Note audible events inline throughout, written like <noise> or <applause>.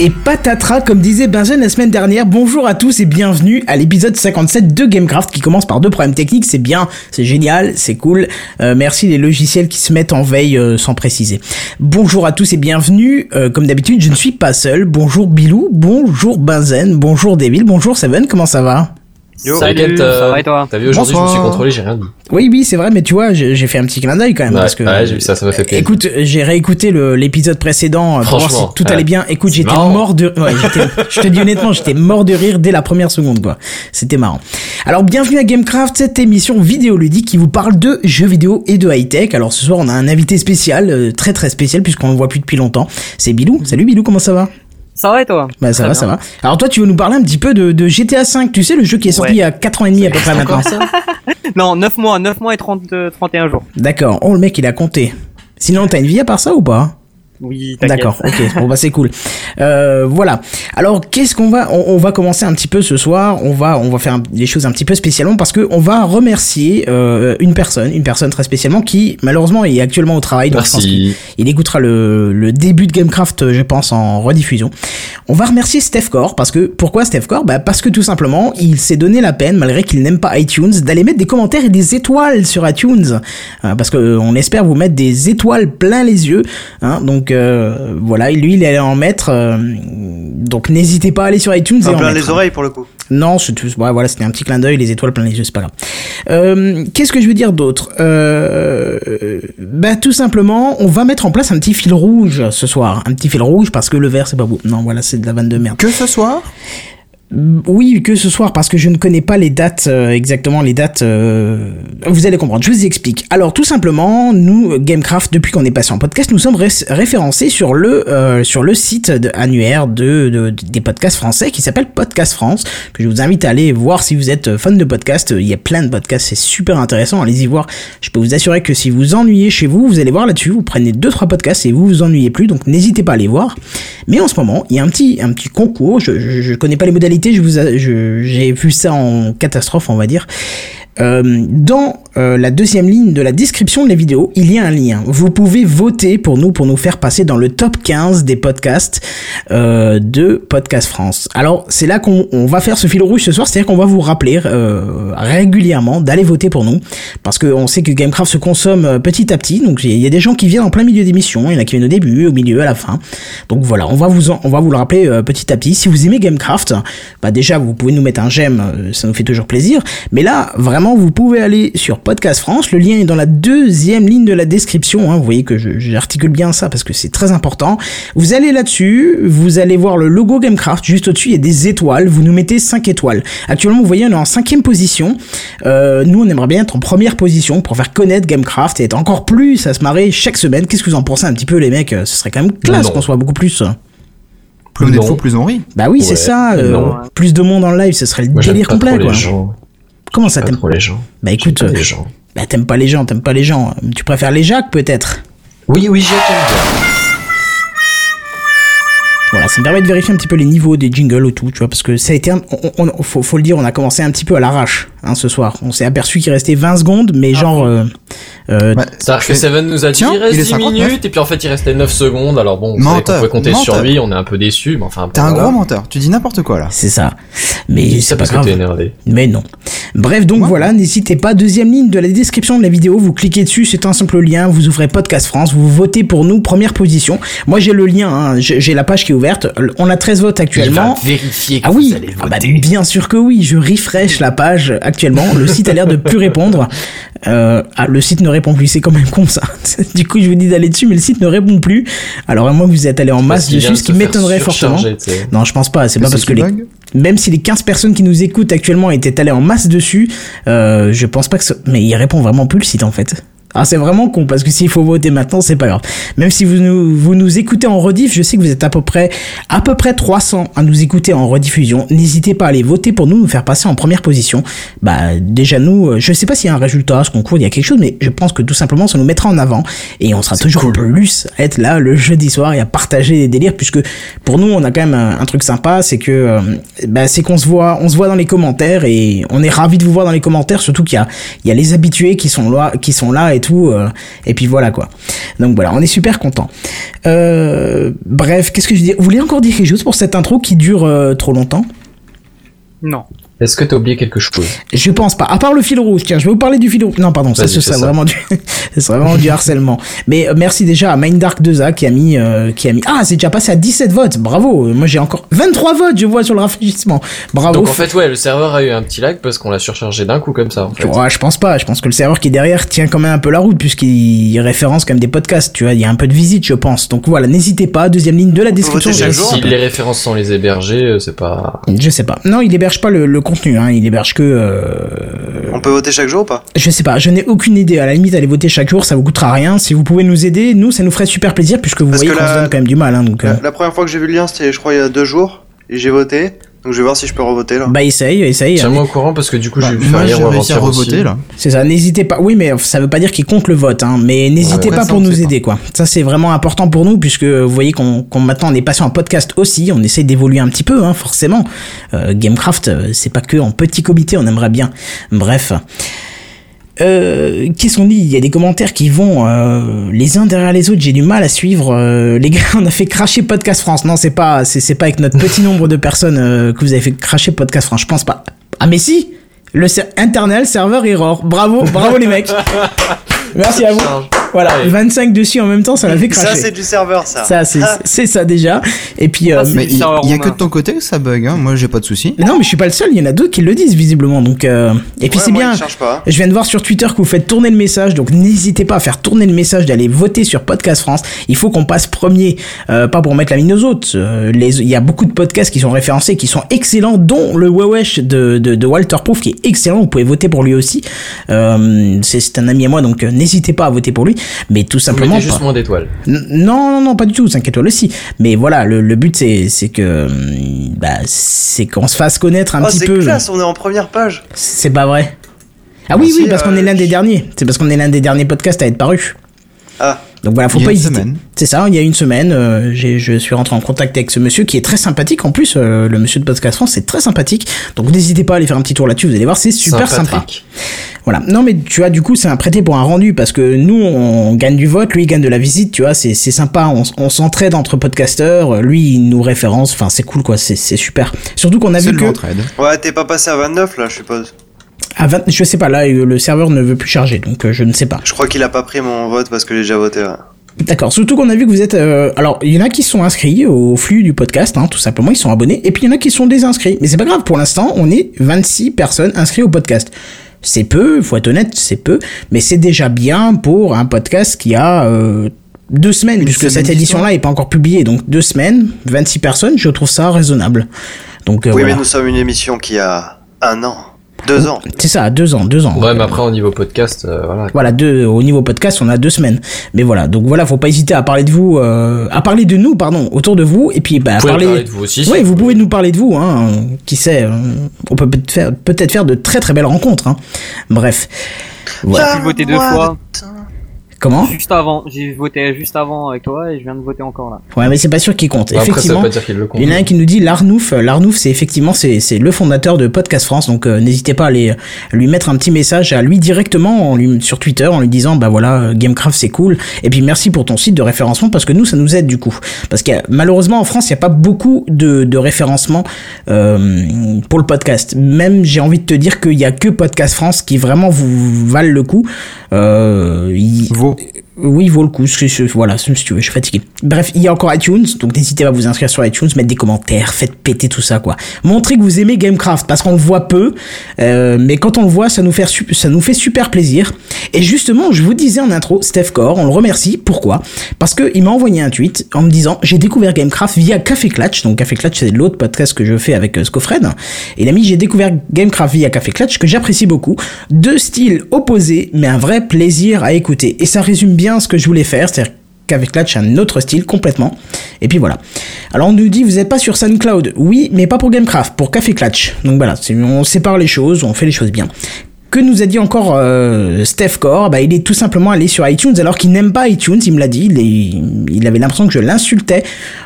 et patatras, comme disait Benzen la semaine dernière. Bonjour à tous et bienvenue à l'épisode 57 de Gamecraft qui commence par deux problèmes techniques. C'est bien, c'est génial, c'est cool. Euh, merci les logiciels qui se mettent en veille euh, sans préciser. Bonjour à tous et bienvenue. Euh, comme d'habitude, je ne suis pas seul. Bonjour Bilou, bonjour Benzen, bonjour Devil, bonjour Seven, comment ça va Yo. Salut, T'inquiète, ça euh, va et toi T'as vu, aujourd'hui, je me suis Bonsoir. contrôlé, j'ai rien dit. Oui, oui, c'est vrai, mais tu vois, j'ai j'ai fait un petit clin d'œil quand même. Ouais, Ah parce que, euh, ouais, j'ai vu ça, ça m'a fait plaisir. Écoute, j'ai réécouté le- l'épisode précédent euh, pour voir si Franchement, tout ouais. allait bien. Écoute, C'est j'étais marrant. mort de, ouais, <laughs> j'étais- je te dis honnêtement, j'étais mort de rire dès la première seconde, quoi. C'était marrant. Alors, bienvenue à Gamecraft, cette émission vidéoludique qui vous parle de jeux vidéo et de high-tech. Alors, ce soir, on a un invité spécial, euh, très très spécial, puisqu'on le voit plus depuis longtemps. C'est Bilou. Mm-hmm. Salut Bilou, comment ça va? Ça va et toi Bah, ça va, ça va. Alors, toi, tu veux nous parler un petit peu de, de GTA V, tu sais, le jeu qui est sorti Ouais. il y a 4 ans et demi à peu près maintenant. Non, 9 mois, 9 mois et 30, euh, 31 jours. D'accord. Oh, le mec, il a compté. Sinon, t'as une vie à part ça ou pas Oui, t'inquiète. D'accord. Ok. Bon bah c'est cool. Euh, voilà. Alors qu'est-ce qu'on va on, on va commencer un petit peu ce soir. On va on va faire un- les choses un petit peu spécialement parce que on va remercier euh, une personne, une personne très spécialement qui malheureusement est actuellement au travail. Donc je pense qu'il- Merci. il écoutera le, le début de Gamecraft, euh, je pense, en rediffusion. On va remercier Steph Core, parce que, pourquoi Steph Core bah Parce que tout simplement, il s'est donné la peine, malgré qu'il n'aime pas iTunes, d'aller mettre des commentaires et des étoiles sur iTunes. Euh, parce que euh, on espère vous mettre des étoiles plein les yeux. hein. donc euh, voilà, lui, il est allé en mettre. euh, donc n'hésitez pas à aller sur iTunes. Un et en plein mettre. les oreilles pour le coup. Non, c'est tout. ouais, voilà, c'était un petit clin d'œil, les étoiles plein les yeux, c'est pas grave. Euh, Qu'est-ce que je veux dire d'autre euh, Bah, tout simplement, on va mettre en place un petit fil rouge ce soir. Un petit fil rouge parce que le vert, c'est pas beau. Non, voilà, c'est de la vanne de merde. Que ce soir Mm, Oui, que ce soir, parce que je ne connais pas les dates, euh, exactement les dates. euh, Vous allez comprendre, je vous explique. Alors, tout simplement, nous, Gamecraft, depuis qu'on est passé en podcast, nous sommes ré- référencés sur le, euh, sur le site de, annuaire de, de- des podcasts français qui s'appelle Podcast France, que je vous invite à aller voir si vous êtes fan de podcasts. Il y a plein de podcasts, c'est super intéressant, allez-y voir. Je peux vous assurer que si vous ennuyez chez vous, vous allez voir là-dessus, vous prenez deux trois podcasts et vous vous ennuyez plus, donc n'hésitez pas à aller voir. Mais en ce moment, il y a un petit, un petit concours. Je, je, je connais pas les modalités. Je vous, a- je- j'ai vu ça en catastrophe, on va dire. Euh, dans euh, la deuxième ligne de la description de la vidéo, il y a un lien. Vous pouvez voter pour nous pour nous faire passer dans le top 15 des podcasts euh, de Podcast France. Alors c'est là qu'on on va faire ce fil rouge ce soir, c'est-à-dire qu'on va vous rappeler euh, régulièrement d'aller voter pour nous parce qu'on sait que Gamecraft se consomme euh, petit à petit. Donc il y a- il y a des gens qui viennent en plein milieu d'émission, il y en a qui viennent au début, au milieu, à la fin. Donc voilà, on va vous en- on va vous le rappeler euh, petit à petit. Si vous aimez Gamecraft, bah déjà vous pouvez nous mettre un j'aime, euh, ça nous fait toujours plaisir. Mais là, vraiment, vous pouvez aller sur Podcast France. Le lien est dans la deuxième ligne de la description. hein. Vous voyez que je- j'articule bien ça parce que c'est très important. Vous allez là-dessus, vous allez voir le logo Gamecraft juste au-dessus. Il y a des étoiles. Vous nous mettez 5 étoiles. Actuellement, vous voyez, on est en cinquième position. Euh, nous, on aimerait bien être en première position pour faire connaître Gamecraft et être encore plus à se marrer chaque semaine. Qu'est-ce que vous en pensez un petit peu, les mecs Euh, Ce serait quand même classe Non. qu'on soit beaucoup plus. euh, Plus on est Non. fou, plus on rit. Bah oui, Ouais, c'est ça. euh, non. Plus de monde en live, ce serait le Moi, j'aime délire pas complet, trop quoi. les gens. Comment ça Pas t'aimes trop les gens. Bah écoute, J'aime pas euh, les gens. bah t'aimes pas les gens, t'aimes pas les gens. Tu préfères les Jacques peut-être Oui, oui, j'ai bien. Voilà, ça me permet de vérifier un petit peu les niveaux des jingles ou tout, tu vois, parce que ça a été, un- on, on- faut, faut le dire, on a commencé un petit peu à l'arrache hein, ce soir. On s'est aperçu qu'il restait 20 secondes, mais genre, euh, euh, Bah, C'est-à-dire que c'est- Seven nous a dit Tiens, il reste il est 10 59. minutes, et puis en fait, il restait 9 secondes, alors bon, on Menteur, pouvait compter sur menteur. lui, on est un peu déçu, mais enfin. T'es un voilà. gros menteur, tu dis n'importe quoi là. c'est ça. Je Mais dis ça c'est pas parce que t'es grave. énervé. Mais non. Bref, donc Ouais. voilà, n'hésitez pas. Deuxième ligne de la description de la vidéo, vous cliquez dessus, c'est un simple lien, vous ouvrez Podcast France, vous votez pour nous, première position. Moi j'ai le lien, hein, j'ai j'ai la page qui est ouverte, on a 13 votes actuellement. vérifier Ah oui, Ah bah, bien sûr que oui, je refresh la page actuellement, le site a l'air de plus répondre. Euh, ah, le site ne répond plus, c'est quand même con ça. <laughs> du coup, je vous dis d'aller dessus, mais le site ne répond plus. Alors à moins que vous êtes allé en masse dessus, ce qui m'étonnerait fortement. Non, je pense pas, c'est pas parce que les même si les 15 personnes qui nous écoutent actuellement étaient allées en masse dessus, euh, je pense pas que ça... Mais il répond vraiment plus le site en fait. Ah, c'est vraiment con parce que s'il faut voter maintenant, c'est pas grave. Même si vous nous, vous nous écoutez en rediff, je sais que vous êtes à peu près, à peu près 300 à nous écouter en rediffusion. N'hésitez pas à aller voter pour nous, nous faire passer en première position. Bah, déjà nous, euh, je sais pas s'il y a un résultat à ce concours, il y a quelque chose, mais je pense que tout simplement, ça nous mettra en avant et on sera toujours plus à être là le jeudi soir et à partager des délires puisque pour nous, on a quand même un, un truc sympa, c'est que, euh, bah, c'est qu'on se voit, on se voit dans les commentaires et on est ravi de vous voir dans les commentaires, surtout qu'il y a, il y a les habitués qui sont là, qui sont là et tout, euh, et puis voilà quoi. Donc voilà, on est super content. Euh, bref, qu'est-ce que je dis Vous voulez encore dire quelque chose pour cette intro qui dure euh, trop longtemps Non. Est-ce que t'as oublié quelque chose Je pense pas. À part le fil rouge, tiens, je vais vous parler du fil rouge. Non, pardon, ça, Vas-y, ce fais serait ça. vraiment du, <laughs> ce serait vraiment du harcèlement. Mais euh, merci déjà à Mindark 2A qui a mis, euh, qui a mis. Ah, c'est déjà passé à 17 votes. Bravo. Euh, Moi, j'ai encore 23 votes, je vois sur le rafraîchissement. Bravo. Donc en fait, ouais, le serveur a eu un petit lag parce qu'on l'a surchargé d'un coup comme ça. En fait. Ouais, je pense pas. Je pense que le serveur qui est derrière tient quand même un peu la route puisqu'il référence quand même des podcasts. Tu vois, il y a un peu de visite, je pense. Donc voilà, n'hésitez pas. Deuxième ligne de la description. voter chaque je- jour. Si les références sont les hébergées, euh, c'est pas. Je sais pas. Non, il héberge pas le, le contenu. Hein. Il héberge que. euh, On peut voter chaque jour ou pas Je sais pas. Je n'ai aucune idée. À la limite, allez voter chaque jour, ça vous coûtera rien. Si vous pouvez nous aider, nous, ça nous ferait super plaisir puisque vous Parce voyez que qu'on la- se donne quand même du mal. Hein, donc, euh, la, la première fois que j'ai vu le lien, c'était je crois il y a deux jours. Et j'ai voté. Donc je vais voir si je peux revoter là. bah essaye, essaye. Tiens-moi au courant parce que du coup, Bah, j'ai vu moi, faire hier j'ai ou réussi à avant-hier aussi. revoter là. C'est ça, n'hésitez pas. Oui, mais ça veut pas dire qu'il compte le vote, hein. Mais n'hésitez Ouais, pas ça, pour on nous sait aider, quoi. Ça, c'est vraiment important pour nous, puisque vous voyez qu'on, qu'on maintenant on est passé en podcast aussi. On essaie d'évoluer un petit peu, hein, forcément. Euh, Gamecraft, euh, c'est pas que en petit comité, on aimerait bien. Bref. Euh, qu'est-ce qu'on dit Il y a des commentaires qui vont euh, les uns derrière les autres. J'ai du mal à suivre. euh, les gars, <laughs> on a fait cracher Podcast France. Non, c'est pas, c'est, c'est pas avec notre petit nombre de personnes euh, que vous avez fait cracher Podcast France. Je pense pas. Ah mais si Le ser- internal serveur error. Bravo, bravo les <laughs> mecs. Merci à vous. Voilà, Allez. 25 dessus en même temps, ça l'a fait ça cracher. c'est du serveur ça. Ça, c'est, Ah, c'est ça déjà. Et puis. euh, Ah, c'est- Mais il il y Sarah a Romain. que de ton côté que ça bug, hein. moi j'ai pas de soucis. non, mais je suis pas le seul. Il y en a d'autres qui le disent visiblement. Donc, euh, et puis ouais, c'est moi, bien. il cherche pas. Je viens de voir sur Twitter que vous faites tourner le message, donc n'hésitez pas à faire tourner le message d'aller voter sur Podcast France. Il faut qu'on passe premier, euh, pas pour mettre la mine aux autres. Euh, les- Il y a beaucoup de podcasts qui sont référencés, qui sont excellents, dont le Wewesh de, de, de Walter Proof, qui est excellent. Vous pouvez voter pour lui aussi. Euh, c'est- C'est un ami à moi, donc euh, n'hésitez pas à voter pour lui. Mais tout Vous simplement, mettez juste pas- moins d'étoiles. N- Non, non, non, pas du tout, 5 étoiles aussi. Mais voilà, le, le but c'est c'est que hum, bah, c'est qu'on se fasse connaître un Oh, petit c'est peu. classe, on est en première page. C'est pas vrai. Ah Ah oui, si, oui, parce qu'on euh, est l'un des je- derniers. C'est parce qu'on est l'un des derniers podcasts à être paru. Ah, Donc voilà, faut Il y a pas une hésiter. semaine. C'est ça, il y a une semaine, euh, j'ai- je suis rentré en contact avec ce monsieur qui est très sympathique. En plus, euh, le monsieur de Podcast France, c'est très sympathique. Donc n'hésitez pas à aller faire un petit tour là-dessus, vous allez voir, c'est super sympa. Saint-Patrick. Voilà. Non, mais tu vois, du coup, c'est un prêté pour un rendu parce que nous, on gagne du vote, lui, il gagne de la visite, tu vois, c'est c'est sympa. On, s- on s'entraide entre podcasteurs, euh, lui, il nous référence, enfin, c'est cool, quoi, c'est c'est super. Surtout qu'on a C'est vu de que. l'entraide. ouais, t'es pas passé à 29 là, je suppose. À 20, je sais pas, là, euh, le serveur ne veut plus charger, donc euh, je ne sais pas. Je crois qu'il a pas pris mon vote parce que j'ai déjà voté. ouais. D'accord, surtout qu'on a vu que vous êtes... euh, alors, il y en a qui sont inscrits au flux du podcast, hein, tout simplement, ils sont abonnés, et puis il y en a qui sont désinscrits. Mais c'est pas grave, pour l'instant, on est 26 personnes inscrites au podcast. C'est peu, faut être honnête, c'est peu, mais c'est déjà bien pour un podcast qui a euh, deux semaines, Une puisque semaine cette d'histoire. édition-là n'est pas encore publiée, donc deux semaines, 26 personnes, je trouve ça raisonnable. Donc, euh, oui, voilà. mais nous sommes une émission qui a un an, deux ans. C'est ça, deux ans, deux ans. Ouais, mais après, au niveau podcast, euh, voilà. Voilà, deux, au niveau podcast, on a deux semaines. Mais voilà, donc voilà, faut pas hésiter à parler de vous, euh, à parler de nous, pardon, autour de vous, et puis bah, à Vous pouvez parler. parler de vous aussi. si Oui, vous pouvez nous parler de vous, hein. Qui sait, euh, on peut peut-être faire, peut-être faire de très très belles rencontres. Hein. Bref. Voilà. J'ai voté deux fois. Comment Juste avant. J'ai voté juste avant avec toi et je viens de voter encore là. Ouais, mais c'est pas sûr qu'il compte. Bah, Après, ça veut Effectivement. pas dire qu'il le compte. Il y en a un qui nous dit Larnouf. euh, Larnouf, c'est effectivement c'est c'est le fondateur de Podcast France. Donc euh, n'hésitez pas à aller à lui mettre un petit message à lui directement en lui, sur Twitter en lui disant bah voilà euh, Gamecraft c'est cool. Et puis merci pour ton site de référencement parce que nous ça nous aide du coup. Parce que malheureusement en France il n'y a pas beaucoup de, de référencement euh, pour le podcast. Même j'ai envie de te dire qu'il y a que Podcast France qui vraiment vous valent le coup. Euh, il- Vaut. oui, il vaut le coup. c'est- c'est- voilà, c'est- si tu veux, je suis fatigué. Bref, il y a encore iTunes, donc n'hésitez pas à vous inscrire sur iTunes, mettre des commentaires, faites péter tout ça, quoi. Montrez que vous aimez Gamecraft, parce qu'on le voit peu, euh, mais quand on le voit, ça nous, fait, su- ça nous fait super plaisir. Et justement, je vous disais en intro, Steph Core, on le remercie. Pourquoi Parce que il m'a envoyé un tweet en me disant J'ai découvert Gamecraft via Café Clatch. Donc, Café Clatch, c'est l'autre podcast que je fais avec euh, Scofred. Et il a mis J'ai découvert Gamecraft via Café Clatch, que j'apprécie beaucoup. Deux styles opposés, mais un vrai plaisir à écouter. Et ça résume bien ce que je voulais faire, c'est-à-dire qu'avec Clatch, un autre style complètement. Et puis voilà. Alors on nous dit, vous n'êtes pas sur SoundCloud. Oui, mais pas pour Gamecraft, pour Café Clatch. Donc voilà, c'est- on sépare les choses, on fait les choses bien. Que nous a dit encore euh, Steph Core bah, Il est tout simplement allé sur iTunes alors qu'il n'aime pas iTunes, il me l'a dit, il, est- il avait l'impression que je l'insultais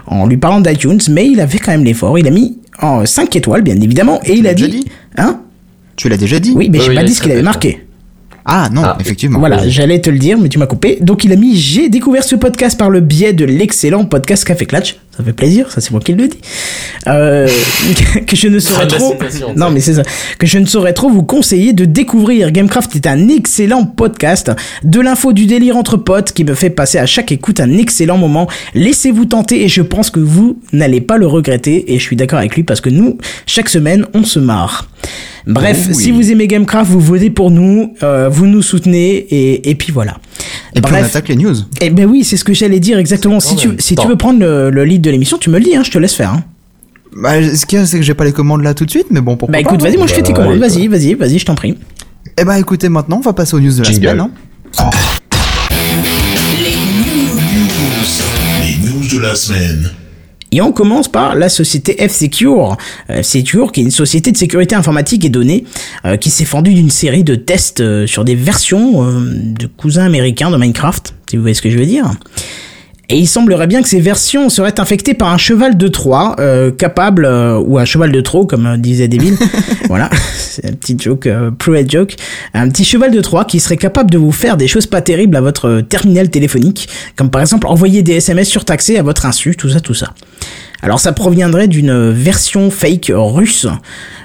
en lui parlant d'iTunes, mais il avait quand même l'effort, il a mis en 5 étoiles bien évidemment, et il l'as a dit... déjà dit Hein Tu l'as déjà dit Oui, mais Oui, j'ai oui, pas il dit a ce qu'il très avait bien marqué. Ah non, Ah. effectivement. Voilà, j'allais te le dire, mais tu m'as coupé. Donc il a mis J'ai découvert ce podcast par le biais de l'excellent podcast Café Clatch. Ça fait plaisir, ça c'est moi qui le dis. Euh, <laughs> que je ne saurais Fin de la trop. citation, Non, ça. mais c'est ça. Que je ne saurais trop vous conseiller de découvrir. Gamecraft est un excellent podcast. De l'info du délire entre potes qui me fait passer à chaque écoute un excellent moment. Laissez-vous tenter et je pense que vous n'allez pas le regretter. Et je suis d'accord avec lui parce que nous, chaque semaine, on se marre. Bref, Oh Oui. si vous aimez Gamecraft, vous votez pour nous, euh, vous nous soutenez et, et puis voilà. Et puis on Bref, attaque les news. eh ben oui, c'est ce que j'allais dire exactement. C'est Si quand tu, même si tu temps. veux prendre le, le lead de l'émission, tu me le dis, hein, je te laisse faire. Hein. Bah, ce qu'il y a, c'est que j'ai pas les commandes là tout de suite, mais bon, pourquoi Bah écoute, pas, vas-y, hein. moi je fais tes Bah, commandes, allez, vas-y, vas-y, vas-y, je t'en prie. Eh bah écoutez, maintenant, on va passer aux news de la Jingle. semaine. hein. Les news de la semaine. Et on commence par la société F-Secure. Euh, F-Secure, qui est une société de sécurité informatique et données, euh, qui s'est fendue d'une série de tests euh, sur des versions euh, de cousins américains de Minecraft, si vous voyez ce que je veux dire. Et il semblerait bien que ces versions seraient infectées par un cheval de Troie, euh, capable, euh, ou un cheval de trop, comme euh, disait Devil. voilà, <laughs> c'est un petit joke, euh, private joke. Un petit cheval de Troie qui serait capable de vous faire des choses pas terribles à votre euh, terminal téléphonique, comme par exemple envoyer des SMS surtaxés à votre insu, tout ça, tout ça. Alors ça proviendrait d'une version fake russe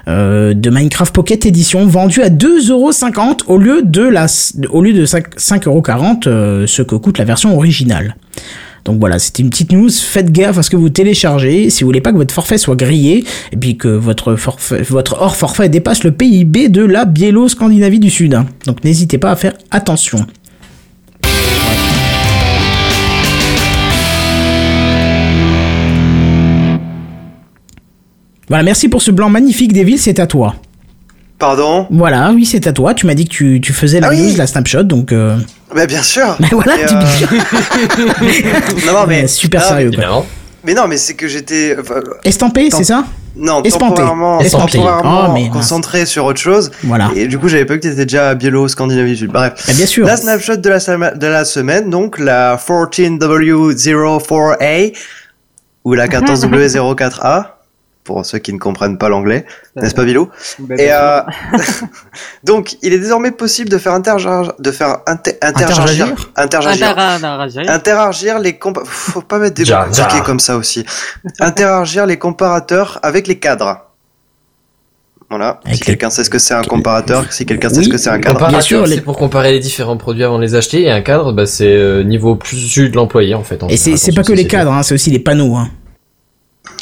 euh, de Minecraft Pocket Edition vendue à 2,50€ au lieu de la au lieu de 5 5,40€ euh, ce que coûte la version originale. Donc voilà, c'était une petite news. Faites gaffe à ce que vous téléchargez. Si vous voulez pas que votre forfait soit grillé et puis que votre forfait, votre hors forfait dépasse le PIB de la Biélo-Scandinavie du Sud. hein. Donc n'hésitez pas à faire attention. Voilà, merci pour ce blanc magnifique des villes, c'est à toi. Pardon Voilà, oui, c'est à toi. Tu m'as dit que tu, tu faisais la Ah oui. news, la snapshot, donc euh, Bah <laughs> bien sûr bah voilà, <laughs> Et, tu euh, Non, non, mais... super Ah, sérieux quoi. Évidemment. Mais non, mais c'est que j'étais... enfin, Estampé, Tant- c'est ça Non, Espanté. temporairement, Espanté. temporairement Oh, mais mince. concentré sur autre chose. Voilà. Et du coup, j'avais pas vu que t'étais déjà à Biélo, Scandinavie, Sud. Bref. Ah. Eh bien sûr. La snapshot de la, sema- de la semaine, donc la 14W04A, ou la 14W04A, pour ceux qui ne comprennent pas l'anglais, n'est-ce pas Bilou Et Ah, euh, <laughs> donc, il est désormais possible de faire interagir, de faire inter- interagir, interagir, Interagir. interagir les compa- faut pas mettre des mots Ja, ja. compliqués comme ça aussi. Interagir les comparateurs avec les cadres. Voilà. Avec les- si quelqu'un sait ce que c'est un comparateur, si quelqu'un sait Oui, ce que c'est un cadre. Bien Comparateur, sûr, les- c'est pour comparer les différents produits avant de les acheter. Et un cadre, bah, c'est euh, niveau plus de l'employé en fait. en Et c'est général, c'est dans pas une que les société. cadres, hein, c'est aussi les panneaux. Hein.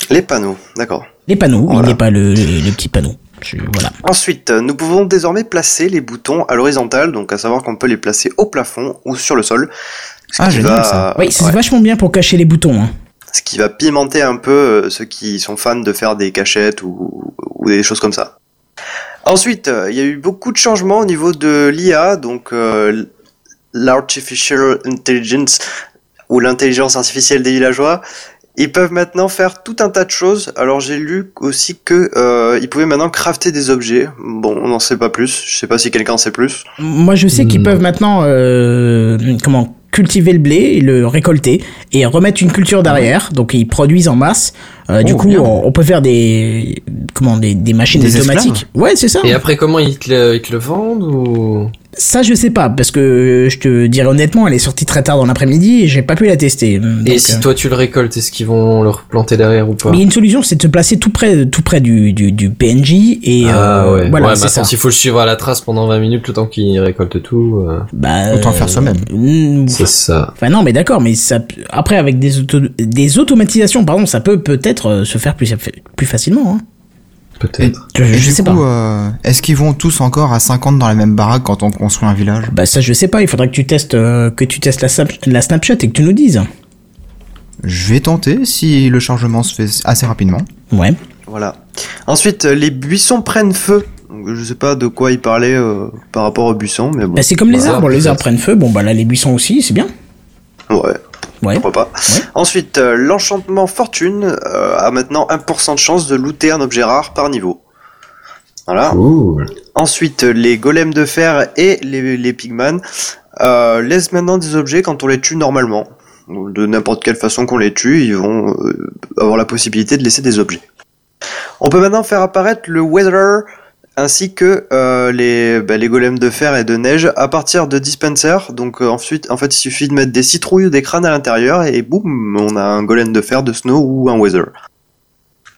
Les panneaux, d'accord. Les panneaux, oui, Voilà. mais pas le, le petit panneau. Je- voilà. Ensuite, euh, nous pouvons désormais placer les boutons à l'horizontale, donc à savoir qu'on peut les placer au plafond ou sur le sol. Ce Ah, qui génial, va- ça. Oui, c'est Euh, ouais. vachement bien pour cacher les boutons. Hein. Ce qui va pimenter un peu euh, ceux qui sont fans de faire des cachettes ou, ou des choses comme ça. Ensuite, euh, il y a eu beaucoup de changements au niveau de l'IA, donc euh, l'Artificial Intelligence ou l'intelligence artificielle des villageois. Ils peuvent maintenant faire tout un tas de choses. Alors j'ai lu aussi que euh, ils pouvaient maintenant crafter des objets. Bon, on n'en sait pas plus. Je sais pas si quelqu'un en sait plus. Moi, je sais qu'ils Mm. peuvent maintenant euh, comment cultiver le blé, et le récolter et remettre une culture derrière. Donc, ils produisent en masse. Euh, du Oh, coup, bien. on, on peut faire des comment des, des machines Des automatiques. Ouais, c'est ça. Et après, comment ils te le, ils te le vendent ou Ça, je sais pas parce que je te dirais honnêtement, elle est sortie très tard dans l'après-midi et j'ai pas pu la tester. Donc, Et si euh, toi tu le récoltes, est-ce qu'ils vont le replanter derrière ou pas Mais il y a une solution, c'est de se placer tout près, tout près du, du, du PNJ et Ah euh, ouais. voilà, ouais, c'est ça. maintenant, s'il faut le suivre à la trace pendant 20 minutes, le temps qu'il récolte tout, euh, Bah, Autant faire soi-même. mm, c'est ça. Enfin non, mais d'accord, mais ça, après avec des, auto, des automatisations, pardon, ça peut peut-être euh, se faire plus, plus facilement. Hein. Peut-être. Je, Et je du sais coup, pas. euh, est-ce qu'ils vont tous encore à 50 dans la même baraque quand on construit un village Bah ça, je sais pas. Il faudrait que tu testes, euh, que tu testes la, snap- la snapshot et que tu nous dises. Je vais tenter si le chargement se fait assez rapidement. Ouais. Voilà. Ensuite, euh, les buissons prennent feu. Donc, je sais pas de quoi il parlait euh, par rapport aux buissons, mais bon. Bah c'est comme les Voilà, arbres. Les peut-être. arbres prennent feu. Bon bah là, les buissons aussi, c'est bien. Ouais. Ouais. Pourquoi pas. Eh Ouais. Ensuite, euh, l'enchantement fortune euh, a maintenant 1% de chance de looter un objet rare par niveau. Oh. Voilà. Cool. Ensuite, euh, les golems de fer et les, les pigman euh, laissent maintenant des objets quand on les tue normalement. Donc, De n'importe quelle façon qu'on les tue, ils vont euh, avoir la possibilité de laisser des objets. On peut maintenant faire apparaître le weather ainsi que euh, les, bah, les golems de fer et de neige à partir de dispensers. Donc euh, ensuite, en fait, il suffit de mettre des citrouilles ou des crânes à l'intérieur et boum, on a un golem de fer, de snow ou un weather.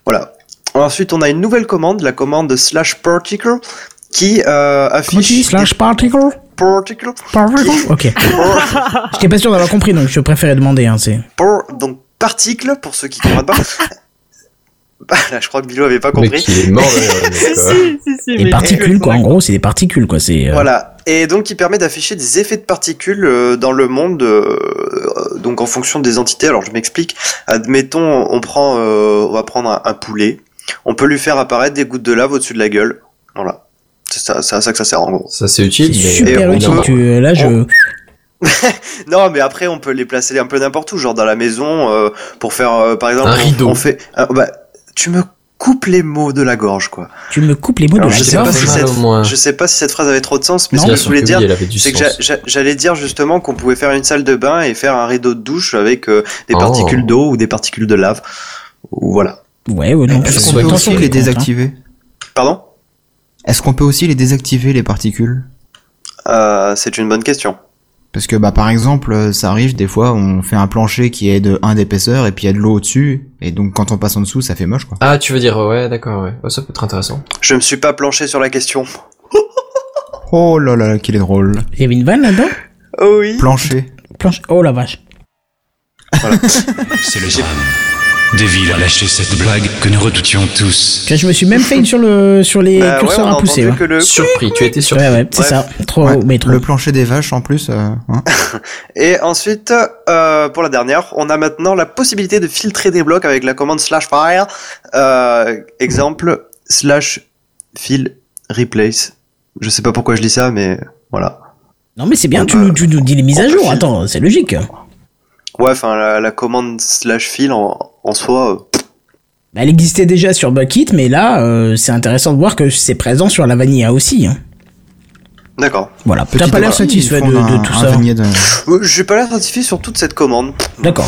Voilà. Ensuite, on a une nouvelle commande, la commande slash particle, qui euh, Comment tu dis affiche slash particle des <laughs> particle, Particle Ok. por- J'étais pas sûr d'avoir compris, donc je préférais demander. Hein, c'est- por- donc particle pour ceux qui <laughs> comprennent pas. Bah, là, je crois que Bilo avait pas Mais compris. qu'il est mort <laughs> d'ailleurs. si, donc, euh, si, si, si, Des mais- particules, quoi. En gros, c'est des particules, quoi. C'est. euh, Voilà. Et donc, il permet d'afficher des effets de particules euh, dans le monde, euh, euh, donc en fonction des entités. Alors, je m'explique. Admettons, on prend, euh, on va prendre un, un poulet. On peut lui faire apparaître des gouttes de lave au-dessus de la gueule. Voilà. C'est ça, c'est à ça que ça sert en gros. Ça c'est C'est utile, mais super Et on utile. peut- Tu- euh, Là, je. on- Non, mais après, on peut les placer un peu n'importe où, genre dans la maison, euh, pour faire, euh, par exemple, Un on- rideau. On, fait. ah, bah, tu me coupes les mots de la gorge, quoi. Tu me coupes les mots Ah, de Alors, la je sais gorge. pas si mal cette- au moins. Je sais pas si cette phrase avait trop de sens, mais Non, ce Bien que je sûr voulais que dire, oui, elle avait du C'est que sens. j'a- j'a- j'allais dire justement qu'on pouvait faire une salle de bain et faire un rideau de douche avec euh, des Oh. particules d'eau ou des particules de lave. Voilà. Ouais, ouais, non. Est-ce c'est- Est-ce qu'on qu'on peut attention, aussi les contre, hein. désactiver Pardon Est-ce qu'on peut aussi les désactiver, les particules Euh, C'est une bonne question. Parce que, bah, par exemple, euh, ça arrive, des fois, on fait un plancher qui est de 1 d'épaisseur et puis il y a de l'eau au-dessus, et donc quand on passe en dessous, ça fait moche, quoi. Ah, tu veux dire, ouais, d'accord, ouais. Ouais, Ça peut être intéressant. Je me suis pas planché sur la question. Oh là là, qu'il est drôle. Il y avait une vanne là-dedans Oh oui Plancher. Planche. Oh la vache. C'est le drame. Deville a lâché cette blague que nous redoutions tous. Tu vois, Je me suis même fait une sur, le, sur les Bah ouais, curseurs on a à pousser. entendu ouais. que le- Surpris, tu étais surpris. Ouais, ouais, c'est Bref. ça. Trop, Ouais, Oh, mais trop. Le plancher des vaches, en plus, euh, hein. Et ensuite, euh, pour la dernière, on a maintenant la possibilité de filtrer des blocs avec la commande slash fire. Euh, exemple, slash fill replace. Je sais pas pourquoi je dis ça, mais voilà. Non, mais c'est bien, On tu, peut- nous- tu nous dis les mises à on peut jour. filer. Attends, c'est logique. Bah, Ouais, enfin, la, la commande slash fill en, en soi, euh, Bah, Elle existait déjà sur Bucket, mais là, euh, c'est intéressant de voir que c'est présent sur la vanilla aussi. hein. d'accord. Voilà. Petit T'as pas l'air ortie, satisfait ils de, font un- de tout un ça. vanier de- Euh, Je suis pas là satisfait sur toute cette commande. D'accord.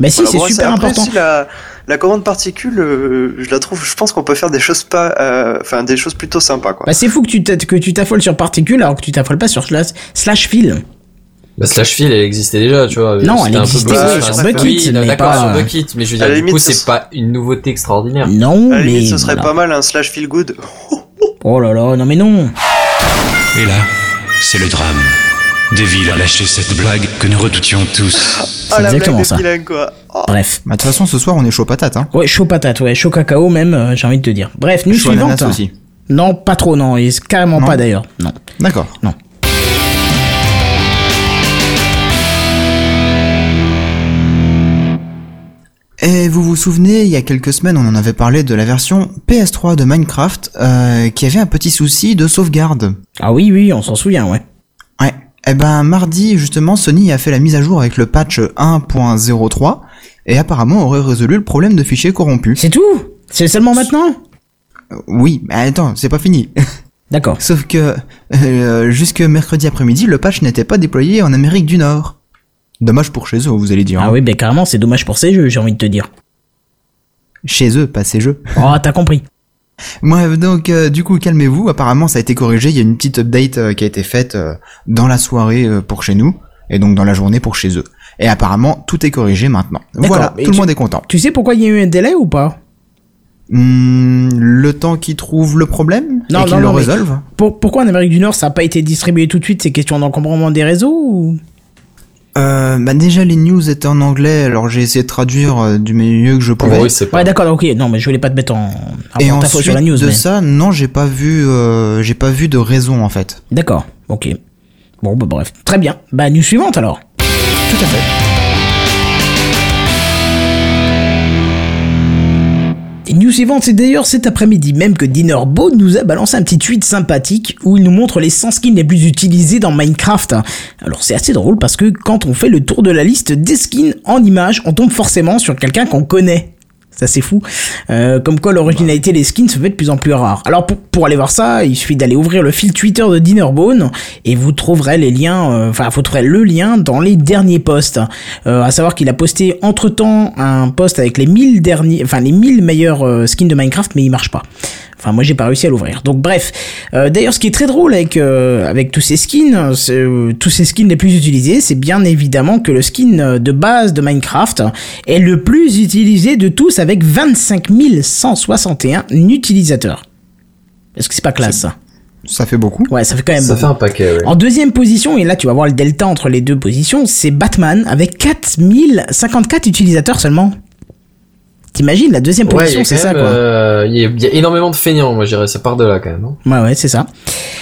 Bah si, Voilà, c'est bon, super après, important. si la, la commande particule, euh, je la trouve. Je pense qu'on peut faire des choses pas, euh, enfin des choses plutôt sympas quoi. Bah c'est fou que tu t'a- que tu t'affoles sur particule alors que tu t'affoles pas sur slash, slash fil. Bah, slash file, elle existait déjà, tu vois. Non, C'était elle un peu existait bas, sur enfin, Bucket, c'est pas- oui, mais d'accord, pas- sur Bucket, mais je veux À dire, la du limite, coup, ce- c'est pas une nouveauté extraordinaire. Non, à la mais limite, Ah, ce serait voilà. pas mal un slash feel good. Oh là là, non mais non. Et là, c'est le drame. Deville a lâché cette blague que nous redoutions tous. Ah la exactement blague de ça. Pilen, quoi. Oh. Bref. Bah, de toute façon, ce soir, on est chaud patate, hein. Ouais, chaud patate, ouais, chaud cacao même, euh, j'ai envie de te dire. Bref, news Chaud suivante. hein. ananas aussi. Non, pas trop, non, et c'est carrément Non. pas d'ailleurs. Non. D'accord. Et vous vous souvenez, il y a quelques semaines, on en avait parlé de la version PS3 de Minecraft euh, qui avait un petit souci de sauvegarde. Ah oui, oui, on s'en souvient, ouais. Ouais. Eh ben, mardi, justement, Sony a fait la mise à jour avec le patch 1.03 et apparemment aurait résolu le problème de fichiers corrompus. C'est tout C'est seulement maintenant Euh, Oui, mais attends, c'est pas fini. D'accord. Sauf que, euh, jusque mercredi après-midi, le patch n'était pas déployé en Amérique du Nord. Dommage pour chez eux, vous allez dire. Ah hein. oui, ben carrément, c'est dommage pour ces jeux, j'ai envie de te dire. Chez eux, pas ces jeux. Oh, t'as compris. Bref, donc euh, du coup, calmez-vous. Apparemment, ça a été corrigé. Il y a une petite update euh, qui a été faite euh, dans la soirée euh, pour chez nous et donc dans la journée pour chez eux. Et apparemment, tout est corrigé maintenant. D'accord, Voilà, mais tout le tu- monde est content. Tu sais pourquoi il y a eu un délai ou pas Hmm, le temps qu'ils trouvent le problème Non, et qu'ils non, le non, mais- résolvent. Pour- Pourquoi en Amérique du Nord ça n'a pas été distribué tout de suite C'est question d'encombrement des réseaux ou... Euh, bah déjà, les news étaient en anglais, alors j'ai essayé de traduire euh, du mieux que je Pour pouvais. eux, c'est pas. Ouais, d'accord, ok. Non, mais je voulais pas te mettre en, en et porte-à-faux ensuite Ah, sur la news. de mais- ça, non, j'ai pas vu, euh, j'ai pas vu de raison en fait. D'accord, ok. Bon, bah bref. Très bien. Bah, news suivante alors. Tout à fait. Et News suivante, c'est d'ailleurs cet après-midi même que Dinnerbo nous a balancé un petit tweet sympathique où il nous montre les 100 skins les plus utilisés dans Minecraft. Alors c'est assez drôle parce que quand on fait le tour de la liste des skins en images, on tombe forcément sur quelqu'un qu'on connaît. Ça c'est fou. Euh, comme quoi l'originalité des skins se fait de plus en plus rare. Alors pour, pour aller voir ça, il suffit d'aller ouvrir le fil Twitter de Dinnerbone et vous trouverez les liens, euh, enfin vous trouverez le lien dans les derniers posts. Euh, à savoir qu'il a posté entre temps un post avec les 1000 derniers, enfin les 1000 meilleurs euh, skins de Minecraft, mais il marche pas. Enfin, moi, j'ai pas réussi à l'ouvrir. Donc, bref. Euh, D'ailleurs, ce qui est très drôle avec euh, avec tous ces skins, c'est, euh, tous ces skins les plus utilisés, c'est bien évidemment que le skin euh, de base de Minecraft est le plus utilisé de tous, avec 25 161 utilisateurs. Est-ce que c'est pas classe ça Ça fait beaucoup. Ouais, ça fait quand même. Ça beaucoup. fait un paquet, ouais. En deuxième position, et là tu vas voir le delta entre les deux positions, c'est Batman avec 4054 utilisateurs seulement. T'imagines, la deuxième Ouais, il y position, a c'est quand ça même, quoi. euh, il y, a- il y a énormément de feignants, moi, je dirais. Ça part de là, quand même. hein. Ouais, ouais, c'est ça.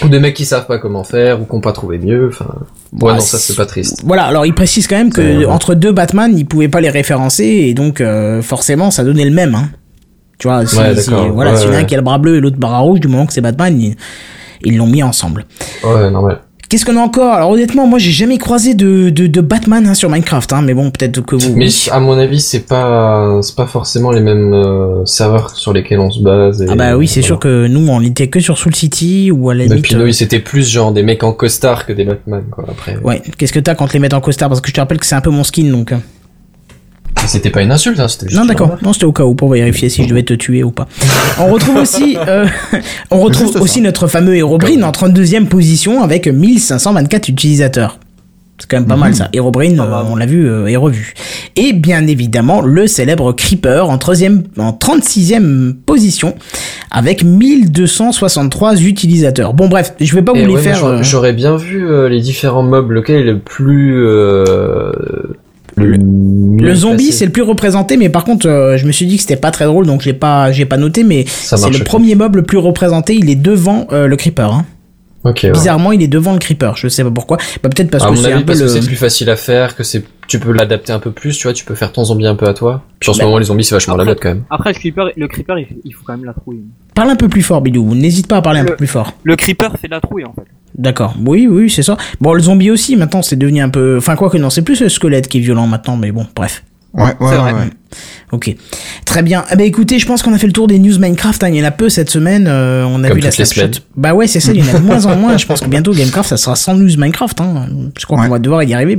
Ou des mecs qui savent pas comment faire, ou qui ont pas trouvé mieux, enfin. Ouais, Bah, non, ça, c'est pas triste. Voilà, alors il précise quand même que C'est- entre deux Batman, ils pouvaient pas les référencer et donc euh, forcément ça donnait le même. Hein. Tu vois, si, Ouais, si- d'accord. voilà, Ouais, s'il y en a un ouais. qui a le bras bleu et l'autre bras rouge, du moment que c'est Batman, ils- ils l'ont mis ensemble. Ouais, normal. Qu'est-ce qu'on a encore Alors honnêtement, moi j'ai jamais croisé de, de, de Batman hein, sur Minecraft, hein, mais bon peut-être que vous. Mais à mon avis, c'est pas c'est pas forcément les mêmes euh, serveurs sur lesquels on se base. et- Ah bah oui, c'est voilà. sûr que nous on était que sur Soul City ou à la Mais limite. euh, puis oui, c'était plus genre des mecs en costard que des Batman quoi. Après, Ouais, qu'est-ce que t'as quand te les mettre en costard Parce que je te rappelle que c'est un peu mon skin donc. hein. c'était pas une insulte, hein, c'était juste. Non, une d'accord. remarque. Non, c'était au cas où pour vérifier si je devais te tuer ou pas. On retrouve <laughs> aussi, euh, on retrouve Juste ça. aussi notre fameux Herobrine en 32e position avec 1524 utilisateurs. C'est quand même pas mal ça. Herobrine, euh, on l'a vu euh, et revu. Et bien évidemment, le célèbre Creeper en, 3e en 36e position avec 1263 utilisateurs. Bon, bref, je vais pas vous Et les Eh ouais, mais faire. j'aurais- euh, J'aurais bien vu euh, les différents mobs, lequel est le plus. euh, le, Le mieux zombie, placé. c'est le plus représenté, mais par contre, euh, je me suis dit que c'était pas très drôle, donc j'ai pas, j'ai pas noté, mais Ça c'est marche, le ok. premier mob le plus représenté. Il est devant euh, le creeper. hein. Ok, ouais. Bizarrement, il est devant le creeper. Je sais pas pourquoi. Bah, peut-être parce à que mon c'est un avis, peu parce le. que c'est plus facile à faire, que c'est tu peux l'adapter un peu plus, tu vois, tu peux faire ton zombie un peu à toi. Puis en ce Ben- moment, les zombies, c'est vachement la note quand même. Après, le creeper, le creeper il, fait- il faut quand même la trouille. Parle un peu plus fort, Bidou. N'hésite pas à parler un Le- peu plus fort. Le creeper fait de la trouille en fait. D'accord. Oui, oui, c'est ça. Bon, le zombie aussi. Maintenant, c'est devenu un peu. Enfin, quoi que non, c'est plus le squelette qui est violent maintenant, mais bon, bref. Ouais, ouais, C'est ouais, vrai. ouais. Ok, très bien. Eh ben écoutez, je pense qu'on a fait le tour des news Minecraft. hein. Il y en a peu cette semaine. euh, on a Comme vu la toutes les snapshot. semaines. Bah ouais, c'est ça. Il y en a de moins en moins. Je pense que bientôt Gamecraft, ça sera sans news Minecraft. Hein. Je crois Ouais. qu'on va devoir y arriver.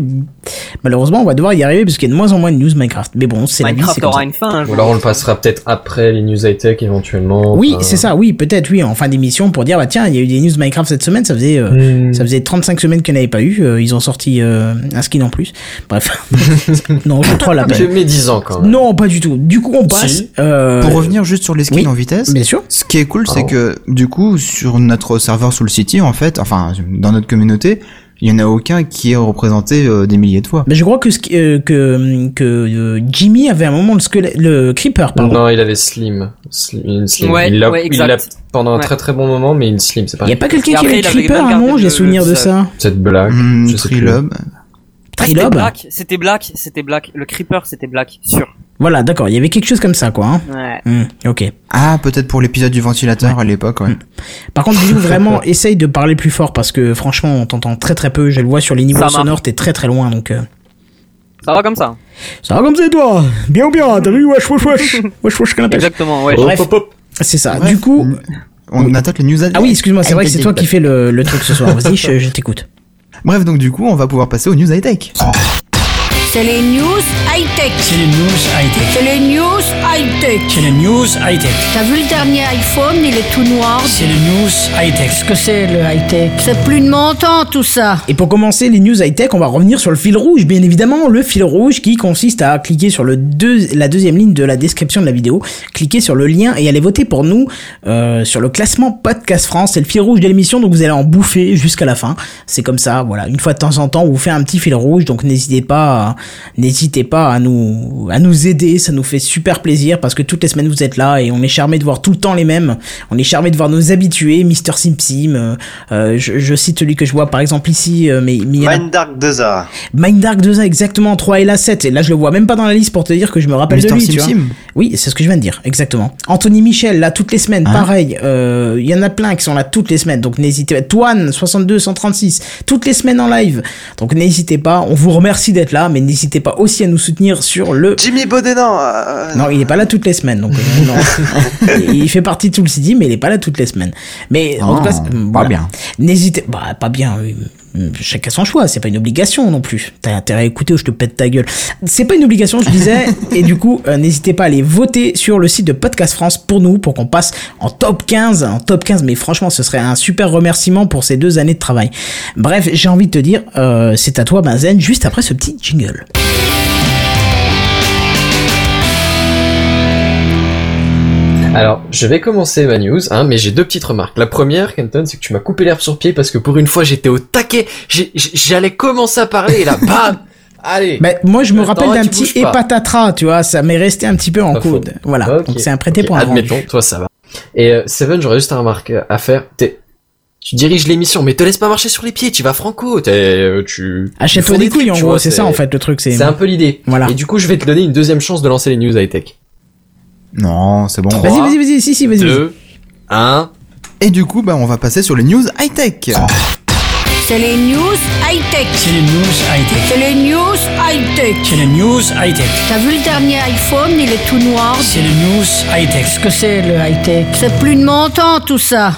Malheureusement, on va devoir y arriver parce qu'il y a de moins en moins de news Minecraft. Mais bon, c'est la vie. c'est Minecraft comme ça. aura une fin un Ou jour. alors on le passera peut-être après les news high tech éventuellement. Oui, enfin. c'est ça. Oui, peut-être. Oui, en fin d'émission pour dire bah tiens, il y a eu des news Minecraft cette semaine. Ça faisait euh, Hmm. Ça faisait 35 semaines qu'il n'y en avait pas eu. euh, ils ont sorti euh, un skin en plus. <laughs> Bref. non, je troll la J'ai peine. mes 10 ans quand même. Non, pas du tout. Du coup, on passe. Si. euh, Pour revenir juste sur les skins oui. en vitesse, Bien sûr. ce qui est cool, c'est Pardon. que du coup, sur notre serveur Soul City, en fait, enfin, dans notre communauté, il y en a aucun qui est représenté euh, des milliers de fois. Mais je crois que, ce qui- euh, que, que euh, Jimmy avait un moment le, squelette, le creeper, pardon. Non, il avait Slim. Slim, une slim. Ouais, il l'a ouais, il l'a exact. pendant un Ouais. très très bon moment, mais une Slim, c'est pas Il n'y a pas quelqu'un Et qui après, avait il avait creeper à un gardé moment, le- j'ai souvenir le de visage. ça. cette blague. Hum, je sais plus. Trilob. Ah, c'était Trilob black, c'était black, c'était black. Le creeper c'était black, sûr. Voilà, d'accord, il y avait quelque chose comme ça, quoi. hein. Ouais. Hmm, ok. Ah, peut-être pour l'épisode du ventilateur à l'époque, Hum. ouais. Par contre, <laughs> Bilou, vraiment, essaye de parler plus fort parce que franchement, on t'entend très très peu. Je le vois sur les niveaux marche. sonores, t'es très très loin, donc. euh, Ça va comme ça. Ça va comme c'est toi Bien ou bien T'as vu Wesh wesh wesh <laughs> Wesh wesh qu'on appelle. Exactement, ouais. Oh, Bon. Bref. C'est ça. Bref, Ah, du coup. On Oui. attaque les news Ah oui, excuse-moi, c'est vrai que c'est toi qui fais le, le truc ce soir. Vas-y, je, je t'écoute. Bref, donc du coup, on va pouvoir passer aux news high-tech. C'est les news high-tech. C'est les news high-tech. C'est les news high-tech. C'est les news high-tech. T'as vu le dernier iPhone, il est tout noir. C'est les news high-tech. Qu'est-ce que c'est le high-tech C'est plus de mon temps tout ça. Et pour commencer les news high-tech, on va revenir sur le fil rouge, bien évidemment, le fil rouge qui consiste à cliquer sur le deux, la deuxième ligne de la description de la vidéo, cliquer sur le lien et aller voter pour nous euh, sur le classement Podcast France. C'est le fil rouge de l'émission, donc vous allez en bouffer jusqu'à la fin. C'est comme ça, voilà. Une fois de temps en temps, on vous fait un petit fil rouge, donc n'hésitez pas, à- n'hésitez pas à nous, à nous aider. Ça nous fait super plaisir parce que toutes les semaines vous êtes là et on est charmé de voir tout le temps les mêmes. On est charmé de voir nos habitués, Mister Sim Sim. euh, euh, je, je cite celui que je vois par exemple ici, euh, mais, mais il y en a- Mind Dark 2A. Mind Dark 2A exactement 3 et la 7 et là je le vois même pas dans la liste pour te dire que je me rappelle Mr. de lui Sim tu vois. Sim Oui, c'est ce que je viens de dire, exactement. Anthony Michel, là, toutes les semaines, Hein pareil. euh, Il y en a plein qui sont là toutes les semaines, donc n'hésitez pas. Toine, 62, 136, toutes les semaines en live. Donc n'hésitez pas, on vous remercie d'être là, mais n'hésitez pas aussi à nous soutenir sur le... Jimmy Baudénan euh, euh, Non, il est pas là toutes les semaines, donc euh, non. <laughs> il fait partie de tout le CD, mais il est pas là toutes les semaines. Mais en Oh, tout cas, c'est- pas voilà. bien. N'hésitez, bah pas bien. euh, Chacun son choix, c'est pas une obligation non plus. T'as intérêt à écouter ou je te pète ta gueule. C'est pas une obligation, je <laughs> disais. et du coup, euh, n'hésitez pas à aller voter sur le site de Podcast France pour nous, pour qu'on passe en top 15, en top 15. Mais franchement, ce serait un super remerciement pour ces deux années de travail. Bref, j'ai envie de te dire, euh, c'est à toi, Benzen, juste après ce petit jingle. Alors, je vais commencer ma news, hein, mais j'ai deux petites remarques. La première, Kenton, c'est que tu m'as coupé l'herbe sur pied parce que pour une fois, j'étais au taquet. J'ai- j'ai- J'allais commencer à parler et là, <laughs> bam Allez Mais Ben, moi, je me Attends, rappelle là, d'un tu petit bouges pas. épatatras, tu vois, ça m'est resté un petit peu en Pas faux. coude. Voilà, Ok, donc c'est un prêté ok, pour un vendu. Admettons, toi ça va. Et euh, Seven, j'aurais juste un remarque euh, à faire. T'es- Tu diriges l'émission, mais te laisse pas marcher sur les pieds, tu vas franco, t'es- euh, tu... Achète-toi des tu fous couilles, en trucs, tu gros, vois, c'est ça en fait le truc. C'est C'est un peu l'idée. Voilà. Et du coup, je vais te donner une deuxième chance de lancer les news high-tech. Non, c'est bon. Trois. Vas-y, vas-y, vas-y, si, si, vas-y. vas-y. 2, 1... Et du coup, bah, on va passer sur les news high-tech. C'est les news high-tech. C'est les news high-tech. C'est les news high-tech. C'est les news high-tech. T'as vu le dernier iPhone, il est tout noir. C'est les news high-tech. Qu'est-ce que c'est le high-tech C'est plus de mon temps tout ça.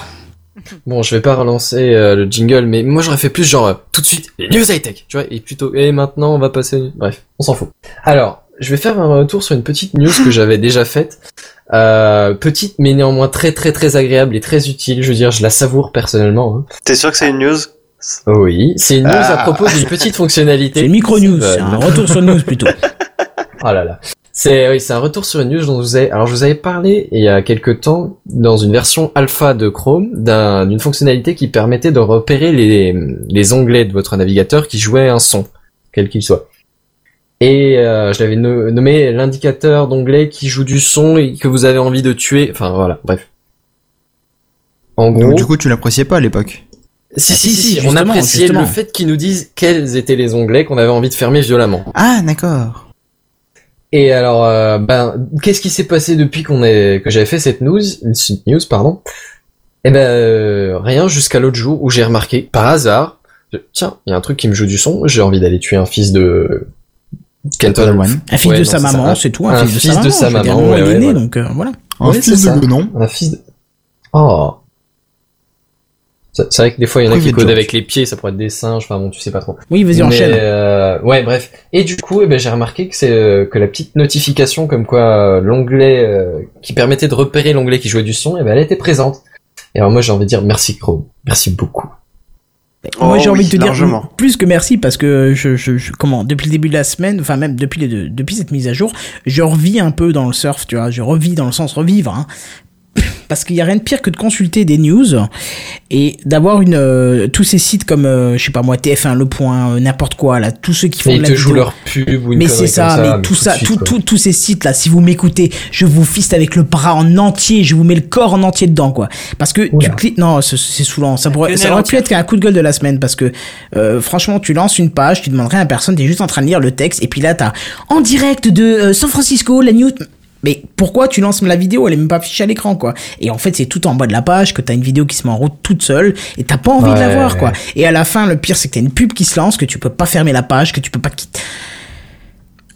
Bon, je vais pas relancer euh, le jingle, mais moi j'aurais fait plus genre euh, tout de suite les news high-tech, tu vois, et plutôt et maintenant on va passer. Bref, on s'en fout. Alors, je vais faire un retour sur une petite news que j'avais déjà faite, euh, petite mais néanmoins très très très agréable et très utile. Je veux dire, je la savoure personnellement. hein. T'es sûr que c'est une news Oui, c'est une news à Ah. propos d'une petite C'est fonctionnalité. une micro-news, hein. Euh, c'est un retour sur news plutôt. Oh là là. C'est oui, c'est un retour sur une news dont je vous avez alors je vous avais parlé il y a quelques temps dans une version alpha de Chrome d'un- d'une fonctionnalité qui permettait de repérer les les onglets de votre navigateur qui jouaient un son quel qu'il soit. Et euh, je l'avais no- nommé l'indicateur d'onglet qui joue du son et que vous avez envie de tuer. Enfin voilà, bref. En gros, Donc, du coup, tu l'appréciais pas à l'époque. si, Ah, si, si, si, si, on justement, appréciait justement. le fait qu'ils nous disent quels étaient les onglets qu'on avait envie de fermer violemment. Ah, d'accord. Et alors, euh, ben, qu'est-ce qui s'est passé depuis qu'on est que j'avais fait cette news, cette news, pardon Eh ben, euh, rien jusqu'à l'autre jour où j'ai remarqué par hasard, je- tiens, il y a un truc qui me joue du son, j'ai envie d'aller tuer un fils de Kenton. Padawan. Un fils Ouais, de non, sa c'est ça. maman, c'est tout, un, Un fils de sa maman. je veux dire, il ouais, est ouais, né, voilà. donc euh, voilà. Un Ouais, fils c'est de ça. Gonon. Un fils de. Oh. C'est c'est vrai que des fois il y en a Privé qui de codent joke. avec les pieds, ça pourrait être des singes, enfin bon, tu sais pas trop. Oui, vas-y, Mais, enchaîne. euh, ouais, bref. Et du coup, eh ben, j'ai remarqué que c'est euh, que la petite notification comme quoi euh, l'onglet euh, qui permettait de repérer l'onglet qui jouait du son, eh ben, elle était présente. Et alors moi, j'ai envie de dire merci Chrome, merci beaucoup. Moi, Oh j'ai envie de oui, te dire largement. plus que merci parce que je, je, je- comment, depuis le début de la semaine, enfin, même depuis les deux, depuis cette mise à jour, je revis un peu dans le surf, tu vois, je revis dans le sens revivre, hein. <clears throat> Parce qu'il y a rien de pire que de consulter des news et d'avoir une euh, tous ces sites comme euh, je sais pas moi TF1 Le Point euh, n'importe quoi là tous ceux qui font Mais de ils la te jouent vidéo. leur pub ou une Mais connerie c'est ça, comme mais tout ça, de suite, tout- quoi. tout- tous ces sites là, si vous m'écoutez, je vous fiste avec le bras en entier, je vous mets le corps en entier dedans quoi. Parce que tu Oula. cliques, non, c'est c'est saoulant. Ça pourrait, quenelle ça aurait pu entière. être un coup de gueule de la semaine parce que euh, franchement, tu lances une page, tu demandes rien à personne, t'es juste en train de lire le texte et puis là t'as en direct de euh, San Francisco la news. Mais pourquoi tu lances la vidéo Elle est même pas affichée à l'écran, quoi. Et en fait, c'est tout en bas de la page que t'as une vidéo qui se met en route toute seule et t'as pas envie de la Ouais. voir, quoi. Et à la fin, le pire, c'est que t'as une pub qui se lance, que tu peux pas fermer la page, que tu peux pas quitter.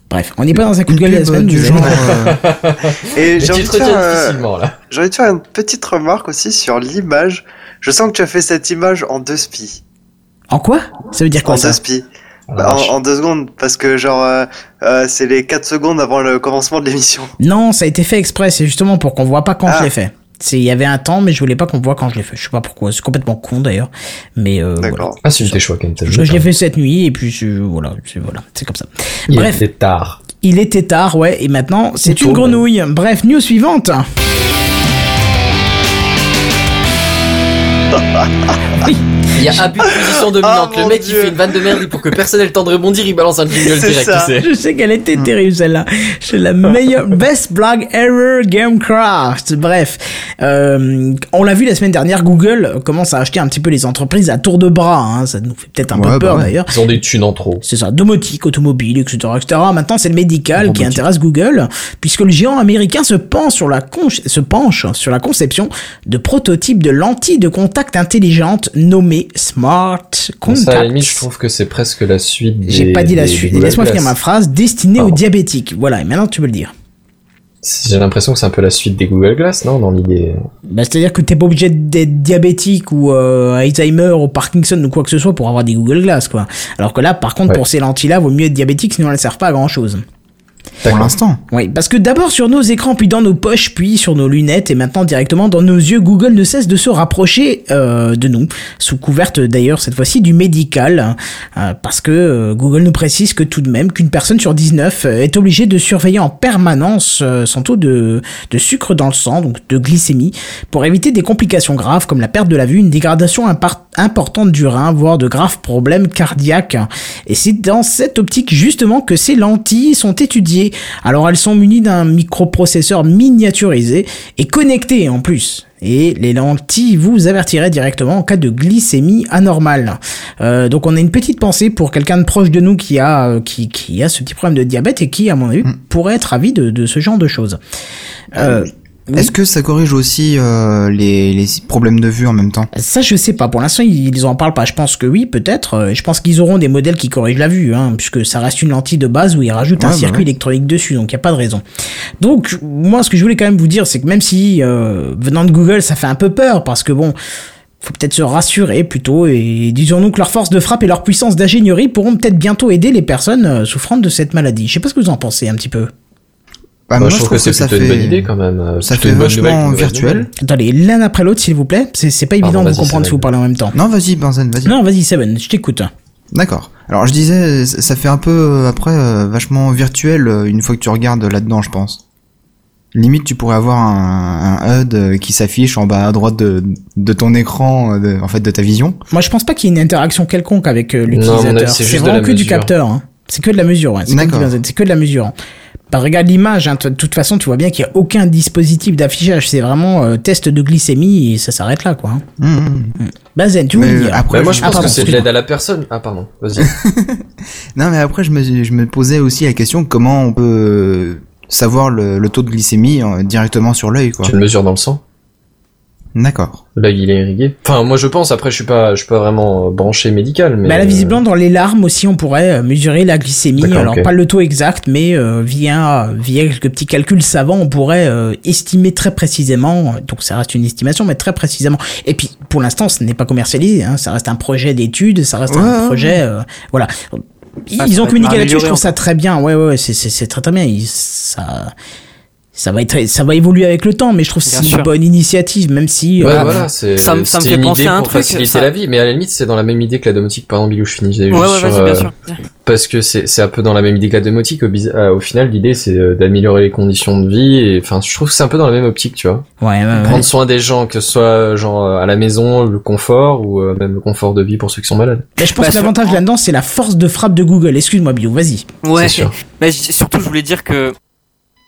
Bref, on n'est pas dans un coup Une de gueule de la pub euh, semaine, du vous genre. allez- <laughs> euh, Et Mais j'ai tu envie, te de faire, retiens euh, difficilement là. j'ai envie de faire une petite remarque aussi sur l'image. Je sens que tu as fait cette image en deux spies. En quoi Ça veut dire En quoi ça deux spies. Ah, Bah, en, vache. en deux secondes, parce que genre, euh, euh, c'est les 4 secondes avant le commencement de l'émission. Non, ça a été fait exprès, c'est justement pour qu'on voit pas quand je Ah. l'ai fait. C'est- Il y avait un temps, mais je voulais pas qu'on voit quand je l'ai fait. Je sais pas pourquoi, c'est complètement con d'ailleurs. Mais euh, voilà. D'accord. Assume tes choix, Kenton. Je, je l'ai fait cette nuit et puis je- voilà, c'est voilà, c'est comme ça. Bref, Bref. tard. il était tard, ouais, et maintenant c'est Plutôt, une ouais. grenouille. Bref, news suivante. Oui. Il y a abus de position dominante. <laughs> Ah, le mon mec, Dieu. il fait une vanne de merde et pour que personne ait le temps de rebondir, il balance un jingle <laughs> C'est direct, ça. tu sais. <laughs> Je sais qu'elle était terrible celle-là. C'est la <laughs> meilleure best blog ever Gamecraft. Bref, Euh, on l'a vu la semaine dernière, Google commence à acheter un petit peu les entreprises à tour de bras. hein. Ça nous fait peut-être un Ouais, peu bah peur ouais. d'ailleurs. Ils ont des thunes en trop. C'est ça, domotique, automobile, etc., etc. Maintenant, c'est le médical qui Robotique. intéresse Google, puisque le géant américain se penche sur la, con- se penche sur la conception de prototypes de lentilles de contact intelligentes nommées Smart Contacts. Ça, à la limite, je trouve que c'est presque la suite. des- J'ai pas dit la des- suite. des Google Laisse-moi finir Glass. ma phrase. Destinée aux Pardon. diabétiques. Voilà. Et maintenant, tu peux le dire. J'ai l'impression que c'est un peu la suite des Google Glass, non, dans l'idée. Bah, c'est-à-dire que t'es pas obligé d'être diabétique ou euh, Alzheimer ou Parkinson ou quoi que ce soit pour avoir des Google Glass, quoi. Alors que là, par contre, Ouais. pour ces lentilles-là, vaut mieux être diabétique, sinon elles servent pas à grand-chose. Pour l'instant. Oui, parce que d'abord sur nos écrans, puis dans nos poches, puis sur nos lunettes, et maintenant directement dans nos yeux, Google ne cesse de se rapprocher euh, de nous, sous couverte d'ailleurs cette fois-ci du médical, hein, euh, parce que euh, Google nous précise que tout de même qu'une personne sur 19 euh, est obligée de surveiller en permanence euh, son taux de, de sucre dans le sang, donc de glycémie, pour éviter des complications graves comme la perte de la vue, une dégradation impar- importante du rein, voire de graves problèmes cardiaques. Et c'est dans cette optique justement que ces lentilles sont étudiées. Alors elles sont munies d'un microprocesseur miniaturisé et connecté en plus. Et les lentilles vous avertiraient directement en cas de glycémie anormale. Euh, donc on a une petite pensée pour quelqu'un de proche de nous qui a euh, qui, qui a ce petit problème de diabète et qui à mon avis pourrait être avis de, de ce genre de choses. Euh, Oui. Est-ce que ça corrige aussi euh, les, les problèmes de vue en même temps Ça, je sais pas. Pour l'instant, ils ils en parlent pas. Je pense que oui, peut-être. Euh, Je pense qu'ils auront des modèles qui corrigent la vue, hein, puisque ça reste une lentille de base où ils rajoutent un Ouais, bah circuit ouais. électronique dessus, donc il n'y a pas de raison. Donc, moi, ce que je voulais quand même vous dire, c'est que même si, euh, venant de Google, ça fait un peu peur, parce que bon, faut peut-être se rassurer plutôt, et disons-nous que leur force de frappe et leur puissance d'ingénierie pourront peut-être bientôt aider les personnes euh, souffrant de cette maladie. Je sais pas ce que vous en pensez un petit peu. Bah, Moi, moi, je trouve que c'est ça plutôt fait une bonne idée quand même. ça C'est plutôt fait une bonne nouvelle vachement qu'une mauvaise virtuel. nouvelle. Attendez, l'un après l'autre, s'il vous plaît. C'est c'est pas évident de vas-y, vous comprendre si Seven. vous parlez en même temps. Non, vas-y, Benzen, vas-y. Non, vas-y, Seven, je t'écoute. D'accord. Alors je disais, c- ça fait un peu euh, après euh, vachement virtuel euh, une fois que tu regardes là-dedans, je pense. Limite, tu pourrais avoir un, un HUD euh, qui s'affiche en bas à droite de, de ton écran, euh, de- en fait, de ta vision. Moi, je pense pas qu'il y ait une interaction quelconque avec euh, Non, à mon l'utilisateur. avis, C'est c'est juste de vraiment la que du mesure. capteur. hein. C'est que de la mesure. Ouais. C'est comme dit D'accord. Benzen, C'est que de la mesure. Bah, regarde l'image. hein. De toute façon, tu vois bien qu'il y a aucun dispositif d'affichage. C'est vraiment euh, test de glycémie et ça s'arrête là, quoi. hein. Hum, hum. Bazen, tu Mais voulais dire. après, Bah, moi, je Ah, pense pardon, que c'est de excuse-moi. l'aide à la personne. Ah, pardon, vas-y. Non, mais après, je me, je me posais aussi la question comment on peut savoir le, le taux de glycémie euh, directement sur l'œil, quoi. tu le mesures dans le sang. D'accord. L'œil, il est irrigué. Enfin, moi, je pense. Après, je suis pas, je suis pas vraiment euh, branché médical, mais. Bah là, visiblement, dans les larmes aussi, on pourrait euh, mesurer la glycémie. D'accord, Alors, ok. pas le taux exact, mais euh, via, via quelques petits calculs savants, on pourrait euh, estimer très précisément. euh, Donc, ça reste une estimation, mais très précisément. Et puis, pour l'instant, ce n'est pas commercialisé. hein, ça reste un projet d'étude, ça reste Ouais, un ouais, projet. euh, voilà. Ils Ah, ça ont va communiqué être là-dessus, je amélioré, trouve ça très bien. Ouais, ouais, ouais, c'est- c'est c'est très très bien. Ils- ça, ça va être, ça va évoluer avec le temps, mais je trouve que Bien c'est une sûr. bonne initiative, même si. Ouais, euh, voilà, c'est ça me- ça me c'était fait une penser idée à un pour truc, faciliter ça. la vie, mais à la limite, c'est dans la même idée que la domotique. Pardon, Bilou, je finis. j'allais Ouais, juste ouais, sur, vas-y, bien euh, sûr. Parce que c'est c'est un peu dans la même idée que la domotique. Au, bis- euh, au final, l'idée, c'est euh, d'améliorer les conditions de vie. Et enfin, je trouve que c'est un peu dans la même optique, tu vois. ouais, ouais, Ah ouais. Prendre soin des gens, que ce soit euh, genre euh, à la maison, le confort ou euh, même le confort de vie pour ceux qui sont malades. Mais je pense Bah, que l'avantage sur- là-dedans, c'est la force de frappe de Google. Excuse-moi, Bio, vas-y. Ouais. C'est sûr. Mais j- surtout, je voulais dire que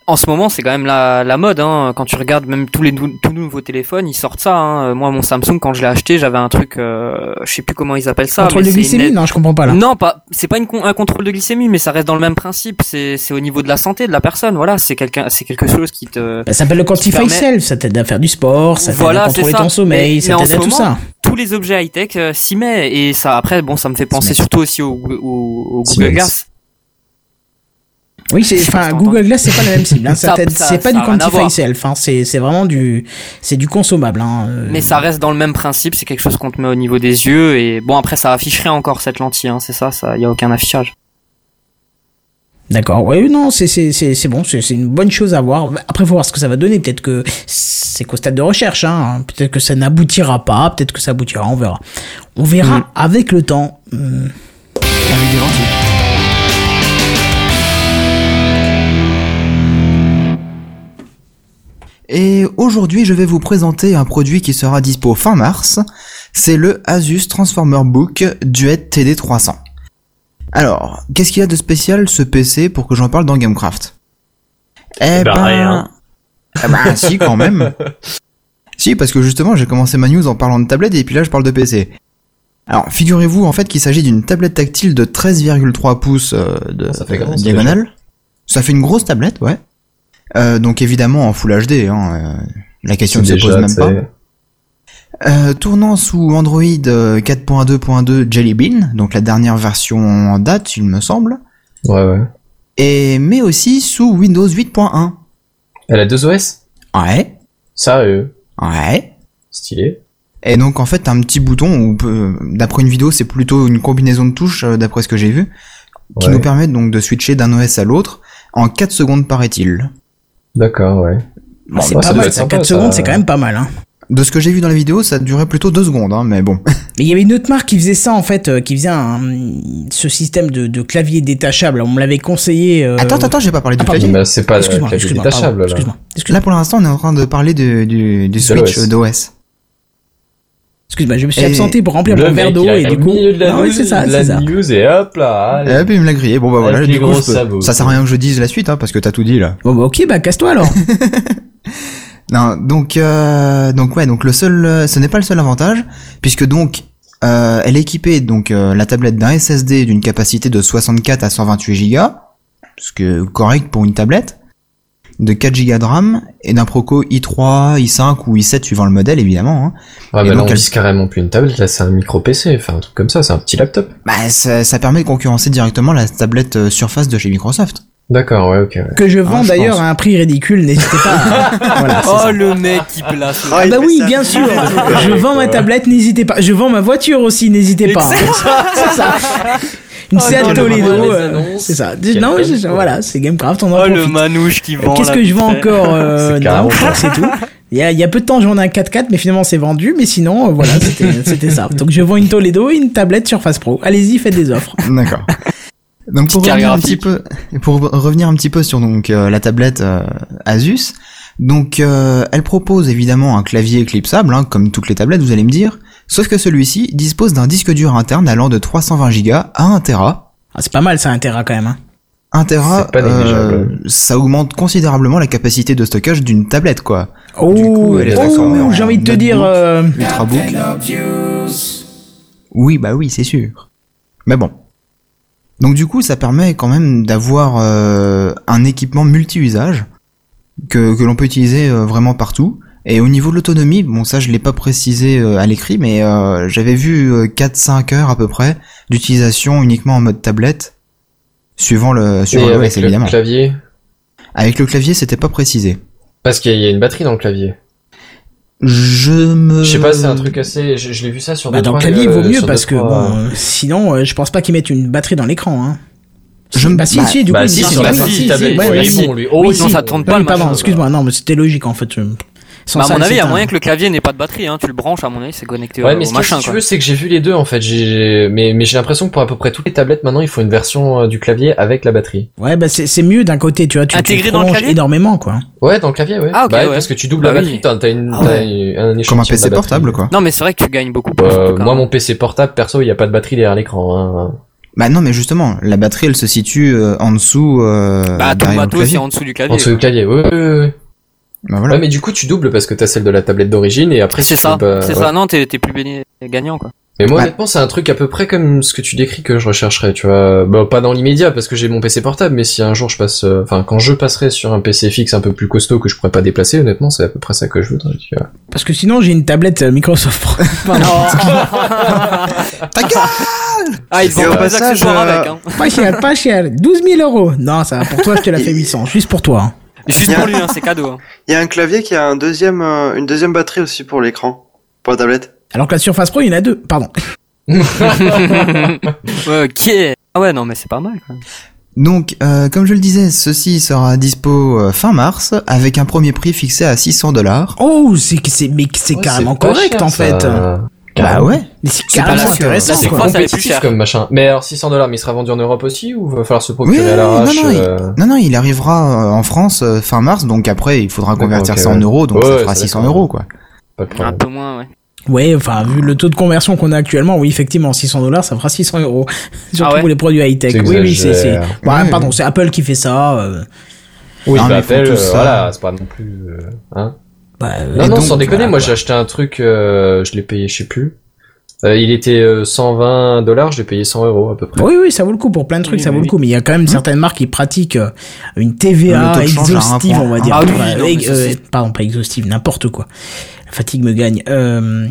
en ce moment, c'est quand même la, la mode. Hein. Quand tu regardes même tous les nou- tous nouveaux téléphones, ils sortent ça. Hein. Moi, mon Samsung, quand je l'ai acheté, j'avais un truc, euh, je sais plus comment ils appellent ça. Contrôle mais de c'est une glycémie aide- Non, je comprends pas là. Non, pas. C'est pas une con- un contrôle de glycémie, mais ça reste dans le même principe. C'est c'est au niveau de la santé de la personne. Voilà, c'est quelqu'un, c'est quelque chose qui te. Bah, ça s'appelle le Quantify permet- Self, ça t'aide à faire du sport, ça t'aide Voilà, à c'est contrôler ça. ton sommeil, Mais- ça mais en t'aide à ce tout moment- ça. Tous les objets high tech s'y met et ça. Après, bon, ça me fait penser surtout aussi au, au- au, au Google Siemens. Glass. Oui, <laughs> c'est, enfin, Google Glass, c'est pas la même cible, hein. Ça Ça- t'aide- ça- c'est pas ça du a rien à Quantify voir. Self, hein. C'est, c'est vraiment du, c'est du consommable, hein. Euh, Mais ça reste dans le même principe, c'est quelque chose qu'on te met au niveau des yeux et bon après ça afficherait encore cette lentille, hein, c'est ça, ça y a aucun affichage. D'accord. Ouais, non, c'est, c'est, c'est, c'est bon, c'est, c'est une bonne chose à voir. Après, faut voir ce que ça va donner. Peut-être que c'est qu'au stade de recherche, hein. Peut-être que ça n'aboutira pas, peut-être que ça aboutira, on verra. On verra Mm. avec le temps. Hum. Avec des lentilles. Et aujourd'hui, je vais vous présenter un produit qui sera dispo fin mars. c'est le Asus Transformer Book Duet TD300. Alors, qu'est-ce qu'il y a de spécial ce PC pour que j'en parle dans Gamecraft Eh ben, rien. Ah bah, <laughs> si quand même Si, parce que justement, j'ai commencé ma news en parlant de tablette et puis là, je parle de PC. Alors, figurez-vous en fait qu'il s'agit d'une tablette tactile de 13,3 pouces euh, de Ça fait grand, ça, diagonale. Ça fait une grosse tablette, ouais. Euh, donc évidemment en Full HD, hein, euh, la question ne se pose même pas. Euh, tournant sous Android euh, 4.2.2 Jelly Bean, donc la dernière version en date, il me semble, Ouais, ouais. et mais aussi sous Windows 8.1. Elle a deux OS Ouais, Sérieux ouais. euh, Stylé. Et donc en fait, t'as un petit bouton où, euh, d'après une vidéo, c'est plutôt une combinaison de touches, euh, d'après ce que j'ai vu, qui Ouais. nous permet donc de switcher d'un OS à l'autre en 4 secondes, paraît-il. D'accord, ouais. Ah, c'est bah, ça pas doit mal, être ça. sympa, 4 ça. secondes, c'est quand même pas mal. Hein. De ce que j'ai vu dans la vidéo, ça durait plutôt 2 secondes, hein, mais bon. Mais il y avait une autre marque qui faisait ça en fait, euh, qui faisait un- ce système de, de clavier détachable. On me l'avait conseillé. euh, Attends, attends, j'ai pas parlé du ah, pardon. clavier. Mais bah, c'est pas Excuse-moi, la excuse-moi, détachable, pardon, là. excuse-moi, excuse-moi, Là pour l'instant, on est en train de parler du, du, du switch l'OS. d'OS. excuse-moi, je me suis Et absenté pour remplir Le mon verre mec, d'eau il et arrive du au coup. milieu de la Non, mais news, c'est ça, de c'est ça. Eh la news et hop là. allez. Et puis il me l'a grillé. Bon bah Avec voilà, les du coup, gros je peux- sabots. ça sert à rien que je dise la suite, hein, parce que t'as tout dit là. Bon bah ok, bah casse-toi alors. <laughs> Non, donc euh, donc ouais, donc le seul, euh, ce n'est pas le seul avantage, puisque donc euh, elle est équipée donc euh, la tablette d'un SSD d'une capacité de 64 à 128 Go, ce que correct pour une tablette, de 4 Go de RAM et d'un Proco i3, i5 ou i7 suivant le modèle évidemment. hein. Ouais, Et Ah, mais là, donc, on elle- vise carrément plus une tablette, là, c'est un micro PC, enfin, un truc comme ça, c'est un petit laptop. Bah ça, ça permet de concurrencer directement la tablette euh, Surface de chez Microsoft. D'accord, ouais, ok. ouais. Que je vends je d'ailleurs pense. à un prix ridicule, n'hésitez pas. <laughs> à- voilà, Ah, c'est ça. Oh le mec qui place. Ah, Ah il bah fait oui, ça. bien sûr. Je vends ma tablette, n'hésitez pas. Je vends ma voiture aussi, n'hésitez pas. hein. C'est <laughs> ça. Une Oh, Seat non, Toledo, les euh, annonces. c'est ça. Quel Non, mais con, c'est- quoi. voilà, c'est Gamecraft, on en Oh le profite. manouche qui vend. Qu'est-ce la que je vends pute. encore euh, C'est Non, carrément c'est tout. Il y, a, il y a peu de temps, j'en ai un 4x4, mais finalement, c'est vendu. Mais sinon, euh, <laughs> voilà, c'était c'était ça. Donc, je vends une Toledo et une tablette Surface Pro. Allez-y, faites des offres. D'accord. Donc pour Petite carte revenir, un petit graphique. peu, pour revenir un petit peu sur donc euh, la tablette euh, Asus, donc euh, elle propose évidemment un clavier éclipsable, hein, comme toutes les tablettes, vous allez me dire, sauf que celui-ci dispose d'un disque dur interne allant de 320 Go à 1 Tera. Ah, c'est pas mal, ça, un Tera quand même. hein. 1 Tera, euh, C'est pas négligeable. ça augmente considérablement la capacité de stockage d'une tablette, quoi. Oh, coup, elle est transformée oh, en j'ai envie de te dire. notebook. euh, Ultrabook. Oui, bah oui, c'est sûr. Mais bon. Donc du coup, ça permet quand même d'avoir euh, un équipement multi-usage que, que l'on peut utiliser euh, vraiment partout. Et au niveau de l'autonomie, bon ça je l'ai pas précisé euh, à l'écrit, mais euh, j'avais vu euh, 4-5 heures à peu près d'utilisation uniquement en mode tablette, suivant le Et suivant l'OS avec évidemment. le clavier. Avec le clavier, c'était pas précisé. Parce qu'il y a une batterie dans le clavier. Je me. Je sais pas, c'est un truc assez. Je, je l'ai vu ça sur. bah, deux, dans le trois, clavier, il vaut euh, mieux sur parce deux, que trois, bon, euh, sinon, euh, je pense pas qu'ils mettent une batterie dans l'écran. Hein. Je me- Bah, si, bah, si, du coup, Bah ils si, disent sur la oui, partie si, tablette, si, ouais, il bah, est si. bon, lui. Oh, Oui, ils non, sont- ça tourne Non, pas mais le pardon, machin. excuse-moi, non, mais c'était logique en fait. euh, Sans Bah, à ça, mon avis, il y a c'est un- moyen que le clavier n'ait pas de batterie. Hein. Tu le branches, à mon avis, c'est connecté Ouais, au, mais au ce que- euh, machin. si tu quoi. veux, c'est que j'ai vu les deux en fait. J'ai, mais, mais j'ai l'impression que pour à peu près toutes les tablettes maintenant, ils font une version euh, du clavier avec la batterie. Ouais, bah c'est c'est mieux d'un côté, tu vois, tu, tu Intégré dans le prolonges clavier énormément, quoi. Ouais, dans le clavier, ouais. Ah, ok, Bah ouais. Parce que tu doubles Bah la oui. batterie, t'as, t'as une, Ah t'as ouais. une- un échantillon comme un de la PC batterie. portable quoi. Non, mais c'est vrai que tu gagnes beaucoup plus. en Euh, tout cas, moi, hein. mon PC portable, perso, il n'y a pas de batterie derrière l'écran. Hein. Bah non, mais justement, la batterie, elle se situe euh, en dessous. Euh, Bah, ton derrière le bateau, clavier. c'est en dessous du clavier. En dessous du clavier, ouais, ouais, ouais. ouais. Bah voilà. Ouais, mais du coup, tu doubles parce que t'as celle de la tablette d'origine et après. C'est tu euh, ça, peux pas- c'est bah, ouais. ça. Non, t'es t'es plus béni- gagnant quoi. Mais moi, Ouais. honnêtement, c'est un truc à peu près comme ce que tu décris que je rechercherais, tu vois. Bah, pas dans l'immédiat parce que j'ai mon PC portable, mais si un jour je passe, euh, enfin, quand je passerai sur un PC fixe un peu plus costaud que je pourrais pas déplacer, honnêtement, c'est à peu près ça que je voudrais, tu vois. Parce que sinon, j'ai une tablette euh, Microsoft <laughs> Pro. Ta gueule Ah, ils Et vont au pas ça que passage, ce soir euh, avec. Hein. pas cher, pas cher. 12 000 euros. Non, ça va, pour toi, je te la fais 800. Juste pour toi. hein. Juste pour lui, hein, c'est <laughs> cadeau. hein. Il y a un clavier qui a un deuxième, euh, une deuxième batterie aussi pour l'écran, pour la tablette. Alors que la Surface Pro, il y en a deux. Pardon. ok. Ah ouais, non, mais c'est pas mal. Quoi. Donc, euh, comme je le disais, ceci sera dispo euh, fin mars avec un premier prix fixé à 600 dollars. Oh, c'est que c'est, mais que c'est Ouais, carrément c'est pas correct, cher, en ça. fait. Bah Carrément. ouais. Mais c'est C'est carrément pas la- intéressant, la- c'est quoi. quoi, ça va être plus compétitif cher. comme machin. Mais alors 600 dollars, mais il sera vendu en Europe aussi ou va falloir se procurer Oui, à l'arrache non, non, il- euh, Non non, il arrivera euh, en France euh, fin mars, donc après il faudra D'accord, convertir ok, ça en ouais. euros, donc Ouais, ça ouais, fera c'est 600 d'accord. euros quoi. Pas de Un problème. peu moins, ouais. Ouais, enfin, vu le taux de conversion qu'on a actuellement, oui, effectivement, 600 dollars, ça fera 600 euros. <laughs> Surtout Ah ouais pour les produits high-tech. Oui, oui, c'est, c'est, T'exagères. bah, Ouais. pardon, c'est Apple qui fait ça, euh, Oui, Ah, bah, Non, mais Apple, faut tout euh, ça. voilà, c'est pas non plus. euh, hein. bah, euh, Non, Et non, donc, ah, bah. sans déconner, voilà, moi quoi. j'ai acheté un truc, euh, je l'ai payé, je sais plus. Euh, il était euh, 120 dollars, j'ai payé 100 euros à peu près. Oui, oui, ça vaut le coup pour plein de trucs, Oui, ça vaut oui, Hum. le coup. Mais il y a quand même certaines marques qui pratiquent euh, une TVA Le taux de change à exhaustive, 1,1. on va dire. Ah oui, Enfin, non, mais ex- ça, c'est- euh, pardon, pas exhaustive, n'importe quoi. La fatigue me gagne. Euh,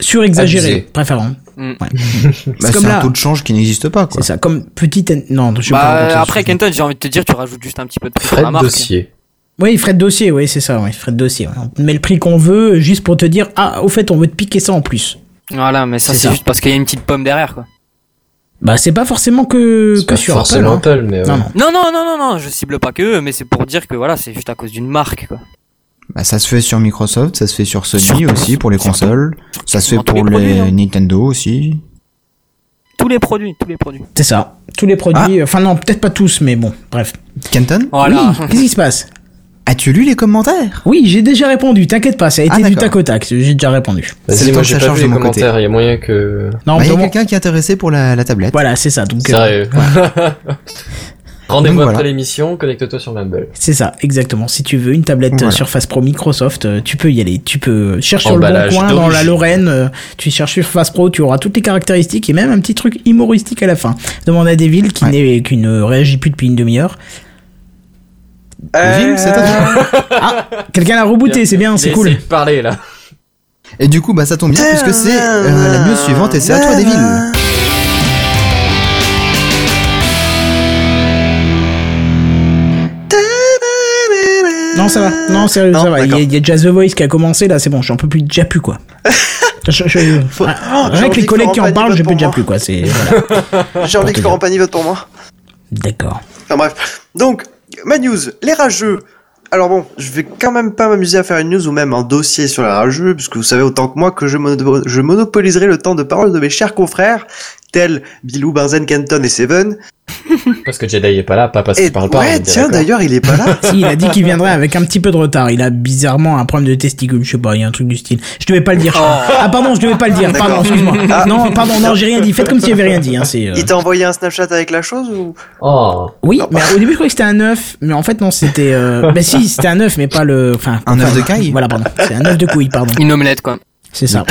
surexagéré, Abusé. préférant. Mm. Ouais. Bah, c'est comme c'est un là. taux de change qui n'existe pas, quoi. C'est ça, comme petite. Non, je sais pas. Bah, raconter après ce sujet. Kenton, j'ai envie de te dire, tu rajoutes juste un petit peu de prix sur Frais la de marque. dossier. hein. Oui, frais de dossier, oui, c'est ça, oui, frais de dossier. ouais. On met le prix qu'on veut juste pour te dire, ah, au fait, on veut te piquer ça en plus. Voilà, mais ça C'est c'est ça. juste parce qu'il y a une petite pomme derrière quoi. Bah, c'est Euh, pas forcément que, C'est que pas sur forcément Apple. Apple, mais. hein. ouais. Non, non. Non non non non non, je cible pas que eux, mais c'est pour dire que voilà, c'est juste à cause d'une marque quoi. Bah, ça se fait sur Microsoft, ça se fait sur Sony Sur- aussi pour les sur- consoles, ça se fait dans tous pour les produits, les hein. Nintendo aussi. Tous les produits, tous les produits. C'est ça. Tous les produits, euh, enfin, non, peut-être pas tous, mais bon, bref. Kenton, Voilà. Oui, qu'est-ce qui se passe as-tu lu les commentaires Oui, j'ai déjà répondu, t'inquiète pas, ça a été Ah, du d'accord. tac au tac, j'ai déjà répondu. C'est Vas-y, le temps moi que j'ai ça pas charge vu les de mon côté. commentaires, il y a moyen que. Non, Bah, Il y a vraiment- quelqu'un qui est intéressé pour la, la tablette. voilà, c'est ça. Donc euh, Sérieux. <laughs> Rendez-vous Donc, après voilà. l'émission, connecte-toi sur Mumble. c'est ça, exactement. Si tu veux une tablette euh, Voilà. Surface Pro Microsoft, euh, tu peux y aller. Tu peux chercher sur le bon Emballage coin dans la d'origine. Lorraine, euh, tu cherches Surface Pro, tu auras toutes les caractéristiques et même un petit truc humoristique à la fin. Demande à Deville qui, Ouais. n'est- qui ne réagit plus depuis une demi-heure. Ville, Euh, c'est à toi. Quelqu'un l'a rebooté, c'est bien, Il c'est a cool. essayé de parler là. Et du coup, bah ça tombe bien puisque c'est euh, la news suivante et c'est à toi, Deville. Non, ça va. Non, sérieux, Non, ça va. Il y, a- d'accord. il y a déjà The Voice qui a commencé, là, c'est bon, je suis un peu plus, déjà plus, <laughs> quoi. Je, je- Faut- ah, Oh, j'ai rien que envie les que collègues Laurent qui en Pagny parlent, vote j'ai pour déjà moi. plus, quoi. C'est, voilà. J'ai envie que Laurent Pagny vote pour moi. D'accord. Enfin bref. Donc, ma news, les rageux. Alors bon, je vais quand même pas m'amuser à faire une news ou même un dossier sur les rageux, puisque vous savez autant que moi que je, mono- je monopoliserai le temps de parole de mes chers confrères, tels Bilou, Benzen, Kenton et Seven. Parce que Jedi est pas là, pas parce Et qu'il parle pas. on est ouais, bien tiens, d'accord. d'ailleurs, il est <laughs> pas là. Si, il a dit qu'il viendrait avec un petit peu de retard. Il a bizarrement un problème de testicule, je sais pas, il y a un truc du style. Je devais pas le dire. je crois. Ah pardon, je devais pas le dire. Oh. D'accord. Pardon, excuse-moi. Ah. Non, pardon, non, j'ai rien dit. Faites comme s'il y avait rien dit. Hein, c'est, euh, Il t'a envoyé un Snapchat avec la chose ou Oh, Oui, mais au début je croyais que c'était un œuf, mais en fait non, c'était. Euh... bah si, c'était un œuf, mais pas le. Enfin, Un œuf enfin, de caille Voilà, pardon. C'est un œuf de couille, pardon. <laughs> Une omelette <laughs> quoi. C'est ça.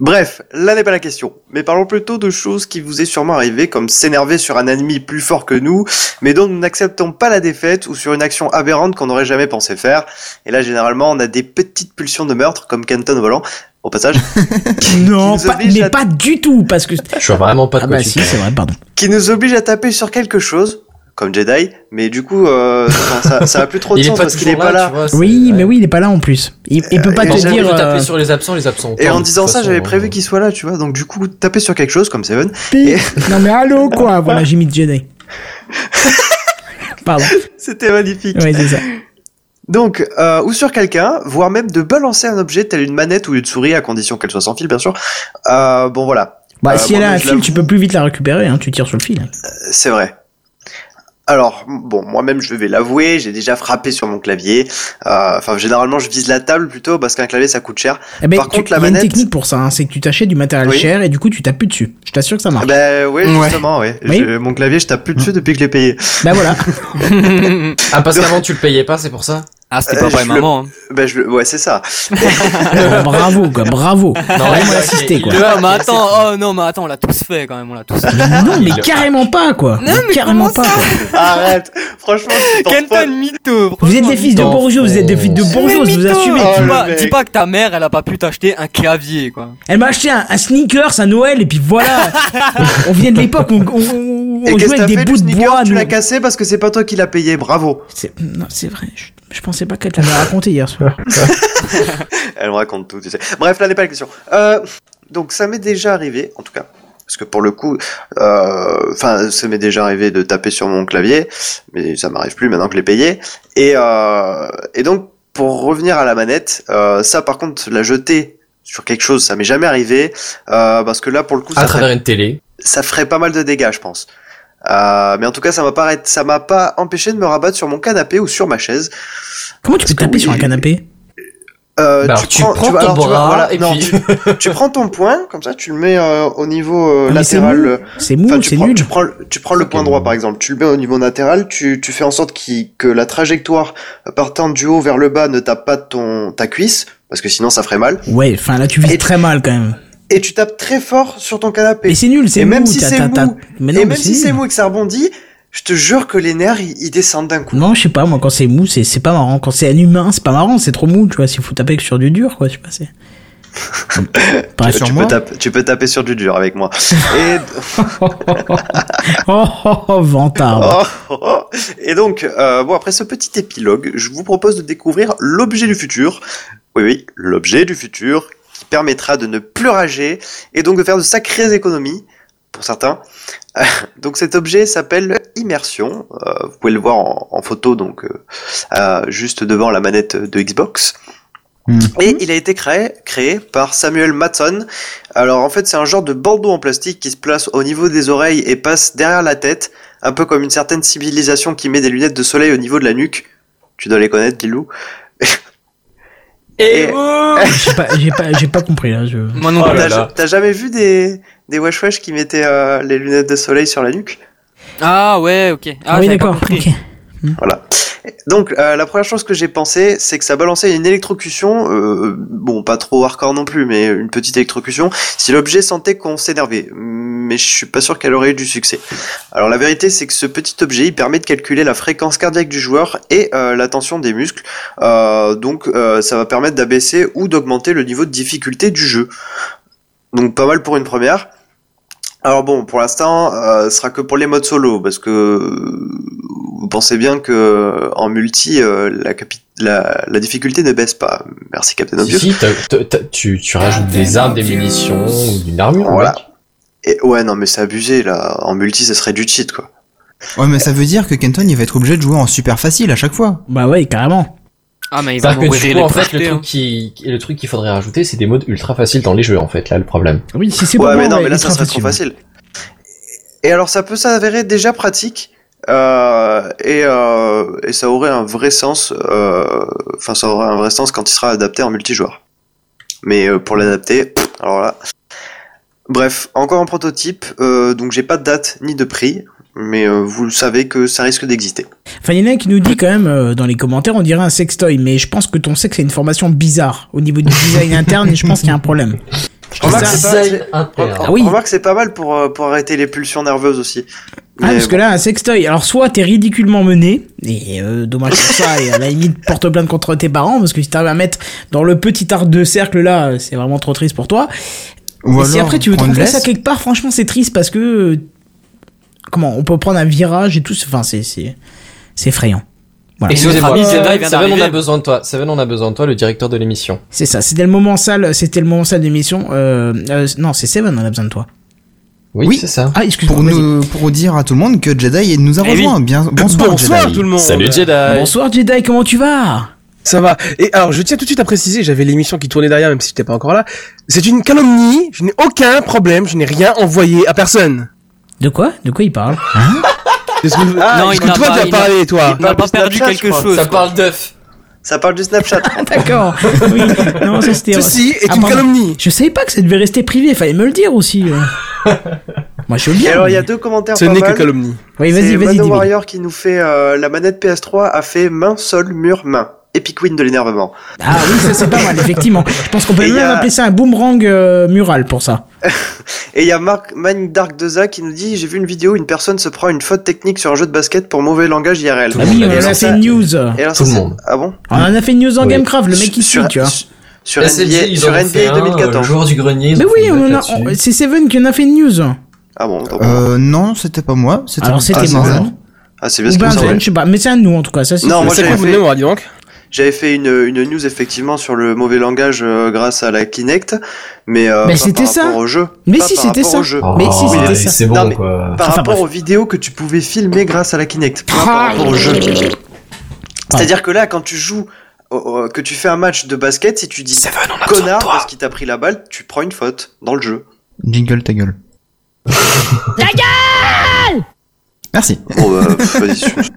Bref, là n'est pas la question. Mais parlons plutôt de choses qui vous est sûrement arrivées, comme s'énerver sur un ennemi plus fort que nous, mais dont nous n'acceptons pas la défaite, ou sur une action aberrante qu'on n'aurait jamais pensé faire. Et là, généralement, on a des petites pulsions de meurtre, comme Kenton volant, <laughs> au passage, Non, nous pas- oblige mais à- pas du tout, parce que. je vois vraiment pas de Ah quoi bah tu si, c'est vrai, pardon. qui nous oblige à taper sur quelque chose, comme Jedi, mais du coup, euh, enfin, ça, ça a plus trop <laughs> de Il est sens pas parce qu'il toujours est pas là. tu vois, c'est- Oui, ouais. mais oui, il est pas là en plus. Il, il peut pas et te Pensez j'avoue, dire. que euh, taper sur les absents, les absents. Et en de disant toute ça, façon, euh, j'avais on- prévu qu'il soit là, tu vois. Donc du coup, taper sur quelque chose comme Seven. <laughs> Pi. euh, <laughs> Non mais allô quoi, voilà Jimmy Jedi. Pardon. C'était magnifique. Ouais, c'est ça. Donc, euh, ou sur quelqu'un, voire même de balancer un objet tel une manette ou une souris, à condition qu'elle soit sans fil, bien sûr. Euh, bon, voilà, Bah, Euh, si bon, elle a mais un je fil, tu peux l'avoue. plus vite la récupérer, hein, tu tires sur le fil. Euh, c'est vrai. Alors, m- bon, moi-même, je vais l'avouer, j'ai déjà frappé sur mon clavier. Euh, Enfin, généralement, je vise la table plutôt, parce qu'un clavier, ça coûte cher. Eh ben, Par tu- contre, la il y a une manette- technique pour ça, hein, c'est que tu t'achètes du matériel Oui. cher et du coup tu tapes plus dessus. Je t'assure que ça <laughs> marche. Ben, ouais, Ouais. justement, ouais. Oui. Hum. Je- mon clavier, je tape plus dessus depuis que je l'ai payé. Bah voilà. Ah, parce qu'avant tu le payais pas, c'est pour ça Ah, c'était Euh, papa et je le- maman. hein. Ben, je le- ouais, <laughs> c'est ça. Bon, bravo quoi, bravo. Non, Vraiment assisté quoi. Ah, mais attends, oh non, mais attends, on l'a tous fait quand même, on l'a tous <laughs> fait. Non mais Il- carrément pas quoi. Non, mais carrément pas. comment ça quoi. Arrête! Franchement, je t'en Kenton mytho. Vous êtes des fils de Dans bourgeois, vous êtes des ton- fils de bourgeois, vous assumez. Oh, dis, le pas, mec. dis pas que ta mère, elle a pas pu t'acheter un clavier, quoi. Elle m'a acheté un, un sneakers à Noël et puis <laughs> voilà. on vient de l'époque où on, on- on Et qu'est-ce jouait que t'as avec des fait bouts du de sneaker bois. Tu nous. l'as cassé parce que c'est pas toi qui l'as payé, bravo. C'est- Non, c'est vrai. Je, je pensais pas qu'elle te l'avait raconté hier soir. Elle me raconte tout, tu sais. Bref, là n'est pas la question. Euh, donc ça m'est déjà arrivé, en tout cas. Parce que pour le coup, euh, enfin, ça m'est déjà arrivé de taper sur mon clavier, mais ça m'arrive plus maintenant que je l'ai payé. Et, euh, et donc, pour revenir à la manette, euh, ça par contre, la jeter sur quelque chose, ça m'est jamais arrivé, euh, parce que là, pour le coup, À ça ferait travers une télé. ça ferait pas mal de dégâts, je pense. Euh, mais en tout cas, ça m'a pas, arrêt- ça m'a pas empêché de me rabattre sur mon canapé ou sur ma chaise. Comment tu peux Parce que taper sur un oui. canapé euh, Bah, tu, prends, tu ton vas- alors, tu vas- bras voilà, et non, puis tu- tu prends ton point, comme ça, tu le mets euh, au niveau euh, Mais c'est latéral. mou, euh, c'est mou, Enfin, tu c'est prends, nul. tu prends, le- tu prends le point droit par exemple, tu le mets au niveau latéral, tu, tu fais en sorte qu'il- que la trajectoire partant du haut vers le bas ne tape pas ton ta cuisse parce que sinon ça ferait mal. Ouais, enfin là tu vises Et- très mal quand même. Et tu tapes très fort sur ton Et canapé. c'est nul, c'est Et mou. même si t'as- c'est t'as- mou, t'as- mais non, mais et même si nul. c'est mou et que ça rebondit, je te jure que les nerfs ils, ils descendent d'un coup. Non, je sais pas, moi quand c'est mou, c'est c'est pas marrant. Quand c'est un humain, c'est pas marrant, c'est trop mou, tu vois. S'il faut taper que sur du dur, quoi, je sais pas. c'est- Bref. sur <laughs> Euh, tu, moi peux taper, tu peux taper sur du dur avec moi. Et, Oh, oh, oh, vantard. oh, oh. <laughs> Et donc, euh, bon, après ce petit épilogue, je vous propose de découvrir l'objet du futur. Oui, oui, l'objet du futur qui permettra de ne plus rager et donc de faire de sacrées économies pour certains. <laughs> Euh, donc cet objet s'appelle Immersion. Euh, vous pouvez le voir en, en photo, donc euh, euh, juste devant la manette de Xbox. Hmm. Et il a été créé, créé par Samuel Matson. Alors en fait, c'est un genre de bandeau en plastique qui se place au niveau des oreilles et passe derrière la tête, un peu comme une certaine civilisation qui met des lunettes de soleil au niveau de la nuque. Tu dois les connaître, Lilou. Et Et- Oh. J'ai pas, j'ai pas, j'ai pas compris là. Je... Moi non Oh plus. là T'as là. t'as jamais vu des, des wesh wesh qui mettaient euh, les lunettes de soleil sur la nuque Ah ouais, ok. Ah, oui, j'avais pas d'accord. compris. ok. Donc euh, la première chose que j'ai pensé, c'est que ça balançait une électrocution, euh, bon pas trop hardcore non plus, mais une petite électrocution, si l'objet sentait qu'on s'énervait. Mais je suis pas sûr qu'elle aurait eu du succès. Alors la vérité c'est que ce petit objet, il permet de calculer la fréquence cardiaque du joueur et euh, la tension des muscles, Euh, donc euh, ça va permettre d'abaisser ou d'augmenter le niveau de difficulté du jeu. Donc pas mal pour une première. Alors bon, pour l'instant, euh, ce sera que pour les modes solo, parce que euh, vous pensez bien que euh, en multi, euh, la, capi- la, la difficulté ne baisse pas. Merci Captain Si, Obvious. si, t'as- t'as- t'as- tu, tu rajoutes des armes, des munitions, ou d'une armure. Voilà. mec. Et ouais, non, mais c'est abusé là. En multi, ce serait du cheat quoi. Ouais, mais ça veut dire que Kenton, il va être obligé de jouer en super facile à chaque fois. Bah ouais, carrément. Ah, mais il va Parce que mourir du coup, en fait, électrocuté, le hein. truc, qui, le truc qu'il faudrait rajouter, c'est des modes ultra faciles dans les jeux, en fait, là, le problème. Oui, si c'est Ouais, pas mais bon, non, mais là, ultra ça serait trop facile. Et alors, ça peut s'avérer déjà pratique. euh, et, euh, et ça aurait un vrai sens. euh, Enfin, ça aurait un vrai sens quand il sera adapté en multijoueur. Mais euh, pour l'adapter, pff, alors là. Bref, encore un prototype. euh, donc, j'ai pas de date ni de prix. Mais euh, vous savez que ça risque d'exister. Enfin, il y en a un qui nous dit quand même euh, dans les commentaires, on dirait un sextoy, mais je pense que ton sexe c'est une formation bizarre au niveau du <laughs> design interne. et Je pense qu'il y a un problème. Remarque, Ça, c'est pas- design c'est- interne. Re- Ah oui. remarque, c'est pas mal pour, euh, pour arrêter les pulsions nerveuses aussi. Ah, Mais parce que là, un sextoy, alors soit t'es ridiculement mené, et euh, dommage pour ça, et à la limite, porte plainte contre tes parents, parce que si t'arrives à mettre dans le petit arc de cercle là, euh, c'est vraiment trop triste pour toi. Ou et si après tu veux prendre trouver l'Est. ça quelque part, franchement, c'est triste parce que. euh, Comment On peut prendre un virage et tout, c'est- enfin, c'est. C'est c'est effrayant. Voilà. Excusez-moi, Notre ami Zelda, il Seven, vient Seven, on a d'arriver. besoin de toi. Seven, on a besoin de toi, le directeur de l'émission. C'est ça, c'était le moment sale, c'était le moment sale d'émission. Euh, euh, non, c'est Seven, on a besoin de toi. Oui, Oui. c'est ça. Ah, excuse-moi. Pour, vas-y. nous, pour dire à tout le monde que Jedi nous a Eh oui. rejoint. Bien, bonsoir, Jedi. tout le monde. Salut Jedi. euh, Bonsoir Jedi, comment tu vas Ça va. Et alors, je tiens tout de suite à préciser, j'avais l'émission qui tournait derrière, même si j'étais pas encore là. C'est une calomnie. Je n'ai aucun problème. Je n'ai rien envoyé à personne. De quoi De quoi il <laughs> parle Est-ce que, Ah, est-ce il que n'a toi, pas- tu as il parlé, toi On n'a pas Snapchat, perdu je quelque crois. chose. Ça quoi. parle d'œuf. Ça parle <laughs> du Snapchat. D'accord. Oui. Non, ça c'était. Ceci est Ah, une pardon. calomnie. Je savais pas que ça devait rester privé, fallait me le dire aussi. euh. <laughs> Moi je veux Et bien. alors, il y a mais- deux commentaires Ce pas n'est que mal. calomnie. Oui, vas-y, C'est vas-y, Mano dis-le. Warrior qui nous fait euh, la manette PS3 a fait main, sol, mur, main. Epic win de l'énervement. Ah oui, ça c'est pas mal, effectivement. Je pense qu'on peut Et même il y a- appeler ça un boomerang euh, mural pour ça. Et il y a Mark Mind Dark Deza qui nous dit j'ai vu une vidéo où une personne se prend une faute technique sur un jeu de basket pour mauvais langage IRL. Ah oui, Et on en alors a fait ça- une news. et alors Tout ça, le c'est- monde. Ah bon On en a fait une news en Oui. Gamecraft, le mec qui suit, Sur, tu vois. sur NBA, sur NBA 2014. euh, joueur du grenier. Mais oui, on en a- on- c'est Seven qui en a fait une news. Ah bon, tant pis. Euh, non, c'était pas moi. C'était Alors ah, c'était c'est moi. Zan. hein. Ah, c'est bien Ou ce que vous Benzen, savez. je sais pas. Mais c'est un de nous en tout cas, ça c'est. Non, moi, C'est j'avais quoi votre fait- mémoire, dis donc J'avais fait une, une news effectivement sur le mauvais langage euh, grâce à la Kinect, mais, euh, Mais pas c'était par ça. rapport au jeu. Mais Pas si, par c'était rapport ça. au jeu. Mais si, c'était ça. Oh, C'est Non, bon, mais- quoi. Par Enfin, rapport bref. aux vidéos que tu pouvais filmer grâce à la Kinect, pas par rapport au jeu. C'est-à-dire que là, quand tu joues, euh, euh, que tu fais un match de basket, si tu dis connard parce qu'il t'a pris la balle, tu prends une faute dans le jeu. Jingle <laughs> ta gueule. Ta gueule Merci. <laughs> Bon, bah, pff, euh, vas-y, je-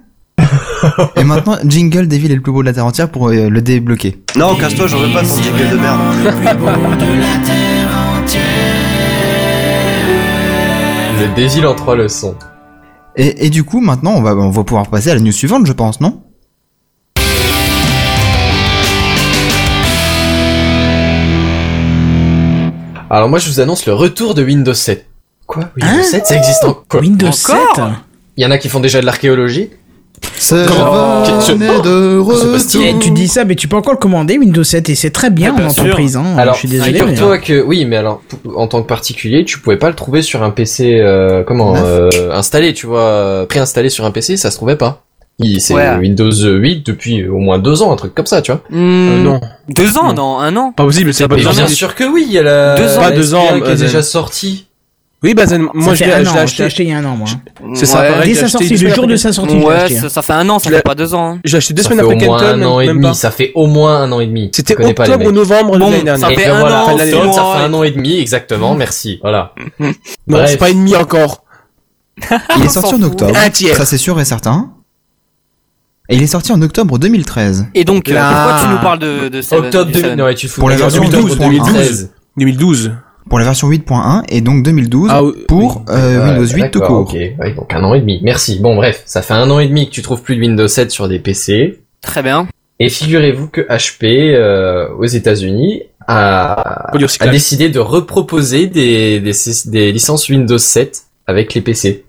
Et maintenant, jingle des villes les plus beaux de la terre entière pour euh, le débloquer. Non, casse-toi, j'en veux pas ton jingle de merde. Le désir en trois leçons. Et, et du coup, maintenant, on va, on va pouvoir passer à la news suivante, je pense, non Alors moi, je vous annonce le retour de Windows 7. Quoi Windows Hein 7, ça existe encore Quoi Windows Encore 7 Il y en a qui font déjà de l'archéologie. Serveur qu'est-ce- est de Euh, se retour. passe-t-il Eh, tu dis ça, mais tu peux encore le commander Windows 7 et c'est très bien Ah, bien en sûr. entreprise. Hein. alors, je suis désolé. mais- figure-toi que oui, mais alors p- en tant que particulier, tu pouvais pas le trouver sur un PC euh, comment euh, installé, tu vois, euh, préinstallé sur un PC, ça se trouvait pas. Il- C'est Ouais. Windows 8 depuis au moins deux ans, un truc comme ça, tu vois. Euh, Hmm, non, Deux ans, non, un an. pas possible, c'est pas Et deux ans, bien possible. mais- sûr que oui, il y a la, Deux ans. la Pas deux SPA ans, qui euh, est déjà euh, sortie. Oui, bah, Zen, hein. Ça moi je fait l'ai un je l'ai hein. an, je l'ai acheté. acheté il y a un an, moi. C'est ça, pareil. Dès je l'ai sa acheté sortie, une le semaine jour de après- sa sortie, je l'ai Ouais, acheté. hein. ça, ça fait un an, ça Je l'ai- fait pas deux ans. hein. J'ai acheté deux ça semaines fait après au moins Kenton, un an et même demi. pas. Ça fait au moins un an et demi. C'était Je connais pas les octobre ou mecs. novembre de Bon, l'année ça dernière. Et fait bien un voilà, an, fin de c'est l'année, loin, ça fait ouais. un an et demi exactement. Merci. Voilà. Non, Bref. c'est pas une demi encore. Il est On sorti s'en en fout. octobre. Un tiers. Ça, c'est sûr et certain. Et il est sorti en octobre 2013. Et donc, euh, Là. pourquoi tu nous parles de, de Seven, Octobre du 2000. Seven Non, ouais, tu te fous Pour de la ma gueule. version 2012, 2012. 2012. Pour la version 8.1 et donc 2012 Ah, oui. pour euh, Ouais, Windows 8 tout d'accord, Ok, court. Ouais, donc un an et demi. Merci. Bon, bref, ça fait un an et demi que tu trouves plus de Windows 7 sur des PC. Très bien. Et figurez-vous que HP euh, aux États-Unis a, Pour du a recyclage. décidé de reproposer des, des, des licences Windows 7 avec les PC.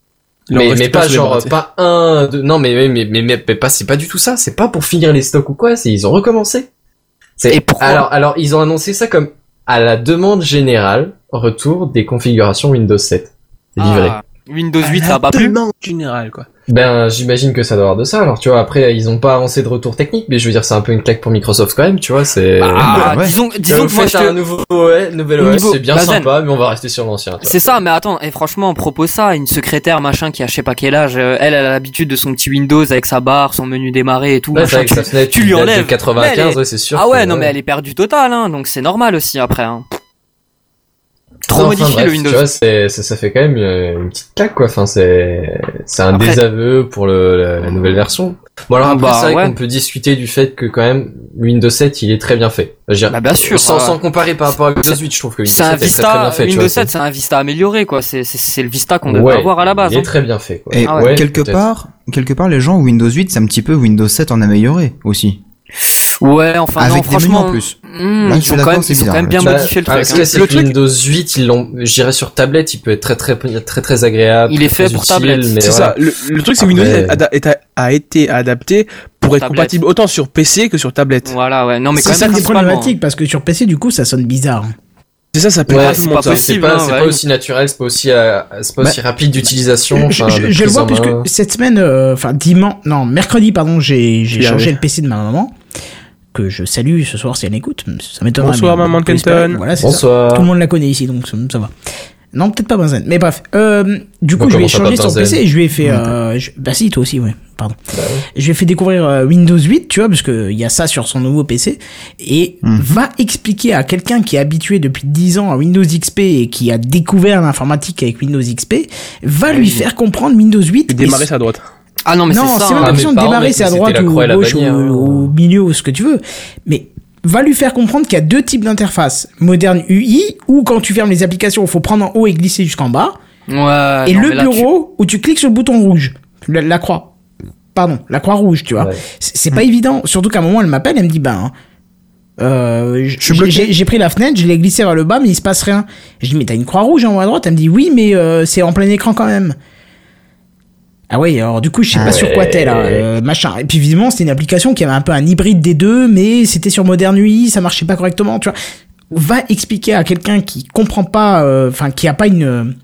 Leur mais, mais recyclage, pas je l'ai genre raté. pas un deux, non mais mais mais mais, mais- mais pas c'est pas du tout ça c'est pas pour finir les stocks ou quoi c'est ils ont recommencé c'est Et pourquoi alors alors ils ont annoncé ça comme à la demande générale retour des configurations Windows 7 livrées Ah, Windows À 8, la ça va pas plus. demande générale, quoi. Ben, j'imagine que ça doit avoir de ça. Alors, tu vois, après, ils ont pas avancé de retour technique, mais je veux dire, c'est un peu une claque pour Microsoft quand même, tu vois, c'est... Ah, Bah, ouais. disons, disons Vous que moi, faites je un te... nouveau OS, nouvel OS, Niveau- c'est bien Bazen. sympa, mais on va rester sur l'ancien. tu vois. C'est ça, mais attends, et franchement, on propose ça à une secrétaire, machin, qui a je sais pas quel âge, euh, elle, elle a l'habitude de son petit Windows avec sa barre, son menu démarrer et tout, Ouais, c'est machin, vrai que tu- sa fenêtre, tu lui date de enlèves. 95, Mais elle est- ouais, c'est sûr. Ah ouais, que- non, mais elle est perdue totale, hein, donc c'est normal aussi après. Hein. Trop Non, enfin, modifié bref, le Windows. Tu vois, c'est, ça, ça fait quand même euh, une petite claque, quoi. Enfin, c'est, c'est un Après- désaveu pour le, la, la nouvelle version. Bon, alors après, Bah, c'est vrai ouais. qu'on peut discuter du fait que quand même, Windows 7, il est très bien fait. Je veux dire, Bah, bien sûr. euh, sans, ouais. sans comparer par rapport à Windows 8, je trouve que Windows C'est un 7 est très, très bien Vista, fait. tu Windows vois, 7, c'est un Vista amélioré, quoi. C'est, c'est, c'est le Vista qu'on devait Ouais, avoir à la base. Il est hein. très bien fait. Quoi. Et Ah ouais. quelque peut-être. part, quelque part, les gens Windows 8, c'est un petit peu Windows 7 en amélioré aussi. Ah, Ouais, enfin, Avec non, des menus franchement. en plus. hmm, Là, je suis ils ont quand d'accord, même, c'est ils ont quand même bien bizarre, Bah, modifié le ah, truc. parce que là, hein. c'est que Windows 8, ils l'ont, j'irais sur tablette, il peut être très très très très, très agréable. Il est très fait pour utile, tablette. mais C'est voilà. ça. Le, le truc, c'est que Après- Windows est ada- est a, a été adapté pour être Tablette. compatible autant sur PC que sur tablette. Voilà, ouais. Non, mais quand C'est même, ça qui est principalement, problématique parce que sur PC, du coup, ça sonne bizarre. C'est ça, ça peut Ouais, pas tout c'est le pas monde. ça. possible, possible. C'est pas, hein, c'est ouais. pas aussi naturel, c'est pas aussi, euh, c'est pas aussi rapide d'utilisation. Bah, je, enfin, je- de je le prise vois en puisque main. cette semaine, euh, enfin dimanche, non mercredi pardon, j'ai j'ai J'y changé arrive. le PC de ma maman que je salue ce soir si elle écoute. Ça m'étonnerait. Bonsoir, mais bon, maman de on peut espérer. Kenton. Voilà, c'est ça. Bonsoir. Tout le monde la connaît ici, donc ça, ça va. Non, peut-être pas Benzen, mais bref. Euh, du coup, Bon, je lui ai Bah, comment ça, changé pas son Benzen PC et je lui ai fait... Euh, je- Bah si, toi aussi, ouais, pardon. Bah Je lui ai fait découvrir euh, Windows 8, tu vois, parce que il y a ça sur son nouveau PC. Et Mhm. va expliquer à quelqu'un qui est habitué depuis 10 ans à Windows XP et qui a découvert l'informatique avec Windows XP, Bah va lui faire comprendre Windows 8. Et et démarrer ça à droite. Ah non, mais non, c'est c'est ça. même hein. pas Ah, question mes de parents, démarrer, mais c'est à c'était droite la ou croix et à la gauche ou bannière, hein. au milieu ou ce que tu veux. Mais va lui faire comprendre qu'il y a deux types d'interfaces. Moderne UI, où quand tu fermes les applications, il faut prendre en haut et glisser jusqu'en bas. Ouais, et non, le mais là, tu- bureau, où tu cliques sur le bouton rouge. La, la croix. Pardon, la croix rouge, tu vois. Ouais. C'est c'est pas évident. Surtout qu'à un moment, elle m'appelle, elle me dit, ben... Euh, j- Je suis bloqué. j'ai j'ai pris la fenêtre, je l'ai glissé vers le bas, mais il se passe rien. Je dis mais t'as une croix rouge en haut à droite. Elle me dit oui, mais euh, c'est en plein écran quand même. Ah oui, alors du coup je sais pas sur quoi t'es là, euh, machin. Et puis visiblement c'était une application qui avait un peu un hybride des deux, mais c'était sur Modern UI, ça marchait pas correctement, tu vois. Va expliquer à quelqu'un qui comprend pas, euh, enfin qui a pas une,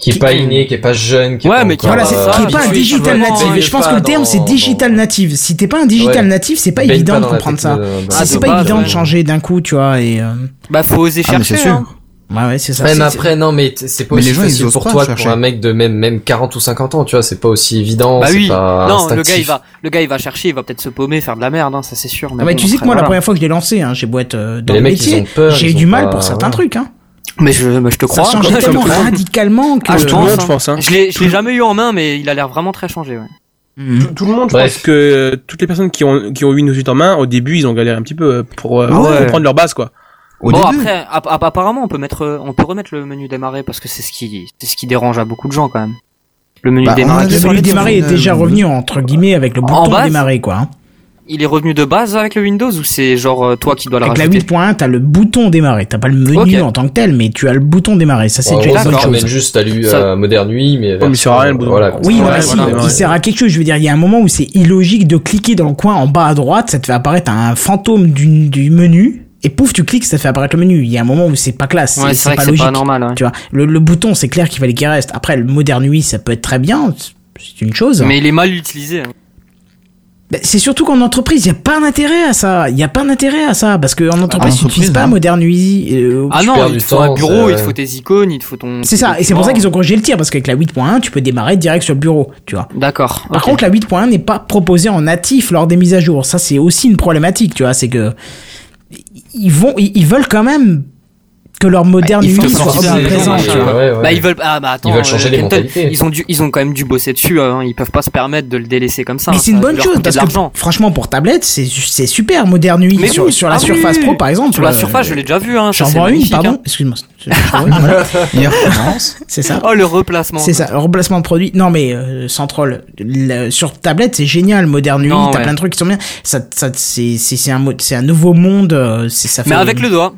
Qui est pas inné, qui est pas jeune, qui est Ouais, pas mais qui- encore, voilà, c'est euh, ça, qui est pas un habitué, digital vraiment, native. il Et est je pense que pas le terme dans- c'est digital dans- native. Si t'es pas un digital Ouais. native, c'est pas baigne évident de dans la comprendre ça. techno- euh, dans- Ah, C'est c'est dommage, pas évident ouais. de changer d'un coup, tu vois. Et euh, Bah, faut oser Ah, mais chercher. c'est sûr. hein. ouais, ouais, c'est ça. Ouais, c'est- mais c'est- après, non, mais t- c'est pas Mais aussi les gens, ils facile osent pour pas toi que chercher. pour un mec de même, même 40 ou 50 ans, tu vois, c'est pas aussi évident, Bah c'est oui. pas Non, le instinctif. gars il va, le gars il va chercher, il va peut-être se paumer, faire de la merde, hein, ça c'est sûr. Ah, mais bon, tu sais que après, moi, la voilà. première fois que je l'ai lancé, hein, j'ai beau être euh, dans les le mecs, ils métier, ont peur, j'ai eu ils du ont mal pas- pour certains ouais. trucs. Hein. Mais je, mais je te crois. ça changeait hein, tellement je te crois. radicalement que. Ah, je Tout le pense, monde, hein. je pense. Hein. Je l'ai, je l'ai jamais eu en main, mais il a l'air vraiment très changé. Ouais. Mhm. Tout, tout le monde, je Bref. pense que euh, toutes les personnes qui ont, qui ont eu nos suites en main, au début, ils ont galéré un petit peu euh, pour, euh, Ah ouais. comprendre leur base, quoi. Au bon début. après, app- app- apparemment on peut mettre, euh, on peut remettre le menu démarrer parce que c'est ce qui, c'est ce qui dérange à beaucoup de gens quand même. Le menu Bah, on a démarrer, des qui Le sort- menu Solide, démarrer est euh, Mmh. déjà revenu entre guillemets avec le bouton base démarrer quoi. hein. il est revenu de base avec le Windows ou c'est genre euh, toi qui dois le Avec la rajouter 8.1, t'as le bouton démarrer. T'as pas le menu Ok. en tant que tel, mais tu as le bouton démarrer. Ça c'est En déjà gros, une ça bonne d'accord, ramène chose. juste à lui Ça- à Modern UI, mais. mais il sert à rien, le bout de- Voilà. Oui, Ouais, non, mais si, voilà, il ouais. sert à quelque chose. Je veux dire, il y a un moment où c'est illogique de cliquer dans le coin en bas à droite, ça te fait apparaître un fantôme du, du menu, et pouf, tu cliques, ça te fait apparaître le menu. Il y a un moment où c'est pas classe, Ouais, c'est- c'est c'est vrai que pas c'est logique. pas normal. ouais. Tu vois, le, le bouton, c'est clair qu'il fallait qu'il reste. Après, le moderne UI, ça peut être très bien, c'est une chose. Mais il est mal utilisé. hein. Ben, c'est surtout qu'en entreprise, il n'y a pas d'intérêt à ça. Il n'y a pas d'intérêt à ça, parce qu'en entreprise, tu Ah, entreprise, n'utilises pas non. moderne UI. euh, Ah tu non, perds il du te faut un temps, bureau, c'est- il te faut tes icônes, il te faut ton. c'est ça, et c'est pour ça qu'ils ont corrigé le tir, parce qu'avec la 8.1, tu peux démarrer direct sur le bureau, tu vois. D'accord. Par ok. contre, la 8.1 n'est pas proposée en natif lors des mises à jour. Ça, c'est aussi une problématique, tu vois. C'est que ils vont, ils, ils veulent quand même que leur moderne ils UI font soit sortir les gens, présent. ouais, Tu vois. ouais, ouais. Bah ils veulent ah bah attends Ils veulent changer les Kenton, mentalités. ils ont dû ils ont quand même dû bosser dessus hein, ils peuvent pas se permettre de le délaisser comme ça. Mais hein, c'est ça une va bonne leur chose coûter parce de que l'argent. franchement, pour tablette, c'est c'est super moderne UI Mais sur, oui, sur la ah oui, Surface oui, Pro oui. par exemple. Sur la euh, surface, je l'ai déjà vu hein, ça, J'en c'est vends une, magnifique, pardon. hein. Excuse-moi. J'en vends une, <laughs> voilà. Hier, France. C'est ça. Oh le replacement. C'est ça, remplacement de produit. Non mais euh, sans troll, le- sur tablette c'est génial, moderne UI, Non, t'as ouais. plein de trucs qui sont bien. Ça, ça c'est c'est c'est un mo- c'est un nouveau monde. euh, c'est- Ça fait Mais avec le doigt.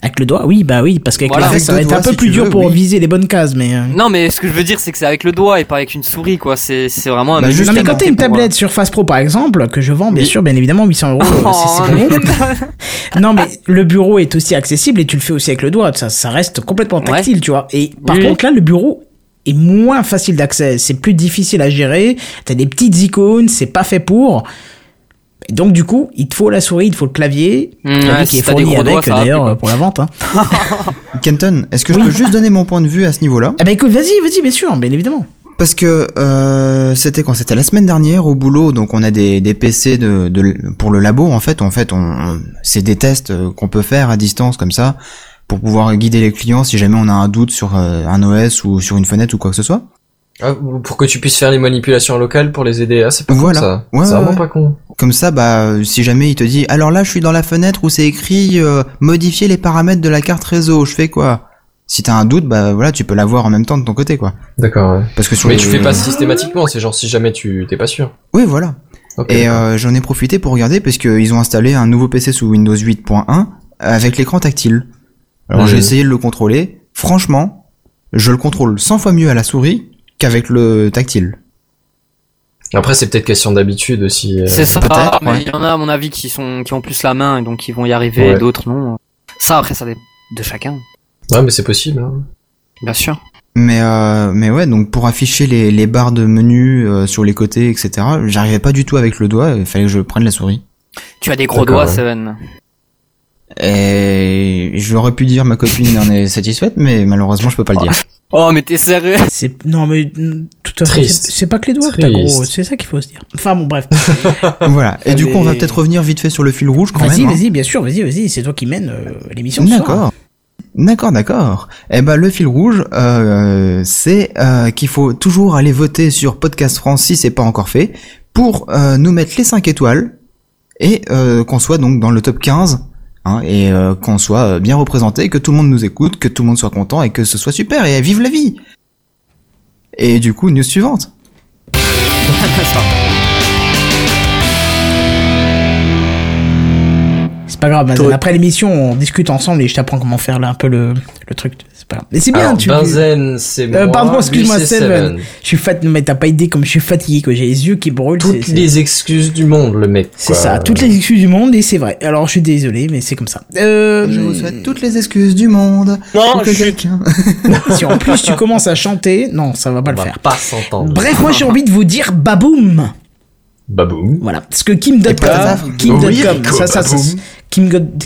Avec le doigt, oui, bah oui, parce qu'avec Voilà. la Avec face, ça deux va être doigts, un peu si plus tu dur veux, pour oui. viser les bonnes cases, mais. euh, Non mais ce que je veux dire c'est que c'est avec le doigt et pas avec une souris quoi. C'est c'est vraiment un Bah, menu juste non, mais quand adapté t'as une pour, euh, tablette Surface Pro par exemple, que je vends bien sûr, bien évidemment, 800 euros, euh, Oh, c'est- c'est bon. <laughs> Non, mais le bureau est aussi accessible et tu le fais aussi avec le doigt, ça, ça reste complètement tactile, tu vois. Et par Oui. contre, là, le bureau est moins facile d'accès, c'est plus difficile à gérer, t'as des petites icônes, c'est pas fait pour. Et donc, du coup, il te faut la souris, il te faut le clavier, Mmh, clavier ouais, qui si est t'as des fourni gros doigts, avec ça va d'ailleurs plus, euh, pour la vente. Hein. Kenton, est-ce que je peux juste donner mon point de vue à ce niveau-là Ah bah écoute, vas-y, vas-y, bien sûr, bien évidemment. Parce que euh, c'était quand c'était la semaine dernière au boulot, donc on a des, des PC de, de- pour le labo en fait. En fait, on, on- c'est des tests euh, qu'on peut faire à distance comme ça pour pouvoir guider les clients si jamais on a un doute sur euh, un OS ou sur une fenêtre ou quoi que ce soit. Ah, pour que tu puisses faire les manipulations locales pour les aider. Ah, c'est pas Voilà. con ça. Ouais, c'est ouais, vraiment ouais. pas con. Comme ça, bah euh, si jamais il te dit alors là je suis dans la fenêtre où c'est écrit euh, modifier les paramètres de la carte réseau, je fais quoi Si t'as un doute, bah voilà, tu peux l'avoir en même temps de ton côté quoi. D'accord, ouais. Parce que sur Mais les- tu fais pas systématiquement, c'est genre si jamais tu t'es pas sûr. Oui voilà. Ok. Et euh, j'en ai profité pour regarder parce qu'ils ont installé un nouveau PC sous Windows 8.1 avec l'écran tactile. Alors Mhm. j'ai essayé de le contrôler. Franchement, je le contrôle 100 fois mieux à la souris qu'avec le tactile. Après, c'est peut-être question d'habitude aussi. euh. C'est ça. Ah, peut-être, mais ouais. Il y en a à mon avis qui sont qui ont plus la main et donc ils vont y arriver, Ouais. d'autres non. hein. Ça après ça dépend de chacun. Ouais, mais c'est possible. hein. Bien sûr. Mais euh, mais ouais, donc pour afficher les, les barres de menu euh, sur les côtés, etc. J'arrivais pas du tout avec le doigt. Il fallait que je prenne la souris. Tu as des gros D'accord, doigts, ouais. Seven. Et j'aurais pu dire ma copine en est satisfaite, mais malheureusement je peux pas le dire. Oh mais t'es <laughs> sérieux C'est non mais mm, tout à fait. Triste. C'est c'est pas que les doigts que t'as gros, Triste. c'est ça qu'il faut se dire. Enfin bon <laughs> bref. voilà. Et du coup on va Allez. peut-être revenir vite fait sur le fil rouge quand Vas-y, même. hein. vas-y, bien sûr, vas-y, vas-y, c'est toi qui mène euh, l'émission. ce soir. D'accord. D'accord, d'accord. Eh ben le fil rouge, euh, c'est euh, qu'il faut toujours aller voter sur Podcast France si c'est pas encore fait pour euh, nous mettre les 5 étoiles et euh, qu'on soit donc dans le top 15 hein, et euh, qu'on soit euh, bien représenté, que tout le monde nous écoute, que tout le monde soit content et que ce soit super et vive la vie. Et du coup, news suivante. C'est pas grave. Benzen. Après l'émission, on discute ensemble et je t'apprends comment faire là un peu le, le truc. C'est pas grave. Mais c'est bien. Alors, tu, Benzen, c'est Euh, moi. pardon, lui, excuse-moi, c'est Seven. Seven. Je suis fat, mais t'as pas idée comme je suis fatigué. Quoi. J'ai les yeux qui brûlent. c'est- Toutes c'est- les excuses du monde, le mec. C'est quoi. ça, toutes les excuses du monde et c'est vrai. Alors je suis désolé, mais c'est comme ça. Euh, Je vous souhaite toutes les excuses du monde. Non, pour que Oh, chut. quelqu'un- Si en plus <laughs> tu commences à chanter, non, ça va pas On le va faire. pas s'entendre. Bref, moi j'ai envie de vous dire baboum. Baboum. Voilà. Ce que Kim.com, pas ça. Kim.com, Oui, ça, ça, ça, baboum.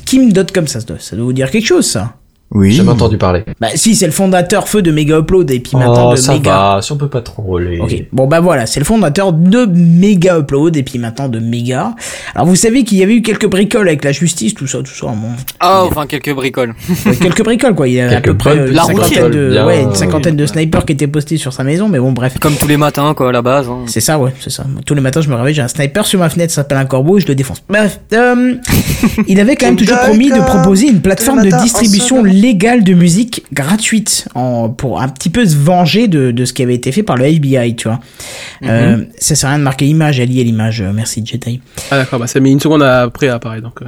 Kim.com, ça, doit- ça doit vous dire quelque chose, ça. Oui. J'ai jamais entendu parler. Bah si, c'est le fondateur feu de Mega Upload et puis maintenant oh, de ça Mega. va, si on peut pas troller. Ok. Bon bah voilà, c'est le fondateur de Mega Upload et puis maintenant de Mega. Alors vous savez qu'il y avait eu quelques bricoles avec la justice, tout ça, tout ça. Bon. Ah, enfin, quelques bricoles. Ouais, quelques bricoles quoi. Il y a à Quelques peu près bonnes euh, une La cinquantaine routine. de, Bien, ouais, une oui. cinquantaine de snipers qui étaient postés sur sa maison, mais bon bref. Comme tous les matins, quoi, à la base. hein. Mm. C'est ça, ouais, c'est ça. Tous les matins, je me réveille, j'ai un sniper sur ma fenêtre, ça s'appelle un corbeau, et je le défonce. Bref, euh, il avait <laughs> quand même toujours promis de proposer une plateforme de Tous les matins, distribution en ce moment. légale de musique gratuite, en, pour un petit peu se venger de, de ce qui avait été fait par le FBI, tu vois. Mhm. Euh, ça sert à rien de marquer l'image, à lier l'image, euh, merci Jedi. Ah d'accord, bah ça met une seconde après à apparaître donc. euh.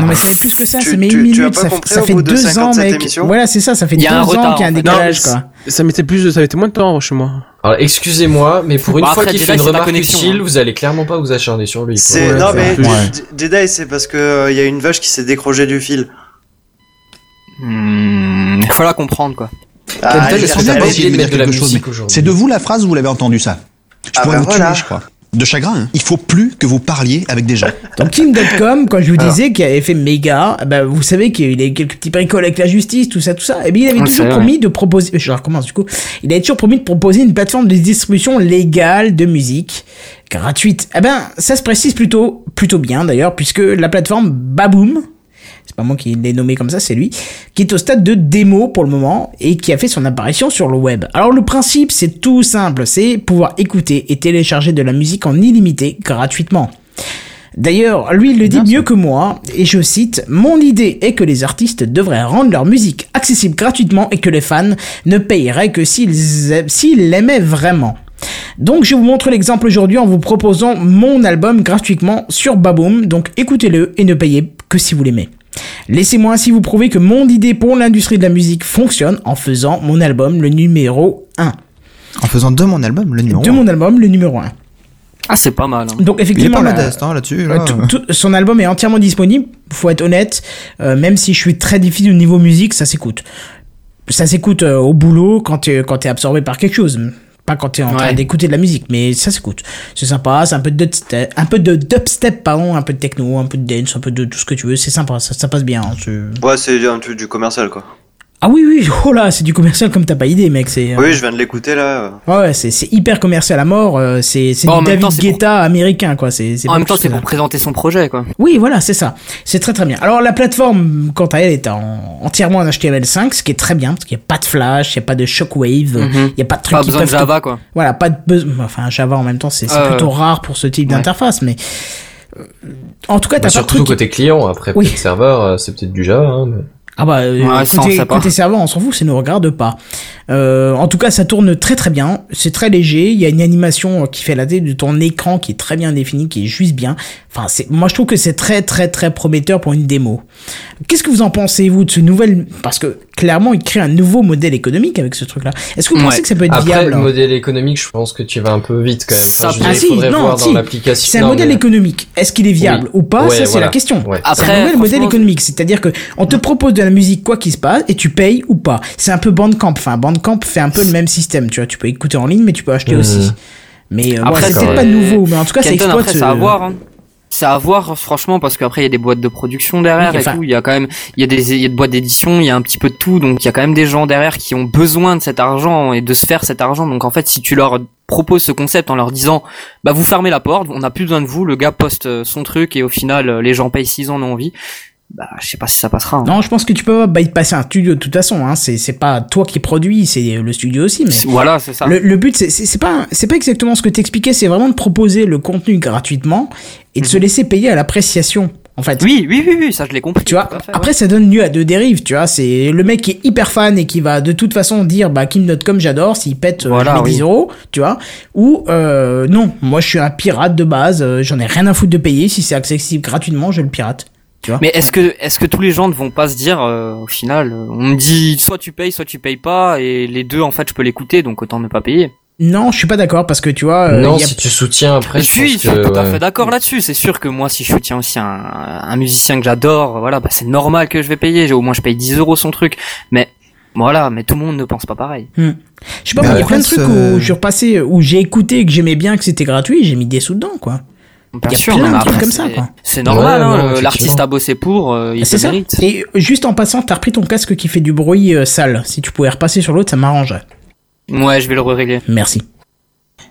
Non, mais ça met plus que ça, Bah, Tu- ça met tu- une minute, tu as pas ça, fait- compris ça au fait bout de deux ans, 57 mec. émissions Voilà, c'est ça, ça fait Il y deux a un ans qu'il y retard, a un en fait. décalage, Non, mais quoi. Ça mettait plus, de- ça mettait moins de temps chez moi. Alors excusez-moi, mais pour une Bon, fois Bah, après, qu'il déjà, fait une c'est ta remarque connexion, utile, hein. vous allez clairement pas vous acharner sur lui. quoi. C'est Ouais, non c'est mais un peu Ouais. D- Jedi c'est parce que euh, il y a une vache qui s'est décrochée du fil. Hmm, faut la comprendre, quoi. Ah, Captain, il- est-ce que il- t'as il- pas il- essayé de il- mettre de la quelque chose, musique mais aujourd'hui Bah, C'est de vous la phrase où vous l'avez entendu ça. Je Ah pourrais bah vous tuer, voilà. je crois. De chagrin. hein. Il faut plus que vous parliez avec des gens. Donc Kim.com, quand je vous disais qu'il avait fait méga, bah, vous savez qu'il a eu quelques petits bricoles avec la justice, tout ça, tout ça. Et bien il avait On le toujours sait, ouais. promis de proposer, je recommence du coup, il avait toujours promis de proposer une plateforme de distribution légale de musique gratuite. Eh ben ça se précise plutôt, plutôt bien d'ailleurs, puisque la plateforme Baboom, c'est pas moi qui l'ai nommé comme ça, c'est lui, qui est au stade de démo pour le moment et qui a fait son apparition sur le web. Alors le principe c'est tout simple, c'est pouvoir écouter et télécharger de la musique en illimité gratuitement. D'ailleurs, lui, il le dit mieux que moi, et je cite, Mon idée est que les artistes devraient rendre leur musique accessible gratuitement et que les fans ne payeraient que s'ils a- s'ils l'aimaient vraiment. Donc je vous montre l'exemple aujourd'hui en vous proposant mon album gratuitement sur Baboom, donc écoutez-le et ne payez que si vous l'aimez. Laissez-moi ainsi vous prouver que mon idée pour l'industrie de la musique fonctionne en faisant mon album le numéro 1. En faisant de mon album le numéro. De un. mon album le numéro 1. Ah, c'est pas mal. hein. Donc Il est effectivement... pas la- modeste hein, là-dessus. euh, là. tout- tout- son album est entièrement disponible, faut être honnête, euh, même si je suis très difficile au niveau musique, ça s'écoute. Ça s'écoute euh, au boulot quand t'es quand t'es absorbé par quelque chose. Pas quand t'es en train Ouais. d'écouter de la musique, mais ça s'écoute. C'est sympa, c'est un peu de dubstep, un peu de dubstep, pardon, un peu de techno, un peu de dance, un peu de tout ce que tu veux. C'est sympa, ça, ça passe bien. hein, c'est- Ouais, c'est un truc du commercial quoi. Ah oui, oui, oh là, c'est du commercial comme t'as pas idée, mec. C'est euh, Oui, je viens de l'écouter là. ouais, ouais, c'est c'est hyper commercial à mort. euh, c'est c'est Bon, en du même David temps, c'est pour- Guetta américain, quoi. C'est c'est En même beaucoup temps, c'est ça. pour présenter son projet, quoi. Oui, voilà, c'est ça. C'est très très bien. Alors la plateforme, quant à elle, est en- entièrement en HTML5, ce qui est très bien, parce qu'il n'y a pas de flash, il n'y a pas de shockwave, il Mhm. n'y a pas de trucs Pas qui besoin de peuvent te- Java, quoi. Voilà, pas de besoin... Enfin, Java en même temps, c'est c'est Euh, plutôt rare pour ce type ouais. d'interface, mais... euh, En tout cas, t'as pas Bah, de surtout truc... qui- côté client, après Oui. peut-être serveur, euh, c'est peut-être du Java. Hein, mais... Ah bah, euh, Ouais, ça, on côté, sait pas. côté serveur, on s'en fout, ça nous regarde pas. Euh, en tout cas, ça tourne très très bien, c'est très léger, il y a une animation euh, qui fait la tête de ton écran qui est très bien définie, qui est juste bien. Enfin, c'est, moi je trouve que c'est très très très prometteur pour une démo. Qu'est-ce que vous en pensez, vous, de ce nouvel... Parce que clairement, il crée un nouveau modèle économique avec ce truc-là. Est-ce que vous pensez Ouais. que ça peut être Après, viable le modèle économique, je pense que tu vas un peu vite quand même. Ça- Enfin, je veux Ah, dire, si, il faudrait non, voir si. dans l'application. C'est un Non, modèle mais- économique. Est-ce qu'il est viable ou pas Ouais, Ça, c'est voilà. la question. Ouais. C'est un Après, nouvel modèle franchement, économique, c'est-à-dire que on te propose de la musique quoi qu'il se passe et tu payes ou pas. C'est un peu Bandcamp, enfin Bandcamp fait un peu le même système, tu vois, tu peux écouter en ligne mais tu peux acheter Mhm. aussi. Mais euh, bon, Mmh. Après, c'est peut-être c'est- pas nouveau, mais en tout cas ça Kenton, exploite. euh, après, ce- c'est à voir. hein. C'est à voir, franchement, parce qu'après, il y a des boîtes de production derrière Oui, et enfin- tout. Il y a quand même, il y a des, il y a des boîtes d'édition, il y a un petit peu de tout. Donc, il y a quand même des gens derrière qui ont besoin de cet argent et de se faire cet argent. Donc, en fait, si tu leur proposes ce concept en leur disant, bah, vous fermez la porte, on n'a plus besoin de vous, le gars poste euh, son truc et au final, euh, les gens payent 6 ans d'envie. Bah, je sais pas si ça passera. hein. Non, je pense que tu peux pas bypasser un studio de toute façon. Hein. C'est c'est pas toi qui produis, c'est le studio aussi. Mais Voilà, c'est ça. Le, le but, c'est- c'est c'est pas, c'est pas exactement ce que t'expliquais, c'est vraiment de proposer le contenu gratuitement et Mmh. de se laisser payer à l'appréciation, en fait. Oui, oui, oui, oui, ça, je l'ai compris. Tu vois, tout à fait, ouais. après ça donne lieu à deux dérives, tu vois, c'est le mec qui est hyper fan et qui va de toute façon dire bah Kim.com j'adore, s'il pète euh, Voilà, je mets oui. 10 euros, tu vois, ou euh, non, moi je suis un pirate de base, euh, j'en ai rien à foutre de payer, si c'est accessible gratuitement, je le pirate. Mais est-ce que est-ce que tous les gens ne vont pas se dire euh, au final euh, on me dit soit tu payes soit tu payes pas et les deux en fait je peux l'écouter donc autant ne pas payer. Non, je suis pas d'accord parce que tu vois, euh, non, il y a- si tu soutiens après, je je suis pense que. tout à ouais. fait d'accord là-dessus, c'est sûr que moi si je soutiens aussi un, un musicien que j'adore, voilà, bah, c'est normal que je vais payer, au moins je paye 10 euros son truc, mais voilà, mais tout le monde ne pense pas pareil. je sais pas, moi, il Mais y a après, plein de trucs ce- où je suis repassé, où j'ai écouté, que j'aimais bien, que c'était gratuit, j'ai mis des sous dedans, quoi. Il y a plein de trucs comme ça, quoi. C'est normal, Ouais, hein, non, le- effectivement. l'artiste a bossé pour, euh, il C'est se ça. mérite. Et juste en passant, t'as repris ton casque qui fait du bruit euh, sale. Si tu pouvais repasser sur l'autre, ça m'arrangerait. Ouais, je vais le régler. Merci.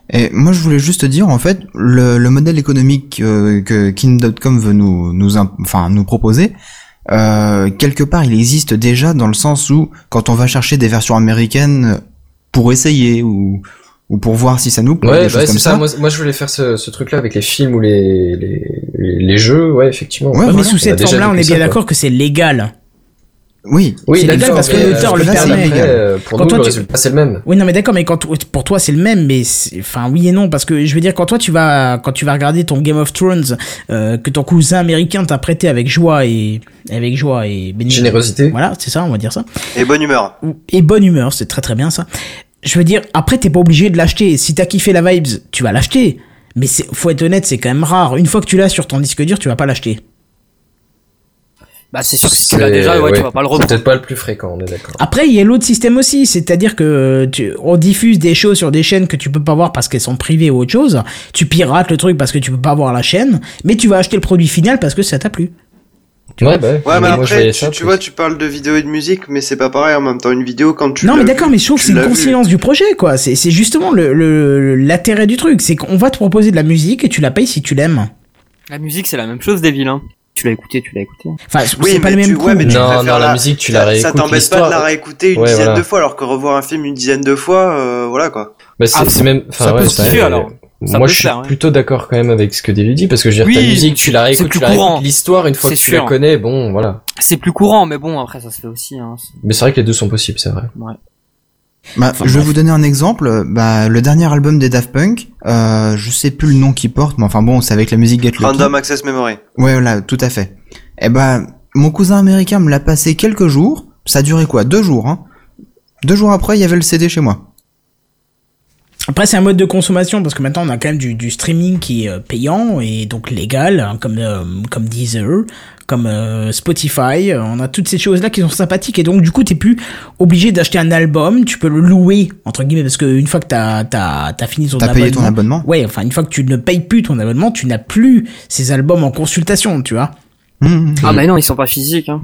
Et moi, je voulais juste te dire, en fait, le, le modèle économique euh, que Kin.com veut nous, nous, imp- enfin, nous proposer, euh, quelque part, il existe déjà dans le sens où, quand on va chercher des versions américaines pour essayer ou, ou pour voir si ça nous plaît, Ouais, des bah choses ouais, comme c'est ça. Moi, moi, je voulais faire ce, ce truc-là avec les films ou les, les, les, les jeux, ouais, effectivement. mais Bah, Voilà. sous On a cette déjà forme-là, on vécu est bien ça, quoi. d'accord que c'est légal. Oui, c'est légal parce que l'auteur le permet. euh, Pour Quand nous, toi, le tu- résultat, c'est le même. Oui, non, mais d'accord, mais quand t- pour toi c'est le même, mais c'est- enfin oui et non parce que je veux dire quand toi tu vas quand tu vas regarder ton Game of Thrones euh, que ton cousin américain t'a prêté avec joie et avec joie et béni- Générosité. Voilà, c'est ça, on va dire ça. Et bonne humeur. Et bonne humeur, c'est très très bien ça. Je veux dire après t'es pas obligé de l'acheter. Si t'as kiffé la vibes, tu vas l'acheter. Mais c'est- faut être honnête, c'est quand même rare. Une fois que tu l'as sur ton disque dur, tu vas pas l'acheter. Bah, c'est sûr que si tu l'as déjà, ouais, tu vas pas le reprendre. C'est peut-être pas le plus fréquent, on est d'accord. Après, il y a l'autre système aussi, c'est-à-dire que euh, tu, on diffuse des choses sur des chaînes que tu peux pas voir parce qu'elles sont privées ou autre chose. Tu pirates le truc parce que tu peux pas voir la chaîne, mais tu vas acheter le produit final parce que ça t'a plu. Ouais, bah ouais. Ouais, mais Moi, je après, voyais tu, ça, tu puis- vois, tu parles de vidéo et de musique, mais c'est pas pareil en même temps. Une vidéo, quand tu. non, mais l'as d'accord, vue, mais je trouve que tu c'est une l'as vue. conscience du projet, quoi. C'est c'est justement l'intérêt le, l'intérêt du truc, c'est qu'on va te proposer de la musique et tu la payes si tu l'aimes. La musique, c'est la même chose des vilains. Tu l'as écouté, tu l'as écouté. Enfin, Oui, c'est pas mais le tu- même ouais, mais tu coup. préfères non, la musique, tu la ça- Ça réécoutes, t'embête pas de la l'histoire- réécouter une Ouais, dizaine voilà. de fois, alors que revoir un film une dizaine de fois, euh, voilà quoi. Bah, c'est, Ah, c'est même. Enfin, ça ouais, peut ça- se faire, alors. Ça moi, peut je se suis faire, hein. ouais. plutôt d'accord quand même avec ce que David dit, parce que je veux dire, Oui, ta musique, tu la c'est réécoutes, plus tu la courant. réécoutes l'histoire, une fois C'est que tu la sûr. connais, bon, voilà. C'est plus courant, mais bon, après, ça se fait aussi. Hein. C'est- Mais c'est vrai que les deux sont possibles, c'est vrai. Ouais. Bah, je vais vous donner un exemple. Bah, le dernier album des Daft Punk, euh, je sais plus le nom qu'il porte, mais enfin bon, c'est avec la musique Get Lucky. Random Access Memory. Ouais, voilà, tout à fait. Eh ben, mon cousin américain me l'a passé quelques jours. Ça a duré quoi Deux jours, hein Deux jours après, il y avait le CD chez moi. Après, c'est un mode de consommation parce que maintenant on a quand même du, du streaming qui est euh, payant et donc légal, hein, comme euh, comme Deezer, comme euh, Spotify. Euh, On a toutes ces choses là qui sont sympathiques et donc du coup t'es plus obligé d'acheter un album. Tu peux le louer entre guillemets parce que une fois que t'as t'as t'as fini ton T'as abonnement, payé ton abonnement Ouais, enfin une fois que tu ne payes plus ton abonnement, tu n'as plus ces albums en consultation, tu vois. Ah, mais non, ils sont pas physiques. Hein.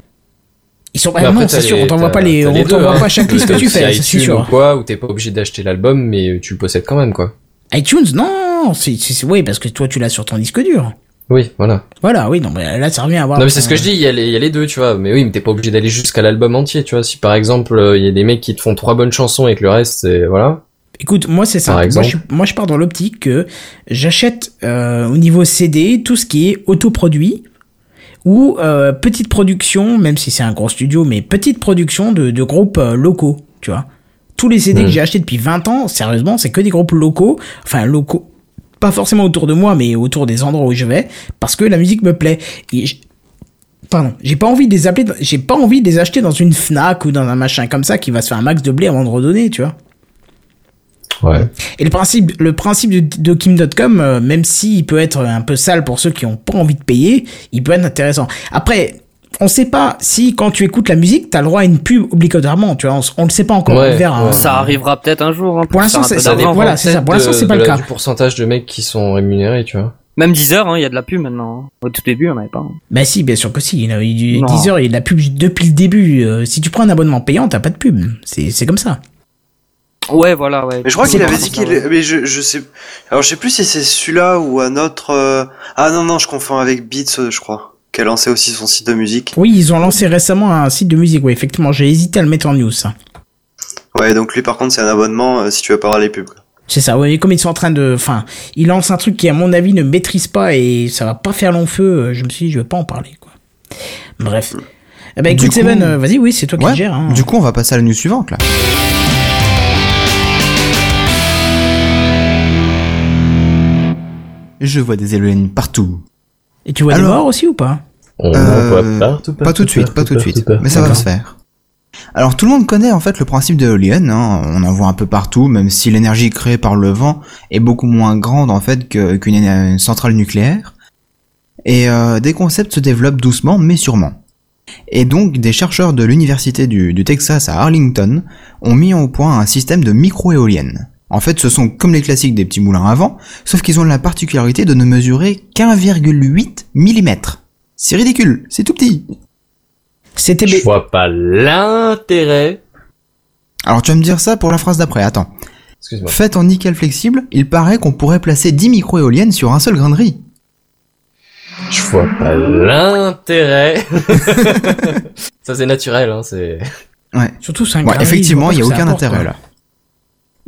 Ils sont Mais pas après, non, t'as c'est sûr, on t'as- t'envoie pas les, t'as on deux, t'envoie hein. pas <laughs> chaque liste que tu fais, C'est c'est iTunes Ou sûr. quoi, où t'es pas obligé d'acheter l'album, mais euh, tu le possèdes quand même, quoi. iTunes, non, c'est c'est- ouais parce que toi tu l'as sur ton disque dur. Oui, voilà. Voilà, oui, non, mais là ça revient à avoir. Non mais c'est ton- ce que je dis, il y, a les, il y a les deux, tu vois. Mais oui, mais t'es pas obligé d'aller jusqu'à l'album entier, tu vois. Si par exemple euh, il y a des mecs qui te font trois bonnes chansons et que le reste c'est voilà. Écoute, moi c'est Par ça. Moi exemple. je, moi je pars dans l'optique que j'achète euh, au niveau CD tout ce qui est autoproduit ou euh, petite production, même si c'est un gros studio, mais petite production de, de groupes euh, locaux, tu vois. Tous les CD Hmm. que Mhm. j'ai achetés depuis 20 ans, sérieusement, c'est que des groupes locaux, enfin locaux, pas forcément autour de moi, mais autour des endroits où je vais, parce que la musique me plaît. Et je- Pardon, j'ai pas envie de les appeler, j'ai pas envie de les acheter dans une Fnac ou dans un machin comme ça qui va se faire un max de blé avant de redonner, tu vois. Ouais. Et le principe, le principe de, de Kim.com, euh, même s'il peut être un peu sale pour ceux qui n'ont pas envie de payer, il peut être intéressant. Après, on sait pas si quand tu écoutes la musique, t'as le droit à une pub obligatoirement, tu vois, on, s- on le sait pas encore, on le verra. hein. Ça arrivera peut-être un jour. Hein, Pour l'instant, faire un peu hein. c'est- c'est- d'argent. voilà, c'est ça. Pour l'instant, De- c'est pas de le la- cas. Du pourcentage de mecs qui sont rémunérés, tu vois. Même Deezer, hein, il y a de la pub maintenant. hein. Au tout début, on avait pas. hein. Bah si, bien sûr que si. Il a eu du Non. 10 heures, il y a de la pub depuis le début. Euh, si tu prends un abonnement payant, t'as pas de pub. C'est c'est comme ça. Ouais, voilà, ouais. Mais je crois qu'il Ouais, avait c'est dit ça, hein. qu'il. ouais. hein. Mais je, je sais. Alors je sais plus si c'est celui-là ou un autre. euh, Ah non, non, je confonds avec Beats, euh, je crois. Qui a lancé aussi son site de musique. Oui, ils ont lancé récemment un site de musique. Oui, effectivement, j'ai hésité à le mettre en news. hein. ça. Ouais, donc lui par contre, c'est un abonnement euh, si tu veux pas avoir les pubs. quoi. C'est ça, oui, comme ils sont en train de... Enfin, ils lancent un truc qui, à mon avis, ne maîtrise pas et ça va pas faire long feu. euh, Je me suis dit, je vais pas en parler, quoi. Bref. Eh ben, Du écoute, coup- Seven, euh, vas-y, oui, c'est toi qui Ouais. le gères. Hein. Du coup, on va passer à la news suivante là. Je vois des éoliennes partout. Et tu vois des Alors- morts aussi ou pas On Euh, en voit partout, pas tout de suite, pas tout de suite, mais ça va D'accord. se faire. Alors tout le monde connaît en fait le principe de l'éolienne, hein, on en voit un peu partout, même si l'énergie créée par le vent est beaucoup moins grande en fait que- qu'une éne- une centrale nucléaire. Et euh, des concepts se développent doucement mais sûrement. Et donc des chercheurs de l'université du, du Texas à Arlington ont mis au point un système de micro-éoliennes. En fait, ce sont comme les classiques des petits moulins à vent, sauf qu'ils ont la particularité de ne mesurer qu'1,8 mm. C'est ridicule, c'est tout petit. C'était Je vois pas l'intérêt. Alors tu vas me dire ça pour la phrase d'après, attends. Excuse-moi. Fait en nickel flexible, il paraît qu'on pourrait placer 10 micro-éoliennes sur un seul grain de riz. Je vois pas l'intérêt. <laughs> ça c'est naturel, hein, c'est. Ouais. Surtout c'est un Ouais, grain de riz, effectivement, je il n'y a vois pas que aucun ça apporte, intérêt quoi. là.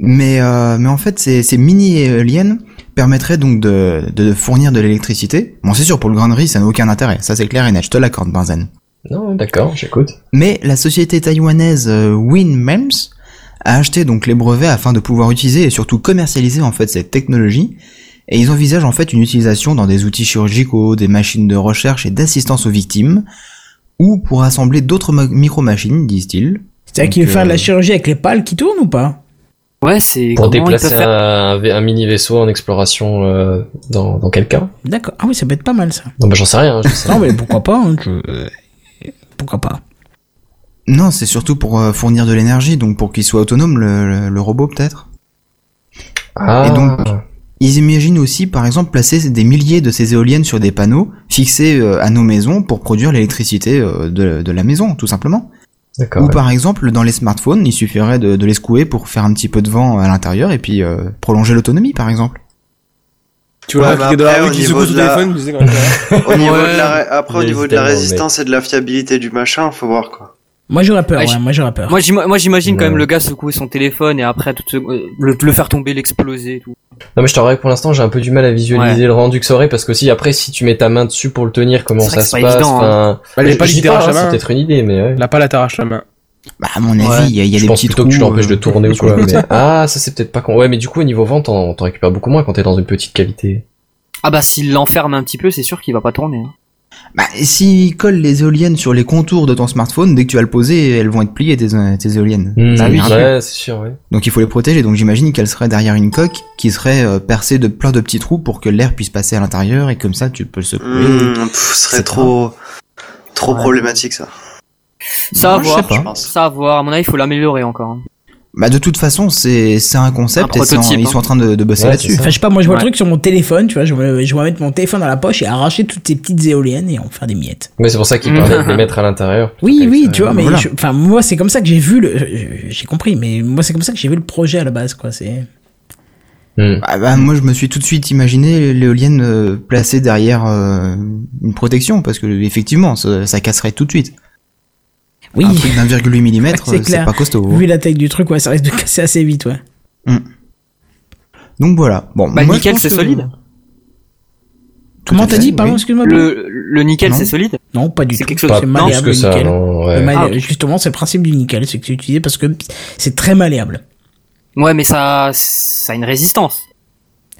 Mais, euh, mais en fait, ces, ces mini-éoliennes permettraient donc de, de fournir de l'électricité. Bon, c'est sûr, pour le grain de riz, ça n'a aucun intérêt. Ça, c'est clair et net, je te l'accorde, Benzen. Non, d'accord, j'écoute. Mais la société taïwanaise euh, WinMems a acheté donc les brevets afin de pouvoir utiliser et surtout commercialiser en fait cette technologie. Et ils envisagent en fait une utilisation dans des outils chirurgicaux, des machines de recherche et d'assistance aux victimes, ou pour assembler d'autres ma- micro-machines, disent-ils. C'est-à-dire Donc, qu'il veut faire de euh, la chirurgie avec les pales qui tournent ou pas Ouais, c'est Pour comment ils déplacer peuvent faire un, un mini vaisseau en exploration euh, dans, dans quel cas D'accord. Ah oui, ça peut être pas mal ça. Non, bah j'en sais rien. hein, je sais. Non mais pourquoi pas hein, je- Pourquoi pas Non, c'est surtout pour euh, fournir de l'énergie, donc pour qu'il soit autonome, le, le- le robot peut-être. <laughs> Ah, Et donc, ils imaginent aussi, par exemple, placer des milliers de ces éoliennes sur des panneaux fixés euh, à nos maisons pour produire l'électricité euh, de, de la maison, tout simplement. d'accord. Ou ouais. par exemple, dans les smartphones, il suffirait de, de les secouer pour faire un petit peu de vent à l'intérieur et puis euh, prolonger l'autonomie, par exemple. Tu vois, Ouais, la mais flic de la Bah, après, rue au qui niveau secoue de son la- téléphone, tu sais, quand même. <laughs> Au niveau Ouais. de la ré- Après, au Il niveau de hésite la tellement, résistance et de la fiabilité du machin, faut voir quoi. Moi j'aurais peur, Ah, ouais, je- moi j'aurais peur. Moi, j'im- moi, j'imagine quand Ouais. même le gars secouer son téléphone et après tout, euh, le, le faire tomber, l'exploser et tout. Non mais je t'aurais pour l'instant j'ai un peu du mal à visualiser Ouais. le rendu que ça aurait parce que si après si tu mets ta main dessus pour le tenir comment C'est vrai ça que se c'est passe pas évident, enfin, Bah, les je- pales, je ils dis pas, t'arrachent hein, la c'est main. peut-être une idée mais ouais. La pale, elle t'arrache la main. Bah, à mon avis, il y a, il y a je des pense petits plutôt trous. que tu l'empêches euh, de tourner ou sur quoi le mais ah ça c'est peut-être pas con ouais mais du coup au niveau vent t'en t'en récupères beaucoup moins quand t'es dans une petite cavité Ah bah s'il l'enferme un petit peu, c'est sûr qu'il va pas tourner. hein. Bah, s'ils collent les éoliennes sur les contours de ton smartphone, dès que tu vas le poser, elles vont être pliées, tes, euh, tes éoliennes. Ça ira plus. Hmm, ouais c'est sûr ouais Donc il faut les protéger, donc j'imagine qu'elles seraient derrière une coque qui serait euh, percée de plein de petits trous pour que l'air puisse passer à l'intérieur et comme ça tu peux le secouer. Hmm, Mmh, pff, ce serait C'est trop, trop Ouais. problématique ça. Ça à Moi, je voir. sais pas. Je pense. Ça à voir. À mon avis, il faut l'améliorer encore. hein. Bah de toute façon c'est c'est un concept Un et c'est en- prototype, ils hein. sont en train de, de bosser Ouais, là-dessus. c'est ça. Enfin, je sais pas, moi je vois le Ouais. truc sur mon téléphone, tu vois, je vais, je vais mettre mon téléphone dans la poche et arracher toutes ces petites éoliennes et en faire des miettes. mais c'est pour ça qu'il parlait de les mettre à l'intérieur Oui, Peut-être, oui, euh, tu vois, mais voilà. je- enfin, moi c'est comme ça que j'ai vu le. euh, J'ai compris, mais moi c'est comme ça que j'ai vu le projet à la base, quoi. C'est. hmm. Bah, bah, moi je me suis tout de suite imaginé l'éolienne euh, placée derrière euh, une protection parce que effectivement ça, ça casserait tout de suite. Oui, Un truc d'1,8 mm C'est clair. c'est pas costaud. <laughs> vu la taille du truc, ouais, ça risque de casser assez vite, ouais. Donc voilà. Bon, Bah, moi, je nickel, pense c'est que- solide. Tout Comment à t'as fait, dit, oui. pardon, excuse-moi Le, le nickel, Non. c'est solide. Non, pas du C'est tout. quelque chose- pas C'est Non, plus malléable, que le ça nickel. non ouais. Le mallé- Ah, ok. Justement, c'est le principe du nickel, c'est que c'est utilisé parce que c'est très malléable. Ouais, mais ça, ça a une résistance.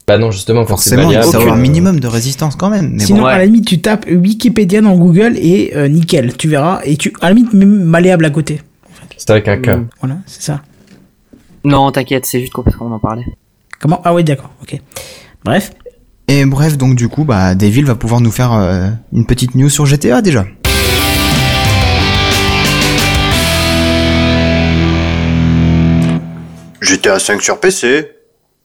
bah non justement quand c'est Forcément, il faut malléable, avoir un euh, minimum de résistance quand même. Mais Sinon, bon, ouais. à la limite, tu tapes Wikipédia dans Google et euh, nickel, tu verras, et tu, à la limite, même malléable à côté. c'est avec un Mm. cas Voilà, c'est ça. Non, t'inquiète, c'est juste qu'on parce qu'on en parlait. Comment Ah oui, d'accord, ok. Bref, Et bref, donc du coup, bah, Devil va pouvoir nous faire euh, une petite news sur GTA déjà. J'étais à 5 sur PC.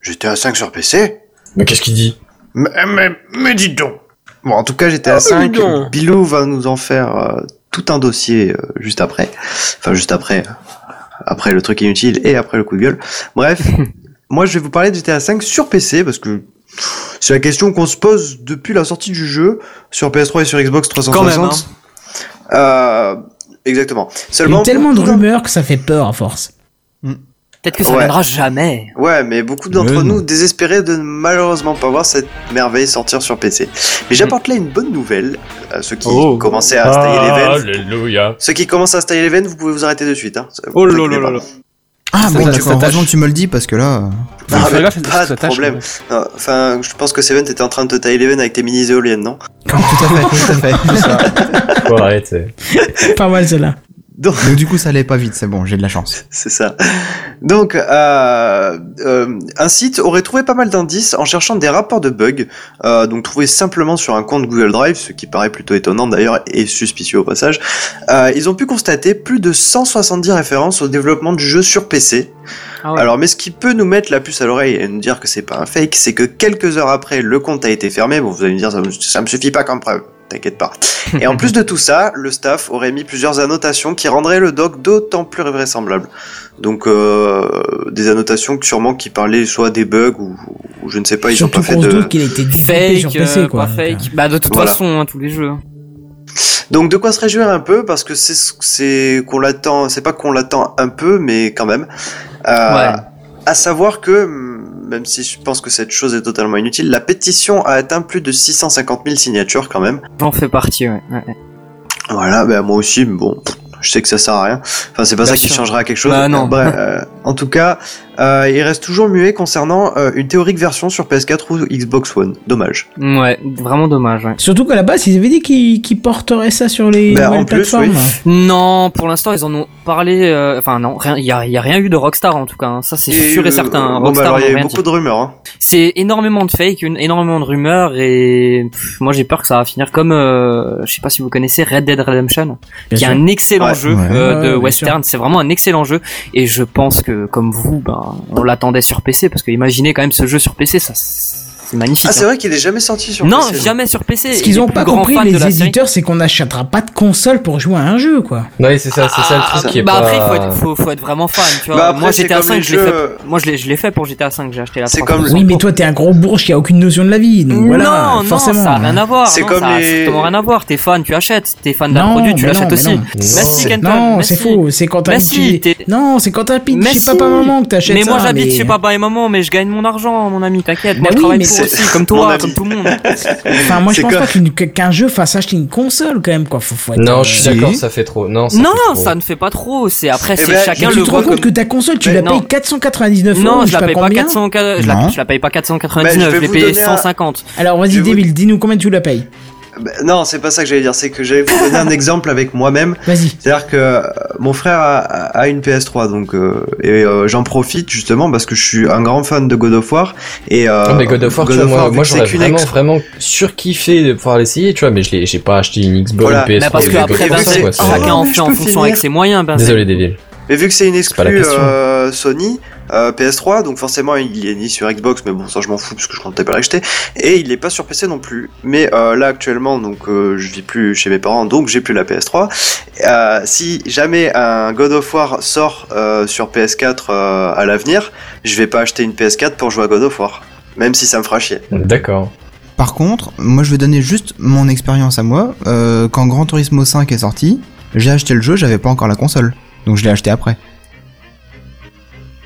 J'étais à 5 sur PC. mais qu'est-ce qu'il dit Mais, mais, mais dis donc. Ah, Bon, en tout cas, j'étais à 5. donc. Bilou va nous en faire euh, tout un dossier euh, juste après. Enfin, juste après. euh, Après le truc inutile et après le coup de gueule. <laughs> Bref, moi, je vais vous parler de GTA 5 sur PC parce que pff, c'est la question qu'on se pose depuis la sortie du jeu sur PS3 et sur Xbox 360. Quand même, Euh, exactement. hein. il y Seulement. a tellement de pour tout un- rumeurs que ça fait peur à force. Peut-être que ça Ouais. viendra jamais. Ouais, mais beaucoup Mais d'entre non. nous désespéraient de ne malheureusement pas voir cette merveille sortir sur PC. Mais j'apporte là une bonne nouvelle à ceux qui Oh. commençaient à se tailler les veines. <laughs> alléluia Ceux qui commencent à se tailler les veines, vous pouvez vous arrêter de suite. Hein. Oh Vous là inquiétez là pas. là là. Ah Ça, bon, ça, d'accord, ça tâche. heureusement que tu me le dis parce que là... euh, Ah, Fais mais gaffe, ça pas de tâche, problème. Non, Enfin, je pense que Seven, t'étais en train de te tailler les veines avec tes mini <laughs> éoliennes, non <laughs> tout à fait, tout à fait. faut arrêter pas mal, cela. Donc... du coup, ça allait pas vite, c'est bon, j'ai de la chance. C'est ça. Donc, euh, euh, un site aurait trouvé pas mal d'indices en cherchant des rapports de bugs, euh, donc trouvés simplement sur un compte Google Drive, ce qui paraît plutôt étonnant d'ailleurs et suspicieux au passage. Euh, ils ont pu constater plus de 170 références au développement du jeu sur PC. Ah ouais. Alors, mais ce qui peut nous mettre la puce à l'oreille et nous dire que c'est pas un fake, c'est que quelques heures après, le compte a été fermé. Bon, vous allez me dire, ça me, ça me suffit pas comme preuve. <laughs> T'inquiète pas. Et en plus de tout ça, le staff aurait mis plusieurs annotations qui rendraient le doc d'autant plus vraisemblable. Donc euh, des annotations sûrement qui parlaient soit des bugs ou, ou je ne sais pas, ils Surtout ont pas fait qu'on se de doute qu'il a été développé Fake, sur PC, euh, quoi. pas fake. Bah de toute Voilà. façon, hein, tous les jeux. Donc de quoi se réjouir un peu parce que c'est ce- c'est qu'on l'attend, c'est pas qu'on l'attend un peu mais quand même. Euh, Ouais. À savoir que hum, même si je pense que cette chose est totalement inutile, la pétition a atteint plus de 650 000 signatures quand même. J'en fais partie, ouais. ouais. Voilà, ben moi aussi, mais bon, je sais que ça sert à rien. Enfin, c'est pas Bien ça qui sûr. changera quelque chose. Bah, non. <laughs> Bref, euh, en tout cas, euh, il reste toujours muet concernant euh, une théorique version sur PS4 ou Xbox One. Dommage. Ouais, vraiment dommage, ouais. Surtout qu'à la base, ils avaient dit qu'ils qu'ils porteraient ça sur les Ben, nouvelles en plus, plateformes. oui. Non, pour l'instant, ils en ont parlé. euh, Enfin, non, rien. Il y a, il y a rien eu de Rockstar en tout cas. hein. Ça, c'est sûr et euh, certain. hein. Bon, bah, Rockstar, alors, il y n'ont a eu rien beaucoup dit. de rumeurs. Hein. C'est énormément de fake, une- énormément de rumeurs et pff, moi j'ai peur que ça va finir comme, euh, je sais pas si vous connaissez Red Dead Redemption, Bien qui est sûr. un excellent Ouais. jeu Ouais. euh, Ouais, de bien western. C'est vraiment un excellent jeu et je pense que comme vous, ben on l'attendait sur PC parce que imaginez quand même ce jeu sur PC, ça c'est magnifique. Ah, c'est hein. vrai qu'il est jamais sorti sur non, PC. jamais sur PC. Ce Il qu'ils est ont plus pas grand compris, fan de les la série. éditeurs, c'est qu'on n'achètera pas de console pour jouer à un jeu, quoi. Ouais, c'est ça, c'est ça le Ah, truc qui est bah pas. après, faut être, faut, faut être vraiment fan, tu vois. Bah, après, moi, c'est GTA comme 5, les je l'ai jeux- euh, fait, moi, je l'ai, je l'ai fait pour GTA 5, j'ai acheté la C'est 360. comme- Oui, mais toi, t'es un gros bourge qui a aucune notion de la vie, donc non, voilà, non, forcément. ça a rien à voir. C'est non, comme ça a les- strictement rien à voir. T'es fan, tu achètes. T'es fan d'un Non, produit, tu mais non, l'achètes mais aussi. non. Oh, Merci, C'est- Kenton. Non, merci. c'est faux, c'est quand Mais t'habites si, chez... t'es- Non, c'est quand t'habites Mais chez si. papa maman que t'achètes Mais moi, ça, j'habite mais- chez papa et maman, mais je gagne mon argent, mon ami. T'inquiète. Moi, Bah je oui, travaille mais pour c'est- aussi, comme Mon toi, ami. comme tout le monde. Enfin, moi, je C'est pense quoi pas qu'une- que- qu'un jeu fasse acheter une console, quand même, quoi. Faut, faut être- euh, Non, je suis Si. d'accord, ça fait trop. Non, ça Non, fait trop. ça ne fait pas trop. C'est après, Eh c'est ben, Mais chacun tu le te voit rends compte comme. que ta console, tu Mais la non. payes 499 euros, Non, je sais la paye pas combien. 400, je la, Non. je la paye pas Ben, 499, je je vais l'ai vous payé donner un- 150. Alors, Je vas-y, vais vous- Devil, dis-nous combien tu la payes. Bah, non, c'est pas ça que j'allais dire. C'est que j'allais vous <laughs> donner un exemple avec moi-même. Vas-y. C'est-à-dire que euh, mon frère a, a- a une PS3, donc euh, et euh, j'en profite justement parce que je suis un grand fan de God of War et euh, Ah, mais God of War, tu vois, moi, vu moi que c'est j'aurais qu'une vraiment, ex- vraiment surkiffé de pouvoir l'essayer, tu vois, mais je l'ai, j'ai pas acheté une Xbox, Voilà. une PS3, Bah, parce ou que des après, consoles, bah, ben, c'est- quoi, c'est- Ah, chacun en fait je en peux fonction finir. avec ses moyens, ben. Désolé, Dédé. Mais vu que c'est une pas la exclue question. euh, Sony euh, PS3, donc forcément il est ni sur Xbox, mais bon ça je m'en fous parce que je comptais pas l'acheter. Et il est pas sur PC non plus. Mais euh, là actuellement, donc euh, je vis plus chez mes parents, donc j'ai plus la PS3. Euh, si jamais un God of War sort euh, sur PS4 euh, à l'avenir, je vais pas acheter une PS4 pour jouer à God of War, même si ça me fera chier. D'accord. Par contre, moi je vais donner juste mon expérience à moi. Euh, quand Gran Turismo 5 est sorti, j'ai acheté le jeu, j'avais pas encore la console. Donc je l'ai acheté après.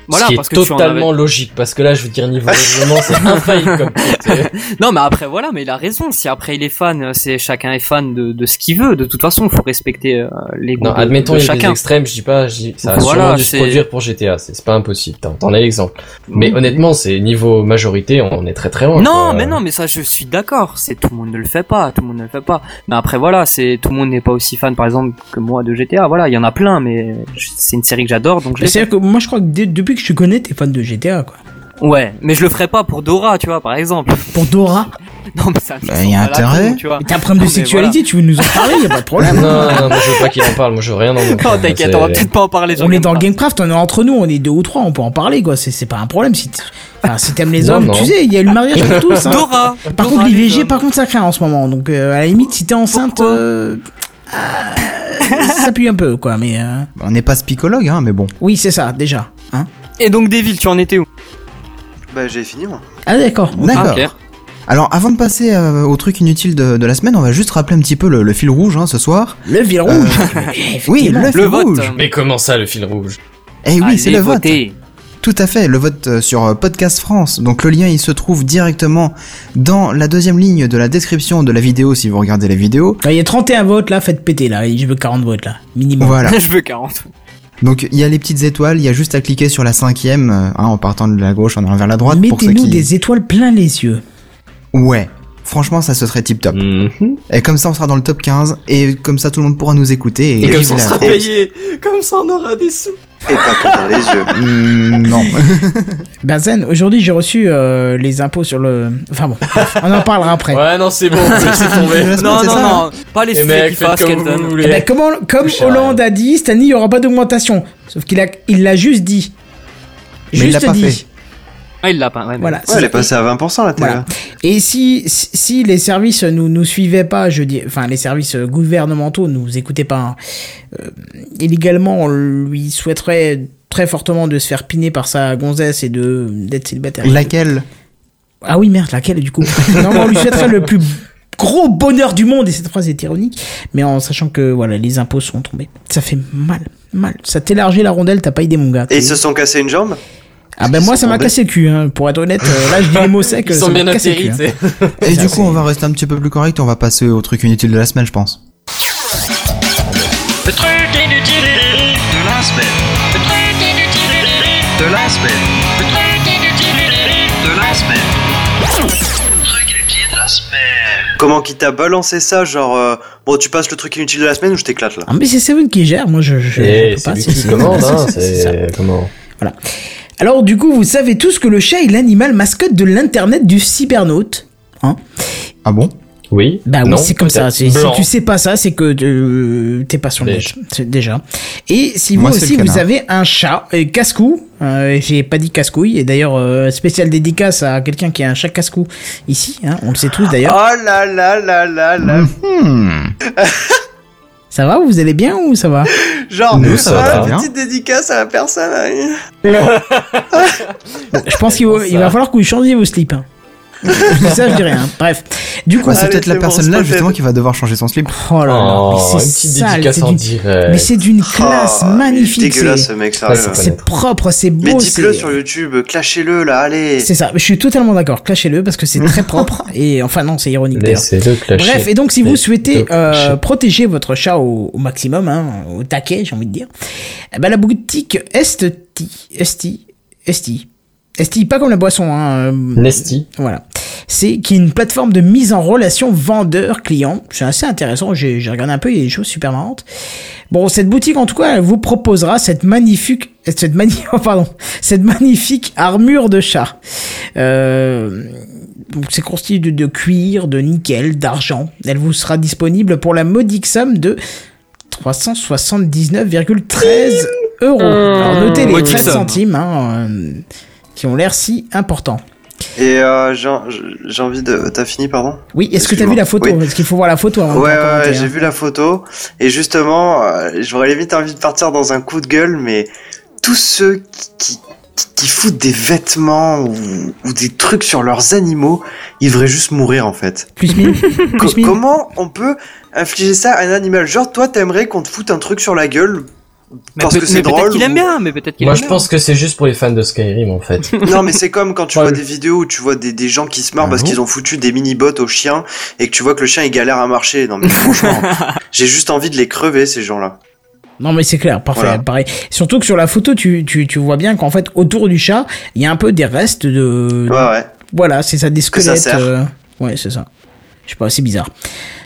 Voilà, Ce qui parce que est tu en avais- totalement logique, parce que là, je veux dire, <laughs> niveau raisonnement, c'est infaillible comme truc, tu sais. Non, mais après, voilà, mais il a raison. Si après il est fan, euh, c'est chacun est fan de, de ce qu'il veut. De toute façon, faut respecter euh, les goûts Non, de- admettons, de il y a des chacun. extrêmes, je dis pas, je dis- ça a Voilà, sûrement dû se c'est- Mm. produire pour GTA, c'est c'est pas impossible, t'en t'en as l'exemple. Mais honnêtement, c'est niveau majorité, on est très très Oh loin. Non, quoi. mais non, mais ça, je suis d'accord. C'est tout le monde ne le fait pas, tout le monde ne le fait pas. Mais après, voilà, c'est tout le monde n'est pas aussi fan, par exemple, que moi de GTA. Voilà, il y en a plein, mais je- c'est une série que j'adore, donc je. l'ai fait. C'est-à-dire que moi, je crois que dès- depuis que je te connais, t'es fan de GTA, quoi. Ouais, mais je le ferai pas pour Dora, tu vois, par exemple. Pour <laughs> Dora, Non, mais ça. me Bah, semble y a à la intérêt. con, tu <laughs> vois. t'as un problème de Non, mais sexualité, tu veux nous en parler, y a pas de Non, problème. non, non, je veux pas qu'il en parle, moi je veux rien en Non, Oh, t'inquiète, on va peut-être pas en parler. On j'en est ai dans pas. Gamecraft, on est entre nous, on est deux ou trois, on peut en parler, quoi. C'est- C'est pas un problème si t'- enfin, si t'aimes les Non, hommes. non. Tu sais, il y a le mariage pour tous. hein. Dora. Par Dora, contre, les l'IVG, hommes. par contre, ça craint en ce moment. Donc, euh, à la limite, si t'es enceinte, Pourquoi euh, euh, ça pue un peu, quoi. Mais euh, On n'est pas spicologue, hein, mais bon. oui, c'est ça, déjà. Hein Et donc, Devil, tu en étais où Bah j'ai fini moi. ah d'accord. Ah, D'accord. ok. Alors avant de passer euh, au truc inutile de, de la semaine, on va juste rappeler un petit peu le, le fil rouge hein, ce soir. Le ville rouge. Oui, Effectivement. le fil vote. rouge. Mais comment ça, le fil rouge Eh oui, Allez c'est le vote. voter. Tout à fait, le vote euh, sur euh, Podcast France. Donc le lien, il se trouve directement dans la deuxième ligne de la description de la vidéo si vous regardez la vidéo. Ah, Il y a 31 votes là, faites péter là. Et Je veux 40 votes là, minimum. Voilà. <laughs> je veux 40. Donc il y a les petites étoiles, il y a juste à cliquer sur la cinquième, euh, hein, en partant de la gauche en allant vers la droite pour ceux Mettez-nous qui. des étoiles plein les yeux. Ouais. Franchement, ça se serait tip Mm. top. Mhm. Et comme ça, on sera dans le top 15, et comme ça, tout le monde pourra nous écouter. Et, Et comme vive ça, on la sera France. payé. Comme ça, on aura des sous. Et pas que dans <laughs> les yeux. Hmm, non. Ben Zen, aujourd'hui j'ai reçu euh, les impôts sur le. Enfin bon, bref, on en parlera <laughs> après. Ouais, non, c'est bon, c'est tombé. <laughs> Non, non, non, pas les Et sujets mec, qui faites fassent, comme vous Kenton. voulez. Eh ben, comment, comme Touche à Hollande a dit, cette année il n'y aura pas d'augmentation. Sauf qu'il a, il l'a juste dit. Mais il juste l'a pas dit. fait. Ah, il l'a pas, ouais, mais- Voilà. Ouais, elle est passée à 20% la TVA. Voilà. Et si, si, si les services nous, nous suivaient pas, je dis, enfin les services gouvernementaux nous écoutaient pas, hein, euh, illégalement, on lui souhaiterait très fortement de se faire piner par sa gonzesse et de d'être célibataire. Laquelle Ah oui merde, laquelle du <laughs> coup Non, mais on lui souhaiterait le plus gros bonheur du monde et cette phrase est ironique, mais en sachant que voilà les impôts sont tombés, ça fait mal, mal. Ça t'élargit la rondelle, t'as pas idée mon gars. Et ils se sont cassés une jambe ah ben moi ils ça m'a sont cassé le cul, hein. pour être honnête. euh, là je dis les mots secs. <laughs> Ils ça sont m'a bien cassé le cul, atterris, hein. <laughs> tu sais. Et Ça, du coup, c'est- on va rester un petit peu plus correct, on va passer au truc inutile de la semaine, je pense. Le truc inutile de la semaine. Le truc inutile de la semaine. Le truc inutile de la semaine. Comment qui t'a balancé ça Genre, euh, bon, tu passes le truc inutile de la semaine ou je t'éclate là Ah mais c'est Seven qui gère, moi je, je, je Et peux Eh, c'est pas, lui c'est- qui c'est- <laughs> commande, hein, c'est- c'est ça. c'est comment Alors du coup, vous savez tous que le chat est l'animal mascotte de l'internet du cybernaute. Hein Ah bon Oui. bah oui, non, c'est comme ça. peut-être. c'est- Si Blanc. tu sais pas ça, c'est que euh, t'es pas sur le Déjà. net. C'est- Déjà. Et si vous Moi, c'est le aussi vous canard. avez un chat euh, casse-cou, euh, j'ai pas dit casse-couille. Et d'ailleurs, euh, spécial dédicace à quelqu'un qui a un chat casse-cou ici. Hein, on le sait tous Oh d'ailleurs. là là là là là <laughs> Hmm. Ah. Ça va Vous allez bien ou ça va Genre, Nous, ça ah, va bien. petite dédicace à la personne. hein. Je pense qu'il va, il va falloir que vous changiez vos slips. hein. <laughs> je dis ça, je dis rien. Bref. Du coup, Bah, c'est Allez, peut-être la c'est bon, personne là spotted. justement qui va devoir changer son slip. oh là là, Oh, mais une c'est petite sale, dédicace c'est en d'une- Mais direct. c'est d'une Oh, classe mais magnifique. Dégueulasse c'est- ce mec, sérieux. Ouais, C'est propre, c'est beau. Mais dites-le c'est- sur YouTube, clashez-le là, allez C'est ça. Je suis totalement d'accord. Clashez-le parce que c'est très <laughs> propre. Et enfin, non, c'est ironique d'ailleurs. Laissez-le clasher. Bref, et donc si vous Laissez-le souhaitez euh, clasher. protéger votre chat au, au maximum, hein, au taquet, j'ai envie de dire, eh ben, la boutique Esti, Esti, Esti, Esti, pas comme la boisson, hein, euh, Nesty. voilà. C'est qui est une plateforme de mise en relation vendeur-client. C'est assez intéressant. J'ai j'ai regardé un peu, il y a des choses super marrantes. Bon, cette boutique, en tout cas, elle vous proposera cette magnifique, cette <laughs> magnifique, pardon, cette magnifique armure de chat. Euh, donc, c'est constitué de, de cuir, de nickel, d'argent. Elle vous sera disponible pour la modique somme de 379,13 euros. Alors, notez les Mmh. Modique 13 somme. centimes, hein, euh, qui ont l'air si importants. Et euh, j'ai j'ai envie de... T'as fini, pardon Oui, est-ce que t'as vu Excuse-moi. la photo Oui. Parce qu'il faut voir la photo avant Ouais, de ouais, commenter, ouais, hein. j'ai vu la photo. Et justement, euh, j'aurais limite envie de partir dans un coup de gueule, mais tous ceux qui, qui, qui foutent des vêtements ou, ou des trucs sur leurs animaux, ils devraient juste mourir <clears throat> en fait. Plus mille. <laughs> Co- plus mille. comment on peut infliger ça à un animal Genre, toi, t'aimerais qu'on te foute un truc sur la gueule Mais parce peut- que mais c'est drôle Peut-être qu'il aime ou- bien, mais peut-être qu'il Moi, aime je bien. pense que c'est juste pour les fans de Skyrim, en fait. <laughs> Non, mais c'est comme quand tu Ouais, vois le- des vidéos où tu vois des, des gens qui se marrent Ah parce bon qu'ils ont foutu des mini-bottes au chien et que tu vois que le chien il galère à marcher. Non, mais franchement, j'ai juste envie de les crever ces gens-là. Non mais c'est clair, parfait, Voilà. pareil. Surtout que sur la photo, tu, tu, tu vois bien qu'en fait, autour du chat, il y a un peu des restes de... Ouais, ouais. Voilà, c'est ça, des Que ça squelettes. sert. euh, Ouais, c'est ça. Je sais pas, c'est bizarre.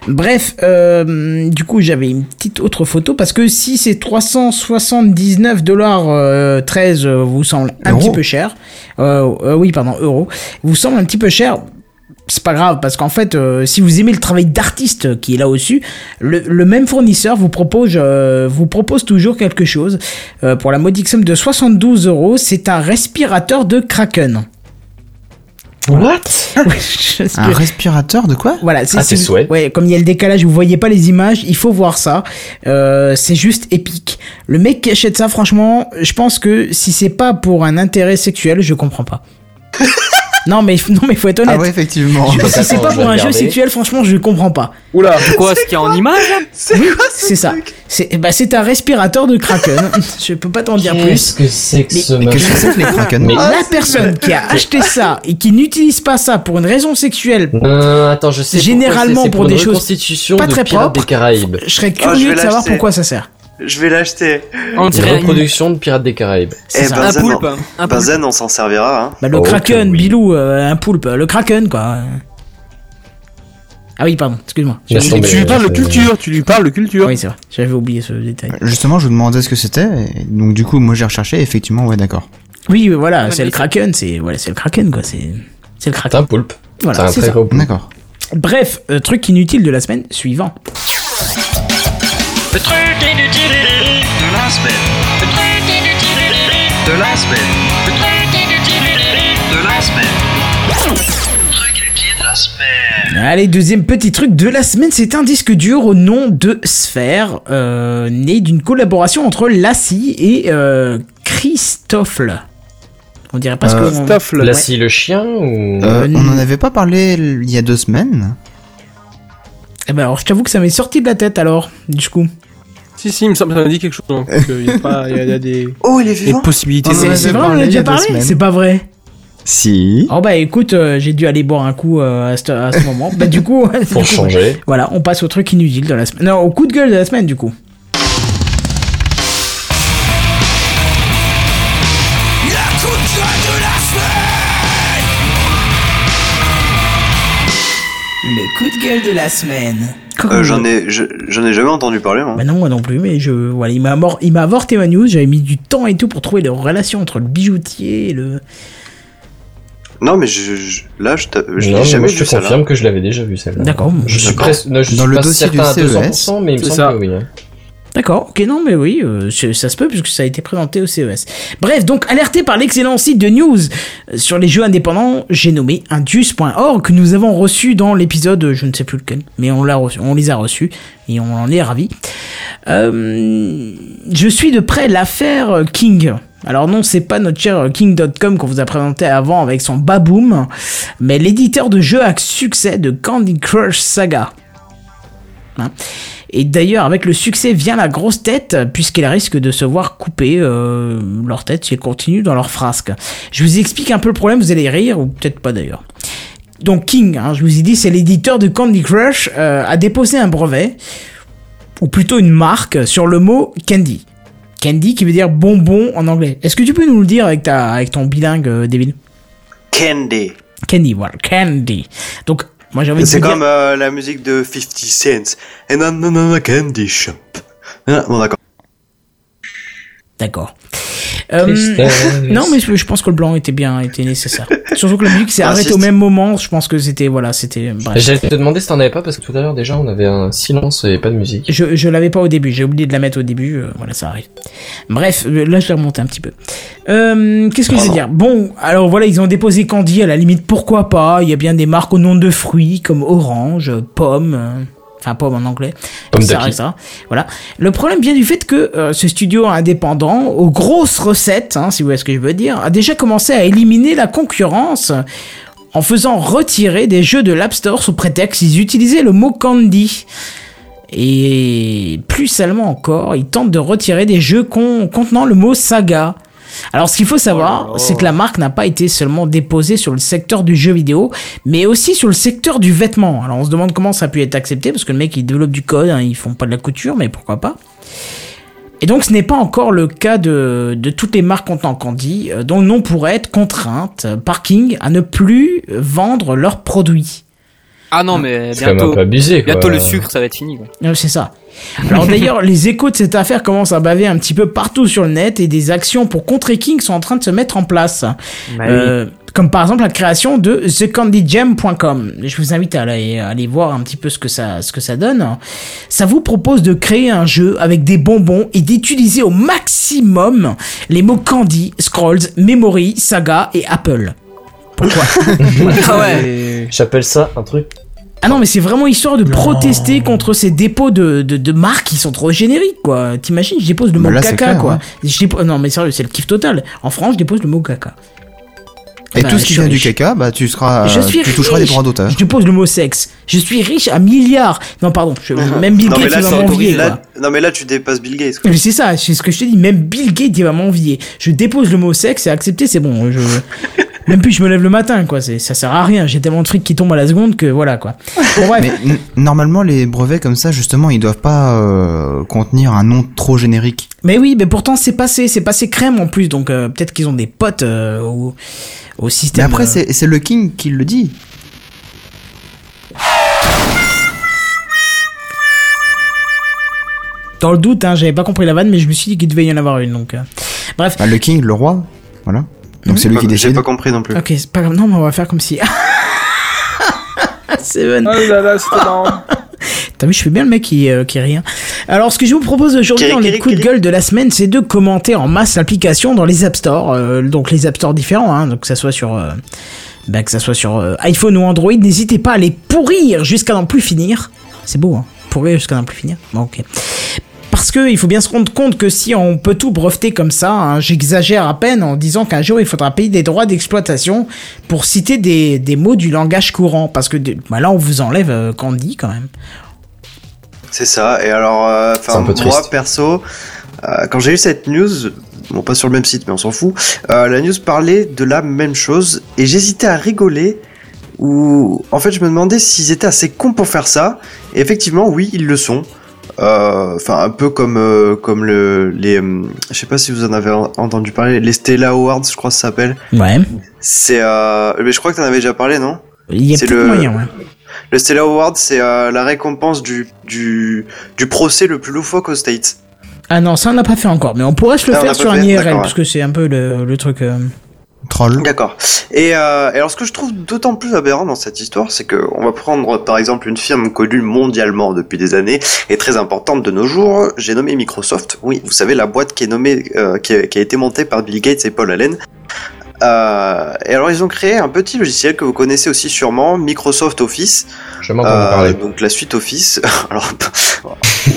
Bref, euh, du coup, j'avais une petite autre photo parce que si ces 379 dollars 13 euh, vous semble un Euros. petit peu cher, euh, euh, oui, pardon, euros, vous semble un petit peu cher. C'est pas grave parce qu'en fait, euh, si vous aimez le travail d'artiste qui est là au-dessus, le, le même fournisseur vous propose, euh, vous propose toujours quelque chose Euh, pour la modique somme de 72 euros. C'est un respirateur de Kraken. <laughs> What Oui, je sais Un que- respirateur de quoi Voilà, Ah, c'est vous- souhait. Ouais, comme il y a le décalage, vous voyez pas les images, il faut voir ça. Euh, c'est juste épique. Le mec qui achète ça, franchement, je pense que si c'est pas pour un intérêt sexuel, je comprends <laughs> pas. non, mais non, mais faut être honnête. Ah ouais, effectivement. Je- si c'est Attends, pas pour je vais un jeu regarder. sexuel, franchement, je comprends pas. Oula <laughs> C'est quoi ce qu'il y a en image là Oui, c'est ça. C'est bah, c'est un respirateur de Kraken. <laughs> je peux pas t'en dire plus. Qu'est-ce que c'est que Mais- ce Mais machin Qu'est-ce que c'est que les Kraken Ah, Mais- La personne qui a acheté ça et qui n'utilise pas ça pour une raison sexuelle, Euh, attends, je sais. pourquoi Généralement, c'est, c'est pour des une choses reconstitution pas de très Pirates propres. des Caraïbes. je serais Ah, je curieux vais de savoir l'acheter. pourquoi ça sert. Je vais l'acheter. On Une dirait une- reproduction de Pirates des Caraïbes. C'est Eh ça. ben, un Zen, poulpe. on- Un ben, poulpe. Zen, on s'en servira. Hein. Bah, le Oh, que euh, kraken, oui. Bilou, euh, un poulpe, le kraken quoi. Ah oui, pardon, excuse-moi. Tu lui parles de culture, tu lui parles de culture. Oui, c'est vrai, j'avais oublié ce détail. Justement, je vous demandais ce que c'était, et donc du coup, moi j'ai recherché, effectivement, ouais, d'accord. Oui, voilà, c'est le Kraken, c'est voilà, c'est le Kraken quoi, c'est c'est le Kraken. un poulpe. Voilà, c'est ça. D'accord. Bref, euh, truc inutile de la semaine suivant. Le truc inutile de la semaine. Le truc inutile de la semaine. Le truc inutile de la semaine. Le truc inutile de la semaine. Allez, deuxième petit truc de la semaine, c'est un disque dur au nom de Sphère, euh, né d'une collaboration entre Lassie et euh, Christoffel. On dirait parce Euh, que on- Christoffel. Ouais. Lassie le chien ou Euh, Euh, on en avait pas parlé il y a deux semaines. Eh ben alors, je t'avoue que ça m'est sorti de la tête alors, du coup. Si, si, il me semble que ça m'a dit quelque chose. donc, euh, Il y a pas- il y a- il y a des Oh, il est <laughs> des Ah, vivant possibilités. On en C'est avait c'est vrai, on en parlé a il y déjà a deux parlé semaines. C'est pas vrai. Si. Oh bah écoute, euh, j'ai dû aller boire un coup euh, à, ce, à ce moment. Bah du coup, <laughs> du coup, pour changer Voilà, on passe au truc inutile de la semaine. Non, au coup de gueule de la semaine du coup. Le coup de gueule de la semaine. Euh, J'en ai, je- j'en ai jamais entendu parler, moi. Bah non, moi non plus, mais je, voilà, il m'a mort, il m'a avorté ma news. J'avais mis du temps et tout pour trouver les relations entre le bijoutier et le. Non, mais je, je- là, je, t'a- je Non, l'ai mais moi, jamais je vu te ça. là confirme que je l'avais déjà vu celle-là. D'accord. Je suis D'accord. presque, non, je Dans suis le pas dossier certain à du E CES, 200%, mais il me c'est semble ça. que oui. hein. D'accord, ok, non, mais oui, euh, je- ça se peut puisque ça a été présenté au CES. Bref, donc alerté par l'excellent site de news euh, sur les jeux indépendants, j'ai nommé Indus.org que nous avons reçu dans l'épisode, euh, je ne sais plus lequel, mais on, l'a reçu, on les a reçus et on en est ravis. Euh, je suis de près l'affaire euh, King. Alors non, c'est pas notre cher euh, King.com qu'on vous a présenté avant avec son Baboom, mais l'éditeur de jeux à succès de Candy Crush Saga. Hein. Et d'ailleurs, avec le succès vient la grosse tête, puisqu'elle risque de se voir couper euh, leur tête si elle continue dans leur frasque. Je vous explique un peu le problème, vous allez rire, ou peut-être pas d'ailleurs. Donc King, hein, je vous ai dit, c'est l'éditeur de Candy Crush, euh, a déposé un brevet, ou plutôt une marque, sur le mot candy. Candy qui veut dire bonbon en anglais. Est-ce que tu peux nous le dire avec, ta, avec ton bilingue, euh, David Candy. Candy, voilà, candy. Donc, moi j'ai envie de C'est vous dire- comme euh, la musique de 50 Cent. And I'm on a candy shop. Ah, bon, d'accord. D'accord. Euh, Tristesse. non, mais je, je pense que le blanc était bien, était nécessaire. Surtout que la musique s'est arrêtée Raciste. au même moment. Je pense que c'était, voilà, c'était. Bref. J'allais te demander si t'en avais pas parce que tout à l'heure déjà on avait un silence et pas de musique. Je, je l'avais pas au début. J'ai oublié de la mettre au début. euh, voilà, ça arrive. Bref, euh, là je l'ai remonté un petit peu. Euh, Qu'est-ce que je veux dire Bon, alors voilà, ils ont déposé Candy. À la limite, pourquoi pas Il y a bien des marques au nom de fruits comme orange, euh, pomme. euh, Enfin, pomme en anglais. Pomme Ça d'api. reste ça. Voilà. Le problème vient du fait que euh, ce studio indépendant, aux grosses recettes, hein, si vous voyez ce que je veux dire, a déjà commencé à éliminer la concurrence en faisant retirer des jeux de l'App Store sous prétexte qu'ils utilisaient le mot candy. Et plus seulement encore, ils tentent de retirer des jeux con- contenant le mot saga. Alors ce qu'il faut savoir, c'est que la marque n'a pas été seulement déposée sur le secteur du jeu vidéo, mais aussi sur le secteur du vêtement. Alors on se demande comment ça a pu être accepté, parce que le mec il développe du code, hein, ils font pas de la couture, mais pourquoi pas. Et donc ce n'est pas encore le cas de, de toutes les marques contenant Candy, euh, dont le nom pourrait être contrainte euh, par King à ne plus euh, vendre leurs produits. Ah non, mais C'est quand même un bientôt. peu abusé quoi. Bientôt le sucre, ça va être fini. quoi. Ouais, Euh, C'est ça. Alors d'ailleurs, les échos de cette affaire commencent à baver un petit peu partout sur le net et des actions pour contrer King sont en train de se mettre en place. Bah Ah Euh, Comme par exemple la création de thecandygem.com. Je vous invite à aller, à aller voir un petit peu ce que, ça, ce que ça donne. Ça vous propose de créer un jeu avec des bonbons et d'utiliser au maximum les mots candy, scrolls, memory, saga et apple. <laughs> Pourquoi Ah ouais. Et- J'appelle ça un truc. Ah non, mais c'est vraiment histoire de protester contre ces dépôts de, de, de marques qui sont trop génériques, quoi. T'imagines, je dépose le Bah mot là, c'est caca, clair, quoi. hein. Je dépo- Non, mais sérieux, c'est le kiff total. En France, je dépose le mot caca. Et Bah, tout ce qui je- vient du je- caca, bah tu seras, je suis tu toucheras riche. les droits d'auteur. Je dépose le mot sexe. Je suis riche à milliards. Non, pardon, je- même Bill Ah. Non, mais Gates là, va c'est- m'envier, là- quoi. non, mais là, tu dépasses Bill Gates. quoi. Mais C'est ça, c'est ce que je te dis. Même Bill Gates, il va m'envier. Je dépose le mot sexe et accepté, c'est bon. <laughs> Je... Même plus, je me lève le matin, quoi. C'est- Ça sert à rien. J'ai tellement de trucs qui tombent à la seconde que voilà, <laughs> quoi. Bon, bref. Mais n- normalement, les brevets comme ça, justement, ils doivent pas euh, contenir un nom trop générique. Mais oui, mais pourtant c'est passé, c'est passé crème en plus, donc euh, peut-être qu'ils ont des potes euh, au, au Mais système. après, euh, c'est c'est le King qui le dit. Dans le doute, hein, j'avais pas compris la vanne, mais je me suis dit qu'il devait y en avoir une. Donc, euh, bref. Bah, le king, le roi, voilà. Donc Mhm. c'est lui qui décide. J'ai pas compris non plus. Ok, c'est pas grave. Non, mais on va faire comme si. <laughs> Seven. Oh là là, c'était marrant. T'as vu, je fais bien le mec qui, euh, qui rit. hein. Alors, ce que je vous propose aujourd'hui Qui dans rit, qui les rit, coups qui de rit. gueule de la semaine, c'est de commenter en masse l'application dans les App Store. euh, donc, les App Store différents, hein, donc que ça soit sur, euh, bah, que ça soit sur euh, iPhone ou Android, n'hésitez pas à les pourrir jusqu'à n'en plus finir. C'est beau, hein Pourrir jusqu'à n'en plus finir. Bon, ok. Parce que il faut bien se rendre compte que si on peut tout breveter comme ça, hein, j'exagère à peine en disant qu'un jour il faudra payer des droits d'exploitation pour citer des, des mots du langage courant. Parce que de- bah là on vous enlève euh, Candy quand même. C'est ça. Et alors, euh, enfin, C'est un peu moi triste. perso, euh, quand j'ai eu cette news, bon pas sur le même site, mais on s'en fout. euh, la news parlait de la même chose et j'hésitais à rigoler. Ou en fait, je me demandais s'ils étaient assez cons pour faire ça. Et effectivement, oui, ils le sont. Euh, Enfin, un peu comme euh, comme le les, hum, je sais pas si vous en avez en- entendu parler, les Stella Awards, je crois que ça s'appelle. Ouais. C'est, euh, mais je crois que t'en avais déjà parlé, non Il y a C'est plus de le- moyen. Ouais. le Stella Award, c'est euh, la récompense du, du, du procès le plus loufoque aux States. Ah non, ça on l'a pas fait encore, mais on pourrait se le Ah, on faire l'a pas sur un fait, IRL d'accord, parce que c'est un peu le, le truc. euh, Troll. D'accord. Et, euh, et alors, ce que je trouve d'autant plus aberrant dans cette histoire, c'est que on va prendre par exemple une firme connue mondialement depuis des années et très importante de nos jours. J'ai nommé Microsoft. Oui, vous savez la boîte qui est nommée, euh, qui, a, qui a été montée par Bill Gates et Paul Allen. Euh, et alors, ils ont créé un petit logiciel que vous connaissez aussi sûrement, Microsoft Office. Je m'entends Euh, parler. donc la suite Office, <laughs> alors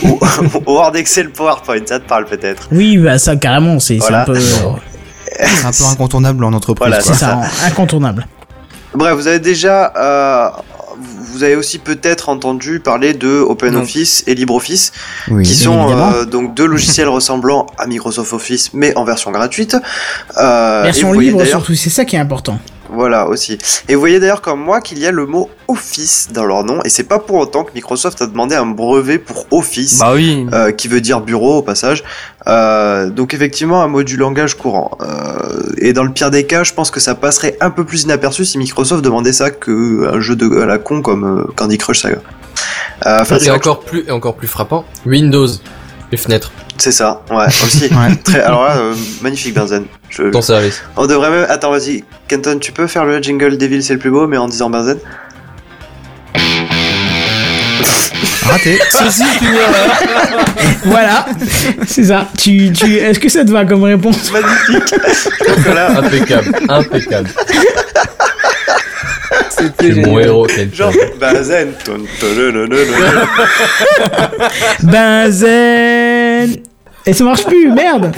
au- au Word, Excel, PowerPoint, ça te parle peut-être. Oui, bah ça carrément, c'est c'est Voilà. un <laughs> peu euh, C'est un peu incontournable en entreprise. Voilà, quoi. c'est ça, incontournable. Bref, vous avez déjà, euh, vous avez aussi peut-être entendu parler de OpenOffice et LibreOffice, Oui. qui sont évidemment. euh, donc <laughs> deux logiciels ressemblant à Microsoft Office, mais en version gratuite. Euh, et vous Version voyez libre d'ailleurs- surtout, c'est ça qui est important. Voilà aussi. Et vous voyez d'ailleurs comme moi qu'il y a le mot Office dans leur nom, et c'est pas pour autant que Microsoft a demandé un brevet pour Office. Bah oui. euh, qui veut dire bureau au passage. Euh, donc effectivement un mot du langage courant. Euh, et dans le pire des cas, je pense que ça passerait un peu plus inaperçu si Microsoft demandait ça que un jeu de à la con comme euh, Candy Crush Saga. Euh, enfin, Et c'est- encore plus, et encore plus frappant, Windows, les fenêtres, c'est ça, <laughs> ouais, aussi. Ouais. Très, alors là, euh, magnifique Benzen. Je- ton service. On devrait même. Attends, vas-y, Kenton, tu peux faire le jingle Devil, c'est le plus beau, mais en disant Benzen Raté. <laughs> <laughs> voilà, c'est ça. Tu, tu, Est-ce que ça te va comme réponse <laughs> <laughs> Magnifique Donc là, Impeccable, impeccable. T'es génial. mon héros, quel genre, <laughs> Benzen. Ton, ton, le, le, le, le. Benzen Ben, Et ça marche plus, <laughs> merde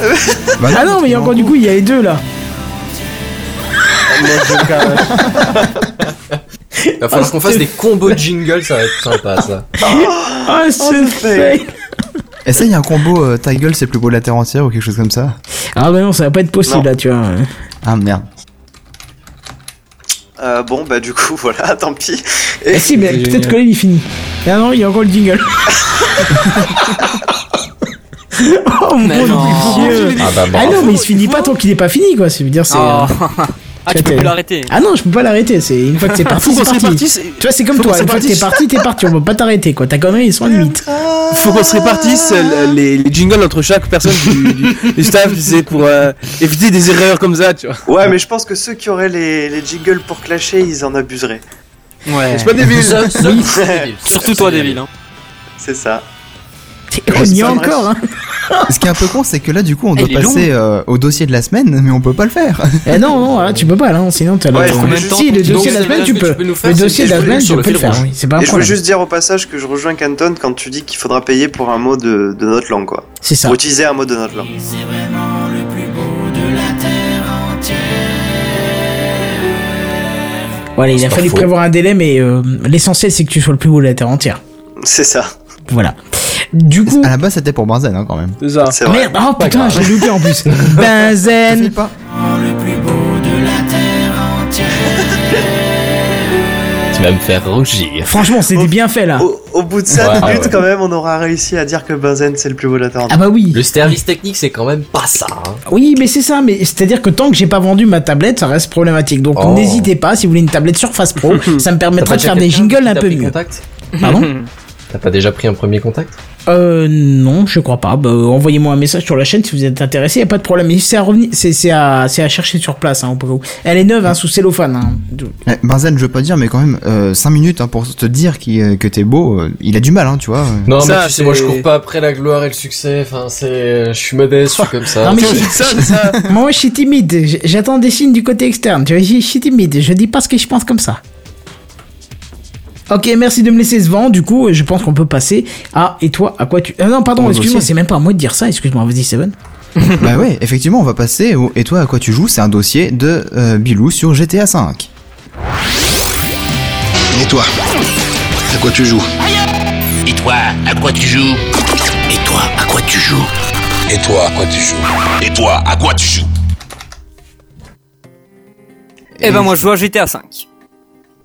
Bah Ah non, mais il y a encore du coup, il y a les deux là. Il va falloir qu'on fasse des combos de jingles, ça va être sympa ça. Ah, c'est fait. fait Et ça, il y a un combo euh, ta gueule, c'est plus beau la terre entière ou quelque chose comme ça. Ah bah non, ça va pas être possible Non. là, tu vois. Ah merde. Euh, bon, bah du coup, voilà, tant pis. Eh si, mais C'est peut-être génial. que là, il est fini. Ah non, il y a encore le jingle. <laughs> oh mon Mais non. dieu Ah bah Ah bravo. non, mais il se finit pas tant qu'il est pas fini, quoi. C'est dire, c'est. Oh. euh, ah, tu peux plus l'arrêter. Ah non, je peux pas l'arrêter. C'est une fois que c'est parti, ah, Faut qu'on c'est se parti. répartisse. Tu vois, c'est comme Faut toi. qu'on Une fois que t'es s'épartisse. parti, t'es parti. On peut pas t'arrêter, quoi. Ta connerie, ils sont limites. Faut qu'on se répartisse euh, les, les jingles entre chaque personne du, du- du staff, tu sais, pour euh, éviter des erreurs comme ça, tu vois. Ouais, mais je pense que ceux qui auraient les, les jingles pour clasher, ils en abuseraient. Ouais. C'est pas débile. <laughs> Surtout toi, Devil. Hein. C'est ça. On y est c'est vrai. encore, hein. Ce qui est un peu con, c'est que là, du coup, on Elle doit est longue. passer euh, au dossier de la semaine, mais on peut pas le faire. Eh non, non, là, tu peux pas, là. Sinon, t'as Ouais, le. en même si, temps, le donc, dossier de la c'est semaine, bien tu que peux. peux nous faire, Le c'est dossier de la des semaine, jeux tu sur le peux le fil faire, hein. rouge. oui. C'est pas un Et je veux problème. juste dire au passage que je rejoins Canton quand tu dis qu'il faudra payer pour un mot de, de notre langue, quoi. C'est ça. Pour utiliser un mot de notre langue. Voilà, il a pas fallu faux. prévoir un délai, mais euh, l'essentiel, c'est que tu sois le plus beau de la terre entière. C'est ça, Voilà. Du coup. À Ah, la base, c'était pour Benzen, hein, quand même. C'est ça. c'est vrai. Merde, oh putain, j'ai loupé en <laughs> plus. Ben, Benzen. File pas. Tu vas me faire rougir. Franchement, c'était bien fait là. Oh. Au, au bout de 5 Ouais, minutes, ouais. quand même, on aura réussi à dire que Benzen c'est le plus beau de la terre. Ah bah oui. Le service technique, c'est quand même pas ça. hein. Oui, mais c'est ça. Mais c'est-à-dire que tant que j'ai pas vendu ma tablette, ça reste problématique. Donc Oh. <laughs> n'hésitez pas si vous voulez une tablette Surface Pro, ça me T'as permettra pas de faire déjà des quelqu'un jingles qui un t'a peu Ah pris <laughs> mieux. contact Pardon T'as pas déjà pris un premier contact Euh, non, je crois pas. Bah, envoyez-moi un message sur la chaîne si vous êtes intéressé, y a pas de problème. Mais c'est à revenir, c'est, c'est à, c'est à chercher sur place, hein, au cas où. Elle est neuve, hein, sous cellophane, hein. Eh, Benzen, je veux pas dire, mais quand même, 5 minutes hein, pour te dire qu'il- euh, que t'es beau, euh, il a du mal, hein, tu vois. Non, Ça, mais tu c'est- sais, moi je cours pas après la gloire et le succès. Enfin, c'est, je suis modeste, je suis comme ça. Non, mais Tu vois, je- Moi, je suis timide. J- J'attends des signes du côté externe. Tu vois, je je suis timide. Je dis pas ce que je pense comme ça. Ok, merci de me laisser ce vent. Du coup, je pense qu'on peut passer à. Et toi, à quoi tu. Ah non, pardon, Au excuse-moi, dossier. c'est même pas à moi de dire ça. Excuse-moi, vas-y, Seven. bah ouais, effectivement, on va passer au Et toi, à quoi tu joues C'est un dossier de euh, Bilou sur GTA V. Et toi À quoi tu joues Et toi, à quoi tu joues Et toi, à quoi tu joues Et toi, à quoi tu joues Et toi, à quoi tu joues <laughs> Eh ben moi je joue à GTA 5.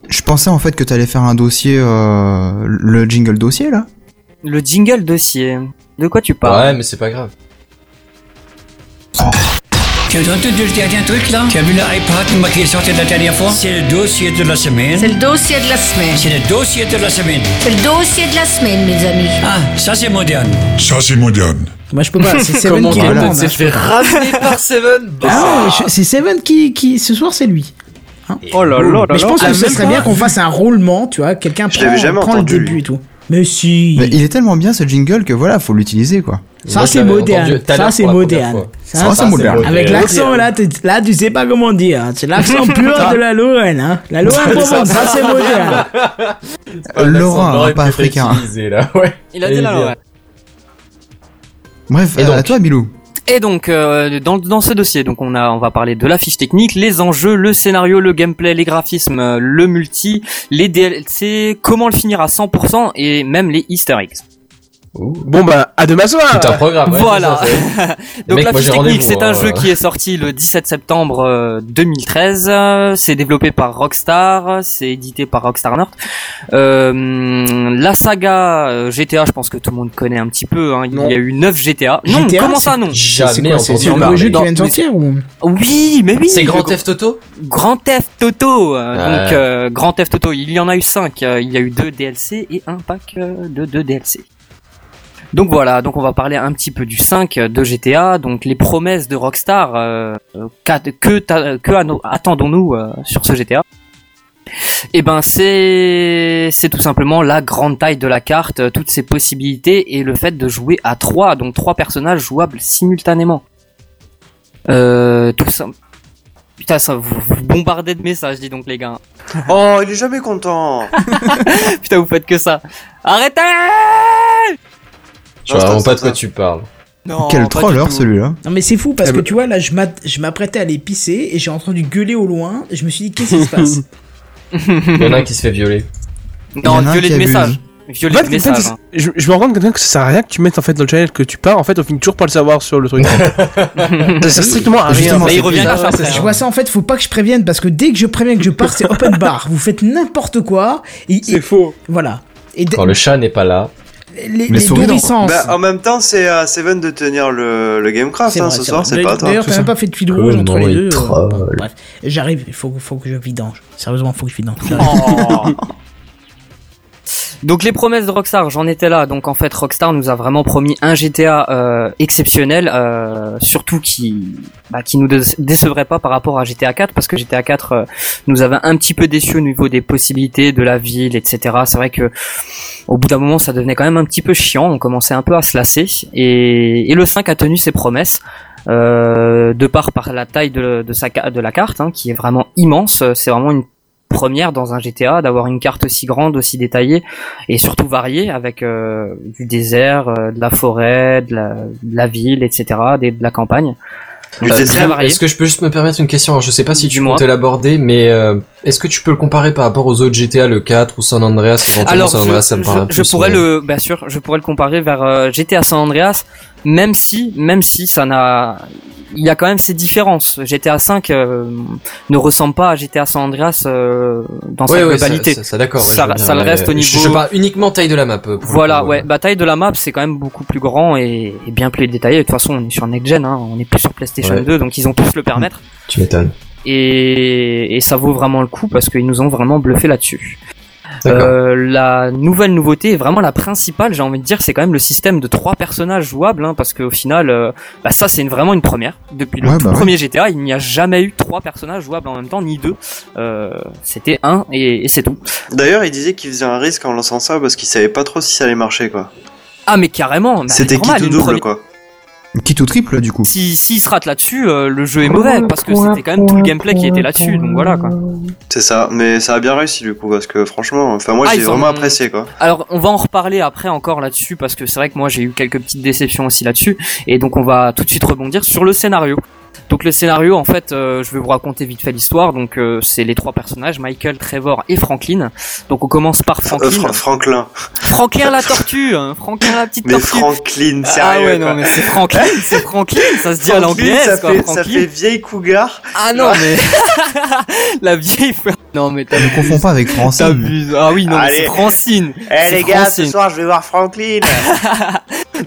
Je pensais en fait que t'allais faire un dossier, euh, le jingle dossier là. Le jingle dossier. De quoi tu parles Bah Ouais, mais c'est pas grave. <laughs> Tu as entendu le dernier truc là Tu as vu l'iPad moi, qui est sorti la dernière fois C'est le dossier de la semaine. C'est le dossier de la semaine. C'est le dossier de la semaine. C'est le dossier de la semaine, mes amis. Ah, ça c'est moderne. Ça, c'est moderne. Moi, je peux pas. C'est Seven Comment qui t'es répond. modeste, hein, je je peux vais pas. ramener par Seven. Ah ouais, je- c'est Seven qui, qui. Ce soir, c'est lui. Oh là là là Mais je là. pense Ah, que ce même serait pas. bien qu'on fasse un roulement, tu vois. Quelqu'un Je prend, l'avais jamais prend le entendu, début lui. et tout. Mais si. Mais il est tellement bien ce jingle que voilà, faut l'utiliser quoi. Ça, c'est moderne. Ça, c'est moderne. Ça, c'est moderne. Euh, Avec l'accent, là, tu- là, tu sais pas comment dire. hein. C'est <laughs> l'accent pur de la Lorraine. Hein. La Lorraine Provence, ça c'est moderne. Laurent, hein, pas africain. Là, ouais. Il a dit là, ouais. Bref, Et euh, donc à toi Bilou. Et donc euh, dans, dans ce dossier, donc on a on va parler de la fiche technique, les enjeux, le scénario, le gameplay, les graphismes, euh, le multi, les DLC, comment le finir à 100% et même les Easter eggs. Bon bah, à demain soir Tout un programme. Ah ouais, Voilà. c'est ça, c'est- <laughs> Donc Mec, la moi, fiche j'ai technique, rendez-vous, c'est un hein, jeu euh. qui est sorti le 17 septembre euh, 2013. euh, C'est développé par Rockstar, c'est édité par Rockstar North. Euh, la saga euh, GTA, je pense que tout le monde connaît un petit peu. hein, Il Non. y a eu 9 GTA. Non, GTA, comment ça non C'est Jamais quoi, c'est entendu sur le parler. jeu qui Non, vient de mais sortir ou Oui, mais oui. C'est Grand le- Theft Auto Grand Theft Auto. euh, Ouais. Donc euh, Grand Theft Auto, il y en a eu 5, il y a eu deux DLC et un pack euh, de deux DLC. Donc voilà, donc on va parler un petit peu du 5 de GTA, donc les promesses de Rockstar euh, euh, qu'a- que ta- que anno- attendons-nous euh, sur ce GTA Eh ben c'est c'est tout simplement la grande taille de la carte, euh, toutes ses possibilités et le fait de jouer à trois, donc trois personnages jouables simultanément. Euh, tout ça Putain, ça vous, vous bombardez de messages, dis donc les gars. <laughs> Oh, il est jamais content. Putain, vous faites que ça. Arrêtez Je vois Non, c'est vraiment pas pas de quoi ça. tu parles. Non, Oh, Quel hein, pas du troller tout. celui-là. Non mais c'est fou parce Eh que ben- tu vois là je m'att- je m'apprêtais à aller pisser et j'ai entendu gueuler au loin. Je me suis dit qu'est-ce qui se passe Il y en a un qui se fait violer. Il y en Non, a un violet qui de abuse. message. Violet En de fait, en fait, message. c'est- hein. je, je me rends compte que que ça sert à rien que tu mettes en fait dans le channel que tu pars en fait on finit toujours pas le savoir sur le truc. ça sert strictement à rien. Justement, Mais c'est il revient bizarre. cache après. Je hein. vois ça en fait, faut pas que je prévienne parce que dès que je préviens que je pars, c'est open bar. Vous faites n'importe quoi. Et, et- C'est faux. voilà. Et d- Quand le chat n'est pas là. les, les les souris, non. nourrissances. Bah, en même temps, c'est à Seven de tenir le, le Gamecraft hein, vrai, ce soir, vrai. c'est pas à toi. D'ailleurs, tout t'as ça. même pas fait de fil Comment rouge entre les il deux. euh, troll. bon, bref. J'arrive, il faut, faut que je vidange. Sérieusement, faut que je <laughs> vidange. Oh, J'arrive. Donc les promesses de Rockstar, j'en étais là. Donc en fait, Rockstar nous a vraiment promis un GTA euh, exceptionnel, euh, surtout qui bah, qui nous dé- décevrait pas par rapport à GTA 4, parce que GTA 4 euh, nous avait un petit peu déçu au niveau des possibilités de la ville, etc. C'est vrai que au bout d'un moment, ça devenait quand même un petit peu chiant. On commençait un peu à se lasser. Et, et le 5 a tenu ses promesses. euh, de part par la taille de, de, sa, ca- de la carte, hein, qui est vraiment immense, c'est vraiment une première dans un GTA d'avoir une carte aussi grande, aussi détaillée et surtout variée avec euh, du désert, euh, de la forêt, de la, de la ville, etc., des, de la campagne. Du Euh, désert, très varié. Est-ce que je peux juste me permettre une question Alors, Je sais pas si tu Dis-moi. comptes l'aborder, mais euh, est-ce que tu peux le comparer par rapport aux autres GTA, le 4 ou San Andreas éventuellement, Alors, San je, Andreas, ça me parle un je- peu je plus, pourrais mais- le, bien sûr, je pourrais le comparer vers euh, GTA San Andreas, même si, même si ça n'a, il y a quand même ces différences. GTA 5 euh, ne ressemble pas à GTA San Andreas euh, dans Ouais, sa ouais, globalité. Ça, ça- ça, d'accord. Ça- je veux bien, ça le mais reste au je- niveau- Je, parle uniquement taille de la map. pour le Voilà, coup, ouais, bataille de la map, c'est quand même beaucoup plus grand et, et bien plus détaillé. De toute façon, on est sur next gen, hein, on n'est plus sur PlayStation Ouais. 2, donc ils ont tous le permettre. Tu m'étonnes. Et, et ça vaut vraiment le coup parce qu'ils nous ont vraiment bluffé là-dessus. Euh, la nouvelle nouveauté, et vraiment la principale, j'ai envie de dire, c'est quand même le système de trois personnages jouables, hein, parce qu'au final, euh, bah, ça c'est une- vraiment une première. Depuis le Ouais, tout bah ouais. premier GTA, il n'y a jamais eu trois personnages jouables en même temps, ni deux. Euh, C'était un et- et c'est tout. D'ailleurs, il disait qu'il faisait un risque en lançant ça parce qu'il savait pas trop si ça allait marcher, quoi. Ah mais carrément, bah, C'était qui normal, tout une double, première- quoi. Qui tout triple du coup. Si s'il se rate là-dessus, euh, le jeu est mauvais parce que c'était quand même tout le gameplay qui était là-dessus. Donc voilà quoi. C'est ça, mais ça a bien réussi du coup parce que franchement, enfin moi Ah, j'ai ils ont- vraiment apprécié quoi. Alors on va en reparler après encore là-dessus parce que c'est vrai que moi j'ai eu quelques petites déceptions aussi là-dessus et donc on va tout de suite rebondir sur le scénario. Donc le scénario en fait euh, je vais vous raconter vite fait l'histoire donc euh, c'est les trois personnages Michael, Trevor et Franklin. Donc on commence par Euh, Franklin. Fra- Franklin. Franklin la tortue, hein, Franklin la petite Mais tortue. Franklin, ah sérieux. ouais non quoi. mais c'est Franklin, c'est Franklin, ça se dit à Franklin, ça l'anglaise quoi. fait- ça Franklin. fait vieille cougar. Ah non mais <laughs> la vieille. Non mais t'as <laughs> Ne confonds pas avec Francine. T'abuses. Ah oui, non, mais Allez. c'est Francine. Eh C'est les gars, ce Francine. soir je vais voir Franklin.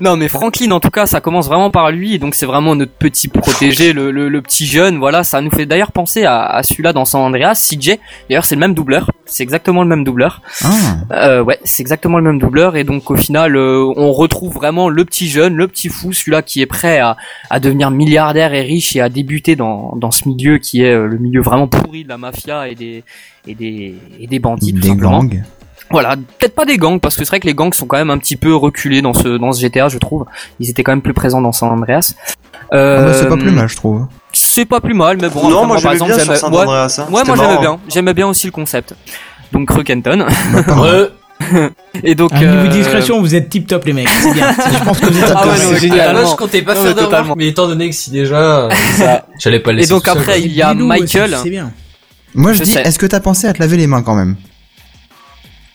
Non, mais Franklin, en tout cas, ça commence vraiment par lui. et Donc, c'est vraiment notre petit protégé, le, le, le petit jeune. Voilà, ça nous fait d'ailleurs penser à, à celui-là dans San Andreas, CJ. D'ailleurs, c'est le même doubleur. C'est exactement le même doubleur. Ah, Euh, ouais, c'est exactement le même doubleur et donc au final euh, on retrouve vraiment le petit jeune, le petit fou, celui-là qui est prêt à, à devenir milliardaire et riche et à débuter dans, dans ce milieu qui est euh, le milieu vraiment pourri de la mafia et des et des et des bandits tout Des simplement. gangs. Voilà, peut-être pas des gangs parce que c'est vrai que les gangs sont quand même un petit peu reculés dans ce dans ce GTA, je trouve. Ils étaient quand même plus présents dans San Andreas. Ah bah, Euh, c'est pas plus mal, je trouve. <laughs> c'est pas plus mal, mais bon. Non, après, moi, par j'aimais exemple, bien sur j'aimais- San ouais, Andreas, hein. ouais, moi C'était j'aimais marrant. bien, j'aimais bien aussi le concept. Donc Rekenton. <laughs> Bah, Et donc. À niveau euh, discrétion, vous êtes tip top les mecs. C'est bien. Je pense que vous êtes Ah ouais, non, mais Moi, totalement. je comptais pas Non, faire mais de remarques, totalement. mais étant donné que si déjà, euh, ça, j'allais pas le Et laisser. donc tout seul, après, quoi. il y a Michael. Moi je, Je dis, sais. est-ce que t'as pensé à te laver les mains quand même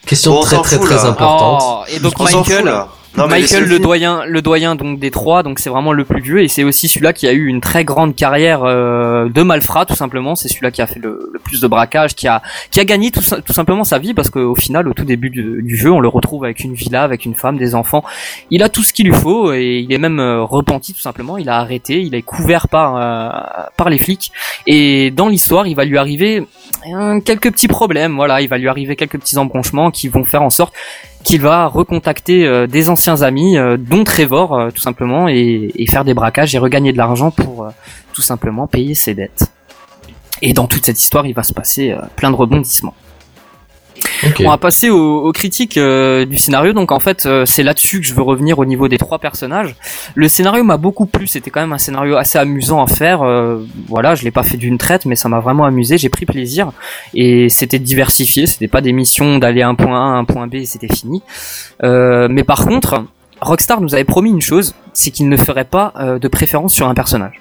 Question Bon, on très s'en très fout, très là. importante. Oh, et donc On s'en fout, Michael, là. Non, mais Michael laissez-le le finir. doyen, le doyen donc des trois, donc c'est vraiment le plus vieux et c'est aussi celui-là qui a eu une très grande carrière euh, de malfrat tout simplement. C'est celui-là qui a fait le, le plus de braquages, qui a qui a gagné tout, si- tout simplement sa vie parce qu'au final, au tout début du, du jeu, on le retrouve avec une villa, avec une femme, des enfants. Il a tout ce qu'il lui faut et il est même euh, repenti tout simplement. Il a arrêté, il est couvert par euh, par les flics et dans l'histoire, il va lui arriver euh, quelques petits problèmes. Voilà, il va lui arriver quelques petits embranchements qui vont faire en sorte qu'il va recontacter euh, des anciens amis, euh, dont Trevor, euh, tout simplement, et, et faire des braquages et regagner de l'argent pour euh, tout simplement payer ses dettes. Et dans toute cette histoire, il va se passer euh, plein de rebondissements. Ok. On va passer aux, aux critiques euh, du scénario. Donc en fait, euh, c'est là-dessus que je veux revenir au niveau des trois personnages. Le scénario m'a beaucoup plu. C'était quand même un scénario assez amusant à faire. Euh, voilà, je l'ai pas fait d'une traite, mais ça m'a vraiment amusé. J'ai pris plaisir et c'était diversifié. C'était pas des missions d'aller à un point A à un point B et c'était fini. Euh, mais par contre, Rockstar nous avait promis une chose, c'est qu'il ne ferait pas euh, de préférence sur un personnage.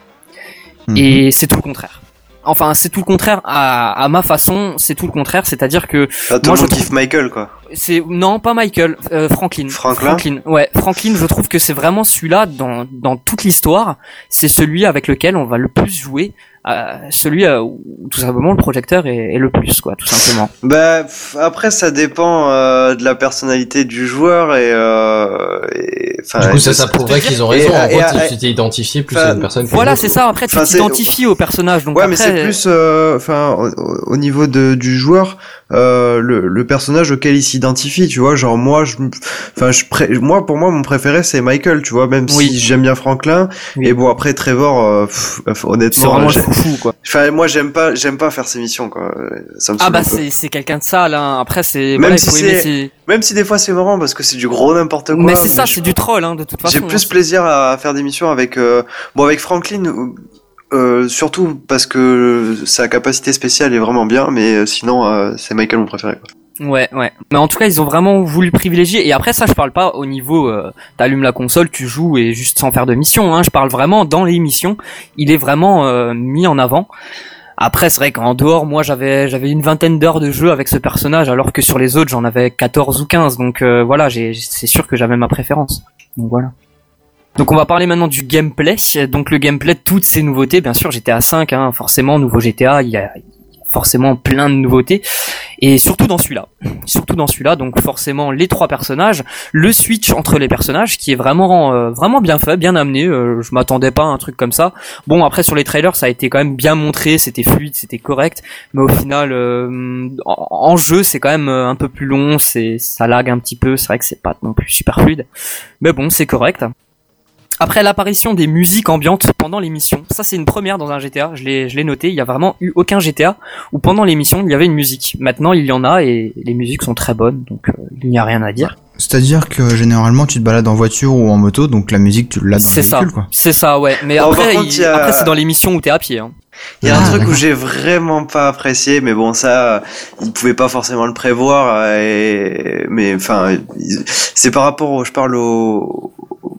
Et c'est tout le contraire. Enfin, c'est tout le contraire à, à ma façon. C'est tout le contraire, c'est-à-dire que Ah, tout moi le je monde trouve kiffe Michael quoi. c'est non pas Michael, euh, Franklin. Franklin Ouais, Franklin. Je trouve que c'est vraiment celui-là dans dans toute l'histoire. C'est celui avec lequel on va le plus jouer. euh, celui euh, où tout simplement le projecteur est, est le plus quoi, tout <laughs> simplement. Bah pff, après ça dépend euh, de la personnalité du joueur et euh, et- enfin, Du coup, ça, de- ça prouverait et- qu'ils ont raison. et- En gros, et- tu- et- tu t'es identifié plus enfin, à une personne. qu'à une Voilà, autre. c'est ça. Après, tu Enfin, c'est- t'identifies au personnage. Donc ouais, mais après, c'est plus, euh, enfin, au, au niveau de, du joueur, euh, le, le personnage auquel il s'identifie, tu vois. Genre moi, je, enfin, je, pré- moi pour moi mon préféré c'est Michael, tu vois. Même Oui. si j'aime bien Franklin, Oui. et bon après Trevor, euh, pff, enfin, c'est honnêtement, euh, vraiment j'ai- le foufou quoi. enfin moi j'aime pas, j'aime pas faire ces missions quoi. Euh, Ça me Ah saoule bah un peu. c'est c'est quelqu'un de sale. Hein. Après c'est Même voilà, il si faut aimer c'est- ses- Même si des fois c'est marrant parce que c'est du gros n'importe quoi. mais c'est ça, je- c'est du troll hein, de toute façon. J'ai plus plaisir à faire des missions avec euh, bon avec Franklin euh, euh, surtout parce que sa capacité spéciale est vraiment bien mais euh, sinon euh, c'est Michael mon préféré quoi. Ouais, ouais. Mais en tout cas, ils ont vraiment voulu privilégier. Et après ça, je parle pas au niveau. Euh, T'allumes la console, tu joues et juste sans faire de mission. Hein. Je parle vraiment dans les missions. Il est vraiment euh, mis en avant. Après, c'est vrai qu'en dehors, moi, j'avais j'avais une vingtaine d'heures de jeu avec ce personnage, alors que sur les autres, j'en avais 14 ou 15. Donc euh, voilà, j'ai- c'est sûr que j'avais ma préférence. Donc voilà. Donc on va parler maintenant du gameplay. Donc le gameplay, toutes ces nouveautés, bien sûr, GTA 5, hein, forcément, nouveau GTA, il y a forcément plein de nouveautés et surtout dans celui-là surtout dans celui-là donc forcément les trois personnages le switch entre les personnages qui est vraiment euh, vraiment bien fait bien amené euh, je m'attendais pas à un truc comme ça bon après sur les trailers ça a été quand même bien montré c'était fluide c'était correct mais au final euh, en, en, jeu c'est quand même euh, un peu plus long c'est ça lag un petit peu c'est vrai que c'est pas non plus super fluide mais bon c'est correct après l'apparition des musiques ambiantes pendant l'émission, ça c'est une première dans un GTA, je l'ai, je l'ai noté, il y a vraiment eu aucun GTA où pendant l'émission il y avait une musique. Maintenant il y en a et les musiques sont très bonnes, donc euh, il n'y a rien à dire. C'est-à-dire que généralement tu te balades en voiture ou en moto, donc la musique tu l'as dans c'est le véhicule, ça. quoi. C'est ça, ouais. Mais Bon, après, par contre, il- il y a- après, c'est dans l'émission où t'es à pied. hein. Il y a Ah, un truc où d'accord. j'ai vraiment pas apprécié, mais bon, ça, euh, ils pouvaient pas forcément le prévoir. euh, Et... Mais enfin, ils- c'est par rapport, au, je parle au,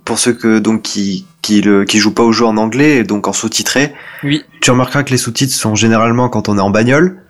pour ceux que donc qui qui le qui jouent pas au jeu en anglais, et donc en sous-titré. Oui. Tu remarqueras que les sous-titres sont généralement quand on est en bagnole.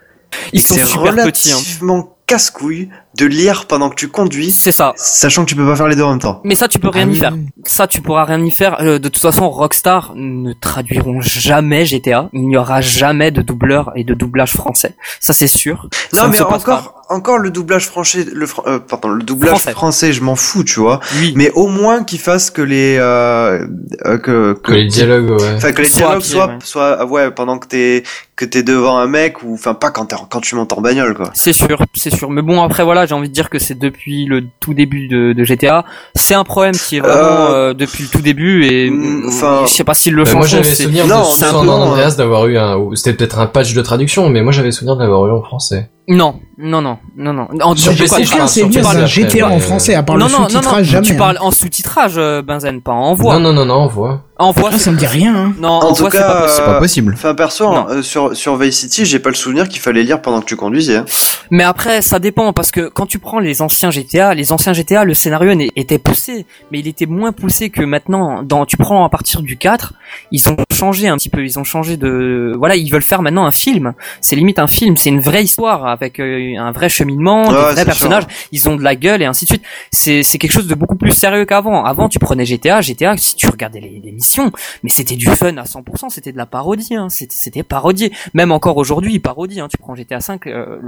Ils et que sont c'est super petits, hein. relativement casse-couille de lire pendant que tu conduis. C'est ça. Sachant que tu peux pas faire les deux en même temps. Mais ça, tu peux rien y faire. Ça, tu pourras rien y faire. Euh, de toute façon, Rockstar ne traduiront jamais GTA. Il n'y aura jamais de doubleur et de doublage français. Ça, c'est sûr. Non, Ça ne mais se passera. encore, encore le doublage français, le fran- euh, pardon, le doublage Français. français, je m'en fous, tu vois. Mais au moins qu'il fasse que les euh, euh, que, Que les dialogues, ouais. Enfin que les Soit dialogues appuyés, soient ouais. soient ah ouais pendant que t'es que t'es devant un mec ou enfin pas quand t'es en- quand tu montes en bagnole quoi. C'est sûr, c'est sûr. Mais bon, après voilà, j'ai envie de dire que c'est depuis le tout début de, de GTA. C'est un problème qui est vraiment Euh, euh, depuis le tout début et mm, enfin, je sais pas s'ils le Bah, moi changeront. j'avais c'est- souvenir de San Andreas d'avoir eu un, ou- c'était peut-être un patch de traduction, mais moi j'avais souvenir de l'avoir eu en français. Non, non, non, non, non. En Sur tu PC, parles- je parle, tu sur parles- PC, tu GTA parles- en français, à part non, hein. le non, non, sous-titrage, non, Tu jamais, hein. parles en sous-titrage, euh, Benzen, pas en voix. Non, non, non, non, en voix. En voix, ça me dit rien. Non, en, voix, c'est pas possible. Enfin perso, hein, euh, sur sur Vice City, j'ai pas le souvenir qu'il fallait lire pendant que tu conduisais. hein. Mais après, ça dépend parce que quand tu prends les anciens GTA, les anciens GTA, le scénario n'est- était poussé, mais il était moins poussé que maintenant. Dans, tu prends à partir du 4, ils ont changé un petit peu, ils ont changé de, voilà, ils veulent faire maintenant un film. C'est limite un film, c'est une vraie histoire avec euh, un vrai cheminement, Ouais, des c'est vrais sûr. personnages. Ils ont de la gueule et ainsi de suite. C'est, c'est quelque chose de beaucoup plus sérieux qu'avant. Avant, tu prenais GTA, GTA, si tu regardais les, les missions, mais c'était du fun à 100%, c'était de la parodie, hein. c'était, c'était parodié. Même encore aujourd'hui, ils parodient. Hein. Tu prends GTA 5, euh,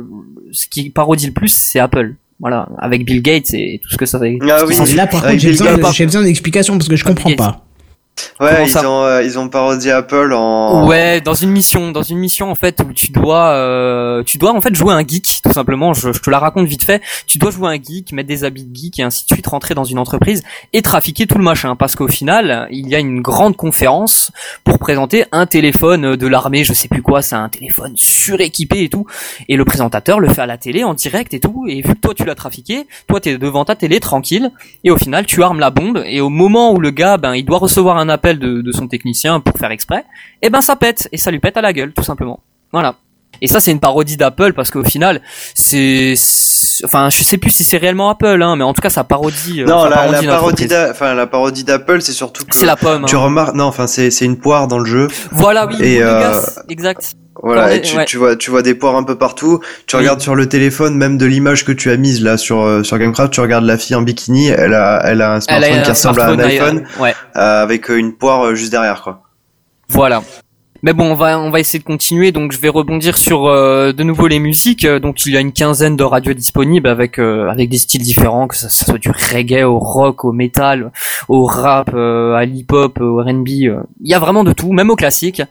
ce qui parodie le plus, c'est Apple. Voilà, avec Bill Gates et tout ce que ça. Ah tout ce qui oui. s'ensuit. Là, par Avec contre, j'ai Bill besoin, Gates. de- j'ai besoin d'explications parce que je comprends pas. Ouais, Comment ils ça ont euh, ils ont parodié Apple en. Ouais, dans une mission, dans une mission en fait où tu dois, euh, tu dois en fait jouer un geek tout simplement. Je, je te la raconte vite fait. Tu dois jouer un geek, mettre des habits de geek et ainsi de suite, rentrer dans une entreprise et trafiquer tout le machin. Parce qu'au final, il y a une grande conférence pour présenter un téléphone de l'armée, je sais plus quoi, c'est un téléphone suréquipé et tout. Et le présentateur le fait à la télé en direct et tout. Et vu que toi tu l'as trafiqué, toi t'es devant ta télé tranquille. Et au final, tu armes la bombe. Et au moment où le gars, ben, il doit recevoir un appel de, de son technicien pour faire exprès, et ben ça pète et ça lui pète à la gueule tout simplement. Voilà. Et ça c'est une parodie d'Apple parce qu'au final c'est c'est- enfin je sais plus si c'est réellement Apple hein mais en tout cas ça parodie euh, Non, ça la, la une parodie entreprise. d'a- enfin la parodie d'Apple, c'est surtout que C'est la pomme, Tu hein. remarques non, enfin c'est c'est une poire dans le jeu. Voilà oui Et, Monégas, euh, exact. Voilà, Attendez, et tu, ouais. tu vois, tu vois des poires un peu partout. Tu regardes sur le téléphone, même de l'image que tu as mise là sur euh, sur Gamecraft, tu regardes la fille en bikini. Elle a, elle a un Elle smartphone a un qui ressemble à un smartphone, iPhone, euh, ouais. euh, avec euh, une poire euh, juste derrière quoi. Voilà. Mais bon, on va on va essayer de continuer. Donc, je vais rebondir sur euh, de nouveau les musiques. Euh, Donc, il y a une quinzaine de radios disponibles avec euh, avec des styles différents, que ça soit du reggae, au rock, au metal, au rap, euh, à l'hip-hop, au R&B. euh. Il y a vraiment de tout, même au classique.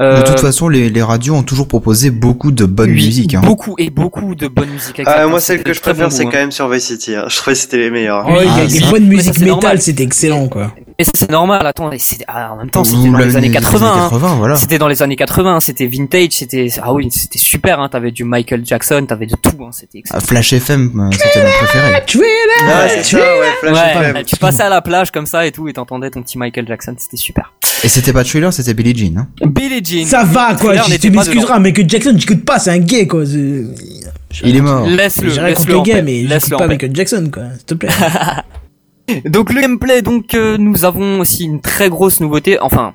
Euh, De toute façon, les, les radios ont toujours proposé beaucoup de bonne musique. Hein. beaucoup et beaucoup de bonne musique. Ah, exactement. moi, celle que des je très bons préfère, c'est goûts, quand hein. même sur Vice City. hein. <laughs> Je trouvais que c'était les meilleurs. Ah, Oh, il y a des bonnes mais ça, musiques c'est métal, normal. c'était excellent quoi. Mais ça, c'est normal, attends, et c'est- ah, en même temps, c'était Vous dans les l'avez années dit, 80. les hein. années 80, voilà. C'était dans les années 80, c'était vintage, c'était, ah oui, c'était super, hein. T'avais du Michael Jackson, t'avais de tout, hein. C'était Ah, Flash FM, euh, c'était ma préférée. Tu es là c'est ça, ouais, Flash FM. Tu passais à la plage comme ça et tout, et t'entendais ton petit Michael Jackson, c'était super. Et c'était pas Thriller, c'était Billie Jean. Hein. Billie Jean. Ça va quoi, Thriller tu- n'était tu pas m'excuseras, mais que Jackson, j'écoute pas, c'est un gay quoi. c'est- Il est mort. Laisse-le, Je dirais laisse-le contre les en gays, paix, mais laisse-le j'écoute en pas paix. Michael Jackson quoi, s'il te plaît. Donc le gameplay, donc euh, nous avons aussi une très grosse nouveauté, enfin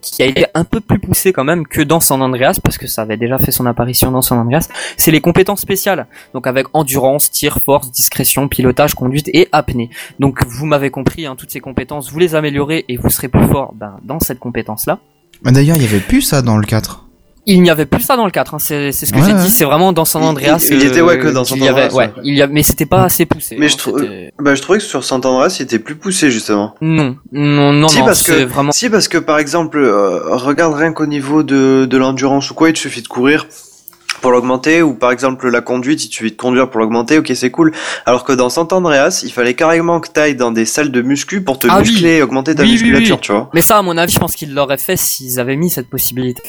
qui a été un peu plus poussée quand même que dans San Andreas parce que ça avait déjà fait son apparition dans San Andreas, c'est les compétences spéciales. Donc avec endurance, tir, force, discrétion, pilotage, conduite et apnée. Donc vous m'avez compris, hein, toutes ces compétences, vous les améliorez et vous serez plus fort ben, dans cette compétence là. Mais D'ailleurs, il y avait plus ça dans le 4. il n'y avait plus ça dans le 4 hein. c'est c'est ce que Ouais, j'ai ouais. dit c'est vraiment dans San Il- il- Andreas il euh, était, ouais, que dans qu'il San y avait- Andreas, ouais, ouais. il y a- mais c'était pas assez poussé Mais hein, je, trou- c'était- bah, je trouvais que sur Sant'Andreas, c'était plus poussé, justement. non non non si, non, parce que, c'est vraiment si, parce que, par exemple, euh, regarde rien qu'au niveau de, de l'endurance ou quoi, il te suffit de courir pour l'augmenter, ou par exemple la conduite, il te suffit de conduire pour l'augmenter, ok, c'est cool. Alors que dans Sant'Andreas, il fallait carrément que t'ailles dans des salles de muscu pour te Ah oui. muscler et augmenter ta Oui, oui, musculature, oui. tu vois. Mais ça, à mon avis, je pense qu'ils l'auraient fait s'ils avaient mis cette possibilité,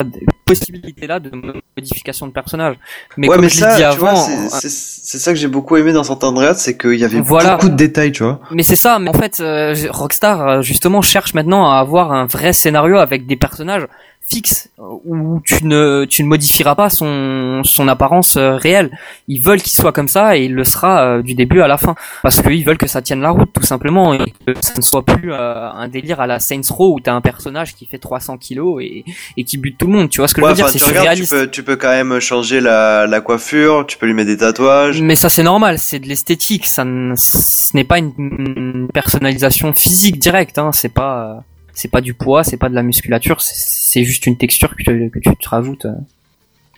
possibilité là de modification de personnage. Mais ouais, comme mais je ça, l'ai dit tu vois, avant, euh, c'est- c'est c'est ça que j'ai beaucoup aimé dans Sant'Andreas, c'est qu'il y avait Voilà. beaucoup de détails, tu vois. mais c'est ça. Mais en fait, euh, Rockstar euh, justement cherche maintenant à avoir un vrai scénario avec des personnages fixes euh, où tu ne tu ne modifieras pas son son apparence euh, réelle. Ils veulent qu'il soit comme ça et il le sera euh, du début à la fin parce qu'ils veulent que ça tienne la route tout simplement et que ça ne soit plus euh, un délire à la Saints Row où t'as un personnage qui fait 300 kilos et et qui bute tout le monde. Tu vois ce que Ouais, je veux dire enfin, C'est tu regardes, tu surréaliste. peux, tu peux quand même changer la, la coiffure, tu peux lui mettre des tatouages. Mais ça c'est normal, c'est de l'esthétique, ça ne- ce n'est pas une, une personnalisation physique directe, hein. c'est pas euh, c'est pas du poids, c'est pas de la musculature, c'est- c'est juste une texture que, tu- que tu te rajoutes. euh,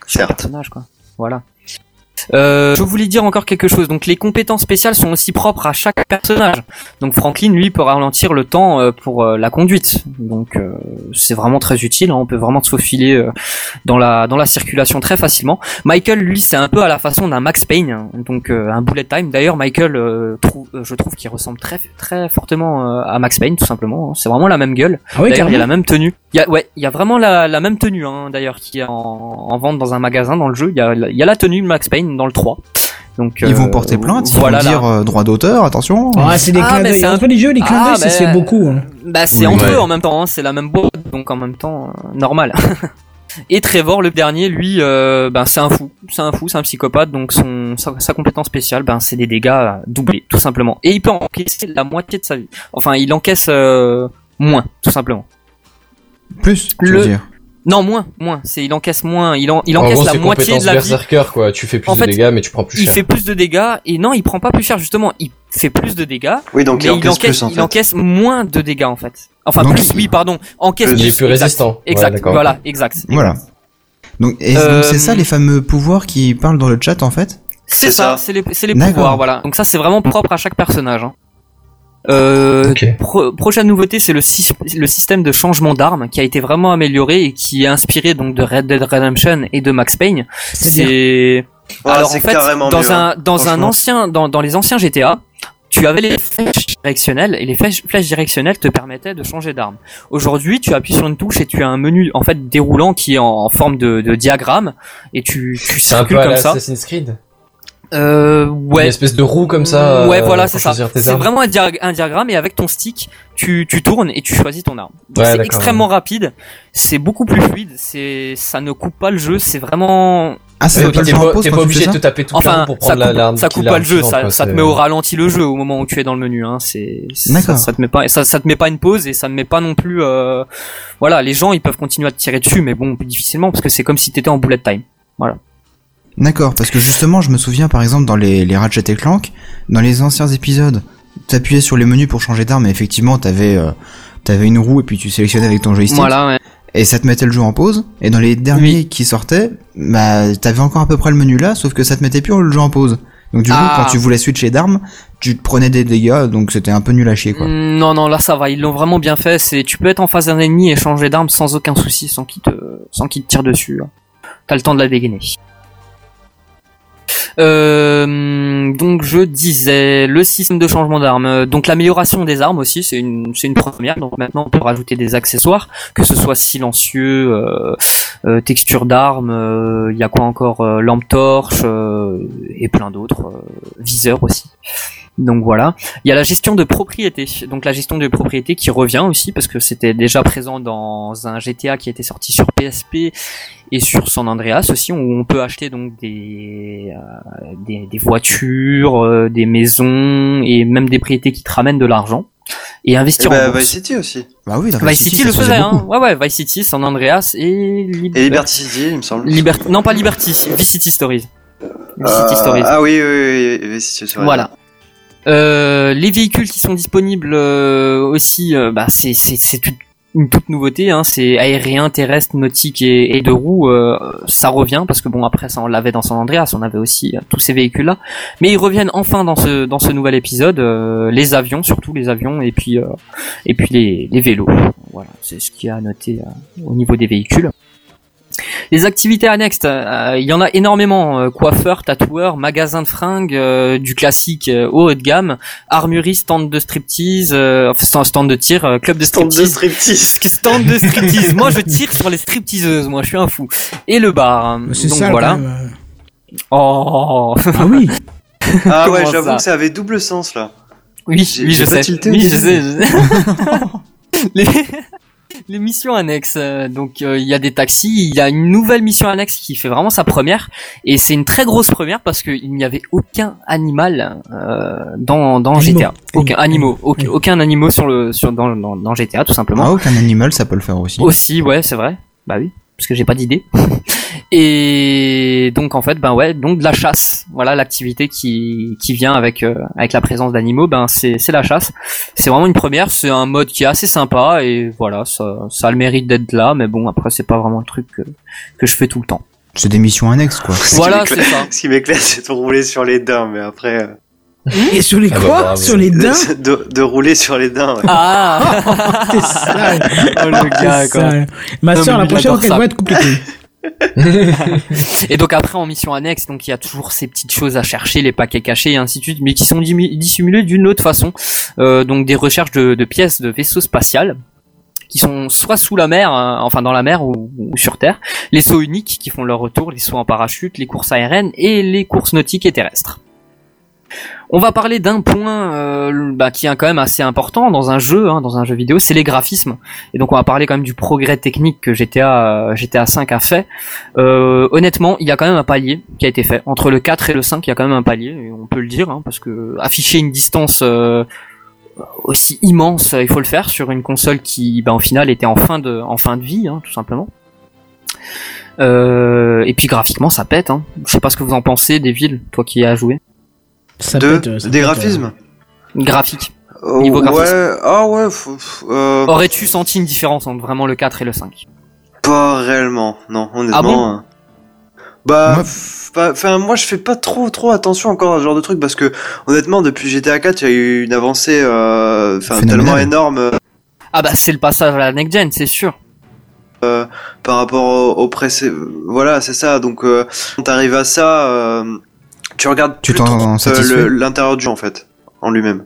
sur le personnage quoi. Voilà. Euh, je voulais dire encore quelque chose. Donc les compétences spéciales sont aussi propres à chaque personnage. Donc Franklin, lui, peut ralentir le temps euh, pour euh, la conduite. Donc euh, c'est vraiment très utile. hein. On peut vraiment se faufiler euh, dans la dans la circulation très facilement. Michael, lui, c'est un peu à la façon d'un Max Payne, hein. donc euh, un bullet time. D'ailleurs, Michael, euh, trou- euh, je trouve qu'il ressemble très très fortement euh, à Max Payne, tout simplement. hein. C'est vraiment la même gueule. Ah oui, D'ailleurs, il y a carrément. la même tenue. Il y a, ouais, il y a vraiment la, la même tenue, hein, d'ailleurs, qui est en, en vente dans un magasin dans le jeu. Il y a, la- il y a la tenue de Max Payne dans le 3. Donc, Ils vont euh, porter plainte, ils voilà vont la- dire euh, droit d'auteur, attention. Ah, c'est des Ah, clins mais d'œil. c'est un- Entre les jeux, les clins Ah, d'œil, ça mais- se fait beaucoup. hein. Bah c'est Oui. entre Ouais. eux en même temps, hein, c'est la même boîte, donc en même temps euh, normal. <laughs> Et Trevor, le dernier, lui, euh, ben c'est un fou, c'est un fou, c'est un psychopathe, donc son sa, sa compétence spéciale, ben c'est des dégâts euh, doublés, tout simplement. Et il peut encaisser la moitié de sa vie. Enfin, il encaisse euh, moins, tout simplement. Plus, tu veux Le- dire. Non, moins, moins. C'est il encaisse moins, il en, il En encaisse gros, la c'est moitié de compétence la vie. berserker, quoi. Tu fais plus En de fait, dégâts, mais tu prends plus Il cher. fait plus de dégâts et non, il prend pas plus cher justement. Il fait plus de dégâts. Oui, donc mais il encaisse plus, en il fait. encaisse moins de dégâts en fait. Enfin Donc, plus, oui, pardon, encaisse Il est plus plus exact. résistant. Ouais, Exact. d'accord. voilà, exact. Voilà. Donc, et Euh, donc c'est ça les fameux pouvoirs qui parlent dans le chat en fait C'est ça, c'est les, c'est les D'accord. pouvoirs, voilà. Donc ça, c'est vraiment propre à chaque personnage. hein. Euh, pro- prochaine nouveauté, c'est le, sy- le système de changement d'armes qui a été vraiment amélioré et qui est inspiré donc de Red Dead Redemption et de Max Payne. C'est-à-dire C'est Ouais, alors c'est en fait carrément dans mieux, un hein, dans un franchement. ancien dans, dans les anciens GTA, tu avais les flèches directionnelles et les flèches, flèches directionnelles te permettaient de changer d'arme. Aujourd'hui, tu appuies sur une touche et tu as un menu en fait déroulant qui est en, en forme de, de diagramme et tu tu C'est un peu circules à comme la ça. Assassin's Creed. Euh, ouais. Une espèce de roue comme ça, Ouais, euh, voilà, pour c'est ça. choisir tes C'est armes. vraiment un, diag- un diagramme et avec ton stick, tu, tu tournes et tu choisis ton arme. Donc Ouais, c'est d'accord, extrêmement rapide, c'est beaucoup plus fluide, c'est, ça ne coupe pas le jeu, c'est vraiment. Ah, ça Euh, t'es pas- t'es pas obligé de te taper toute la enfin, roue pour ça prendre la- coupe, l'arme Ça qui- coupe pas l'arme le jeu, suivante, ça, quoi, ça te c'est- met au ralenti le jeu au moment où tu es dans le menu. Hein. C'est, ça, D'accord. ça te met pas, ça, ça te met pas une pause et ça ne met pas non plus. euh, Voilà, les gens ils peuvent continuer à te tirer dessus, mais bon, difficilement parce que c'est comme si t'étais en bullet time. Voilà. D'accord, parce que justement, je me souviens par exemple dans les, les Ratchet et Clank, dans les anciens épisodes, t'appuyais sur les menus pour changer d'arme et effectivement t'avais euh, t'avais une roue et puis tu sélectionnais avec ton joystick. Voilà, ouais. Et ça te mettait le jeu en pause. Et dans les derniers qui sortaient, bah t'avais encore à peu près le menu là, sauf que ça te mettait plus le jeu en pause. Donc du Ah. coup, quand tu voulais switcher d'arme, tu te prenais des dégâts, donc c'était un peu nul à chier quoi. Mm, Non, non, là ça va, ils l'ont vraiment bien fait. C'est, tu peux être en face d'un ennemi et changer d'arme sans aucun souci, sans qu'il te, sans qu'il te tire dessus. hein. T'as le temps de la dégainer. Euh, donc je disais le système de changement d'armes, Euh, donc l'amélioration des armes aussi, c'est une, c'est une première. Donc maintenant on peut rajouter des accessoires, que ce soit silencieux, euh, euh, texture d'armes, euh, il y a quoi encore, euh, lampe torche euh, et plein d'autres, euh, viseur aussi. Donc voilà, il y a la gestion de propriété. Donc la gestion de propriété qui revient aussi parce que c'était déjà présent dans un GTA qui était sorti sur PSP et sur San Andreas aussi où on peut acheter donc des euh, des, des voitures, euh, des maisons et même des propriétés qui te ramènent de l'argent et investir Et bah, en bourse. Vice City aussi. Bah oui, Vice City, le faisait, hein. Ouais, ouais, Vice City, San Andreas et, Liber- Et Liberty City, il me semble. Liberty- non, pas Liberty, Vice City Stories. Vice City Euh, Stories. Ah oui, oui, oui, oui, Vice City Stories. Voilà. Euh, les véhicules qui sont disponibles euh, aussi, euh, bah, c'est, c'est, c'est tout- une toute nouveauté, hein, c'est aérien, terrestre, nautique et, et de roues, euh, ça revient parce que bon après ça on l'avait dans San Andreas, on avait aussi euh, tous ces véhicules là, mais ils reviennent enfin dans ce dans ce nouvel épisode, euh, les avions surtout les avions et puis euh, et puis les, les vélos, voilà c'est ce qu'il y a à noter euh, au niveau des véhicules. Les activités annexes, euh, il y en a énormément. euh, coiffeurs, tatoueurs, magasins de fringues, euh, du classique euh, au haut de gamme, armurerie, stand de striptease, euh, enfin, stand, stand de tir, euh, club de Stand de striptease. striptease. stand de striptease. moi je tire sur les stripteaseuses, moi je suis un fou. Et le bar. hein. C'est Donc sale, voilà. quand même, euh. Oh Ah oui <laughs> Ah Comment ouais, j'avoue ça que ça avait double sens là. Oui, J'ai- oui, j'ai je pas sais. tilté au oui, je début. sais. je <laughs> sais. les... les missions annexes. euh, Donc euh, il y a des taxis, il y a une nouvelle mission annexe qui fait vraiment sa première et c'est une très grosse première parce qu'il n'y avait aucun animal euh, dans dans Animaux. GTA. Aucun animaux, aucun, aucun animaux sur le sur dans dans, dans GTA tout simplement. Ah, aucun animal, ça peut le faire aussi. Aussi, ouais, c'est vrai. Bah oui, parce que j'ai pas d'idée. <laughs> Et donc en fait, ben ouais, donc de la chasse. Voilà l'activité qui, qui vient avec euh, avec la présence d'animaux, ben c'est c'est la chasse. C'est vraiment une première, c'est un mode qui est assez sympa et voilà, ça ça a le mérite d'être là, mais bon après c'est pas vraiment le truc que, que je fais tout le temps. C'est des missions annexes, <laughs> quoi. Ce qui Voilà, m'éclate- c'est Ce qui m'éclate, c'est de rouler sur les dents, mais après. euh, Et sur les Ah bah, quoi bravo. Sur les <laughs> dents de, de- de rouler sur les dents. ouais. Ah T'es sale <laughs> Oh, le gars, T'es quoi. sale. Ma Non, soeur, la mais lui, prochaine il adore fois qu'elle ça. voit être compliquée. et donc après en mission annexe, donc il y a toujours ces petites choses à chercher, les paquets cachés et ainsi de suite, mais qui sont dimu- dissimulés d'une autre façon. Euh, donc des recherches de, de pièces de vaisseaux spatial qui sont soit sous la mer, euh, enfin dans la mer ou, ou sur terre, les sauts uniques qui font leur retour, les sauts en parachute, les courses aériennes et les courses nautiques et terrestres. On va parler d'un point euh, bah, qui est quand même assez important dans un jeu, hein, dans un jeu vidéo, c'est les graphismes. Et donc on va parler quand même du progrès technique que GTA euh, GTA 5 a fait. Euh, honnêtement, il y a quand même un palier qui a été fait entre le 4 et le 5. Il y a quand même un palier, et on peut le dire, hein, parce que afficher une distance euh, aussi immense, euh, il faut le faire sur une console qui, ben, au final, était en fin de en fin de vie, hein, tout simplement. Euh, et puis graphiquement, ça pète. Hein. Je sais pas ce que vous en pensez des villes, toi qui y as joué. Ça De- pète, euh, ça des pète, euh. graphismes Graphique. Oh, euh, Niveau graphisme. Oh. ouais, ah ouais, faut- faut- euh, Aurais-tu senti une différence entre vraiment le 4 et le 5 pas réellement, non, honnêtement. Ah bon euh, bah, f- pas- enfin, moi je fais pas trop trop attention encore à ce genre de truc parce que honnêtement, depuis GTA 4, il y a eu une avancée euh, enfin, tellement énorme euh, Ah bah c'est le passage à la next gen, c'est sûr. euh, par rapport au, au précé- Voilà, c'est ça. Donc, euh, quand t'arrives à ça, euh, tu regardes Tu plus t'en trop, euh, satisfais le- l'intérieur du jeu en fait, en lui-même.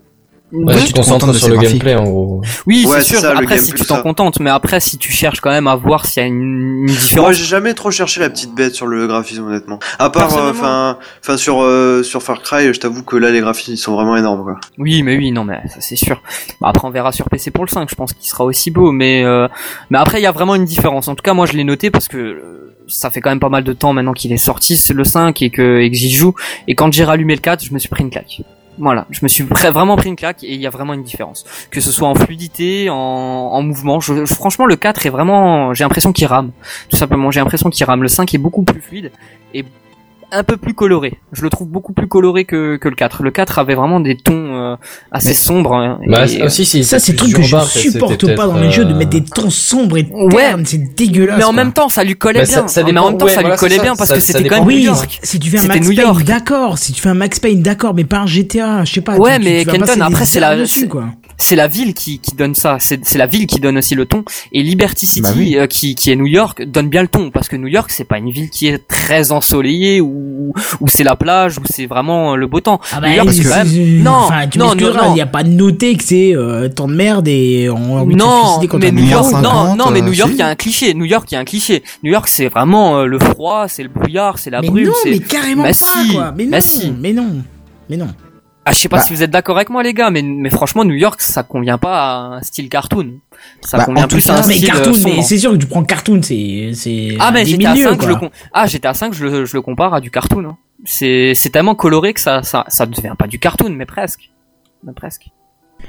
Ouais, tu te concentres sur le gameplay en gros. Oui, Ouais, c'est sûr. ça, le après, si gameplay, tu t'en ça. contentes, mais après, si tu cherches quand même à voir s'il y a une, une Moi, différence. j'ai jamais trop cherché la petite bête sur le graphisme, honnêtement. À part, euh, Personnellement. enfin, enfin sur euh, sur Far Cry, je t'avoue que là, les graphismes ils sont vraiment énormes. Quoi. Oui, mais oui, non, mais ça c'est sûr. Bah, après, on verra sur PC pour le 5. Je pense qu'il sera aussi beau, mais euh, mais après, il y a vraiment une différence. En tout cas, moi, je l'ai noté parce que euh, ça fait quand même pas mal de temps maintenant qu'il est sorti c'est le 5 et que, et que j'y joue. Et quand j'ai rallumé le 4, je me suis pris une claque. Voilà, je me suis vra- vraiment pris une claque et il y a vraiment une différence. Que ce soit en fluidité, en, en mouvement, je, je- franchement le 4 est vraiment, j'ai l'impression qu'il rame. Tout simplement, j'ai l'impression qu'il rame. Le 5 est beaucoup plus fluide et un peu plus coloré. Je le trouve beaucoup plus coloré que, que le 4. Le 4 avait vraiment des tons euh, assez sombres. hein, Bah, et- aussi, si, Ça, c'est le truc que je supporte pas dans les euh, jeux de mettre des tons sombres et ternes, c'est dégueulasse. mais en quoi. même temps, ça lui collait Bah, ça- bien. ça mais en dépend- même temps, ouais, ça voilà, lui collait Ah c'est ça, bien parce ça- que ça c'était dépend quand même du New jeu. York. Si tu fais un C'était Max New York. Payne, d'accord. Si tu fais un Max Payne, d'accord, mais pas un GTA, je sais pas. Ouais, tu- tu- mais tu vas passer Kenton, des après, c'est heures la, dessus, c'est- quoi. c'est la ville qui, qui donne ça. C'est c'est la ville qui donne aussi le ton. Et Liberty City, Bah oui. euh, qui, qui est New York, donne bien le ton. Parce que New York, c'est pas une ville qui est très ensoleillée, où, où c'est la plage, où c'est vraiment euh, le beau temps. Ah bah, New York, parce c'est que- quand même- c'est- Non, enfin, tu non, non, m'excuseras, non. il n'y a pas noté que c'est euh, tant de merde et on a envie de se non, suicider quand mais on est New York, mort. non, non, euh, mais New York, il y a un cliché. New York, il y a un cliché. New York, c'est vraiment euh, le froid, c'est le brouillard, c'est la Mais brume. non, c'est- mais carrément Bah pas, si, quoi. Mais non, bah si. mais non, mais non. Ah, je sais pas Bah. si vous êtes d'accord avec moi, les gars, mais, mais franchement, New York, ça convient pas à un style cartoon. Ça Bah, convient en tout plus à cas, un mais style euh, cartoon, sombre. mais c'est hein. sûr que tu prends cartoon, c'est c'est Ah, mais des GTA milieux, 5, je le, quoi. com- ah, GTA 5, je le, je le compare à du cartoon. hein. C'est, c'est tellement coloré que ça, ça, ça devient pas du cartoon, mais presque. Mais presque.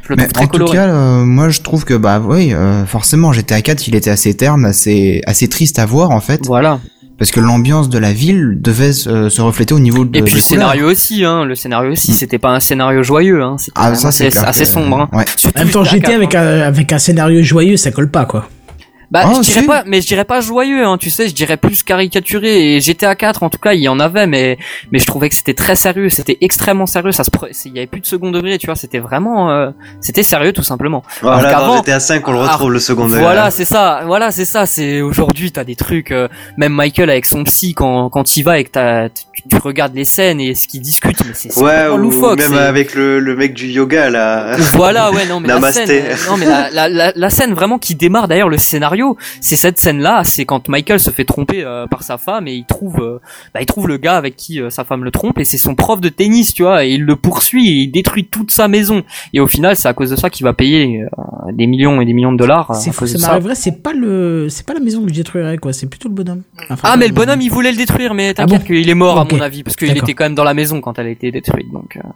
Je le Mais trouve très en coloré. tout cas, euh, moi je trouve que bah oui, euh, forcément GTA 4 il était assez terne, assez assez triste à voir en fait. Voilà. parce que l'ambiance de la ville devait se, se refléter au niveau de Et puis des le scénario couleurs. aussi, hein, le scénario aussi, c'était pas un scénario joyeux, hein, c'était Ah, quand ça, même c'est assez, clair assez que- sombre. Hein. ouais. Surtout En même temps, que j'étais Dakar, avec un, avec un scénario joyeux, ça colle pas, quoi. hein. Bah, Ah, je dirais si. pas, mais je dirais pas joyeux, hein, tu sais, je dirais plus caricaturé. Et GTA 4, en tout cas, il y en avait, mais mais je trouvais que c'était très sérieux, c'était extrêmement sérieux. Ça se, pre- c'est- il y avait plus de second degré, tu vois, c'était vraiment, euh, c'était sérieux tout simplement. Voilà, Alors dans qu'avant- GTA 5, on le Ah, retrouve le second degré. Voilà, c'est ça. Voilà, c'est ça. C'est aujourd'hui, t'as des trucs. euh, même Michael avec son psy, quand quand il va et que t'as- tu, tu regardes les scènes et ce qu'ils discutent, mais c'est c'est Ouais, vraiment ou loufoque. même c'est- avec le, le mec du yoga, là. <laughs> Voilà, ouais, non, mais la Namasté. scène, euh, non, mais la, la, la, la scène vraiment qui démarre d'ailleurs le scénario, c'est cette scène-là, c'est quand Michael se fait tromper euh, par sa femme et il trouve, euh, bah, il trouve le gars avec qui euh, sa femme le trompe et c'est son prof de tennis, tu vois, et il le poursuit et il détruit toute sa maison. Et au final, c'est à cause de ça qu'il va payer euh, des millions et des millions de dollars. euh, C'est à fou, cause ça de ça. m'arriverait, c'est pas le, c'est pas la maison que je détruirais, quoi, c'est plutôt le bonhomme. Enfin, Ah mais le bonhomme il voulait le détruire mais Ah t'inquiète bon qu'il est mort Ok. à mon avis parce qu'il D'accord. était quand même dans la maison quand elle a été détruite donc euh,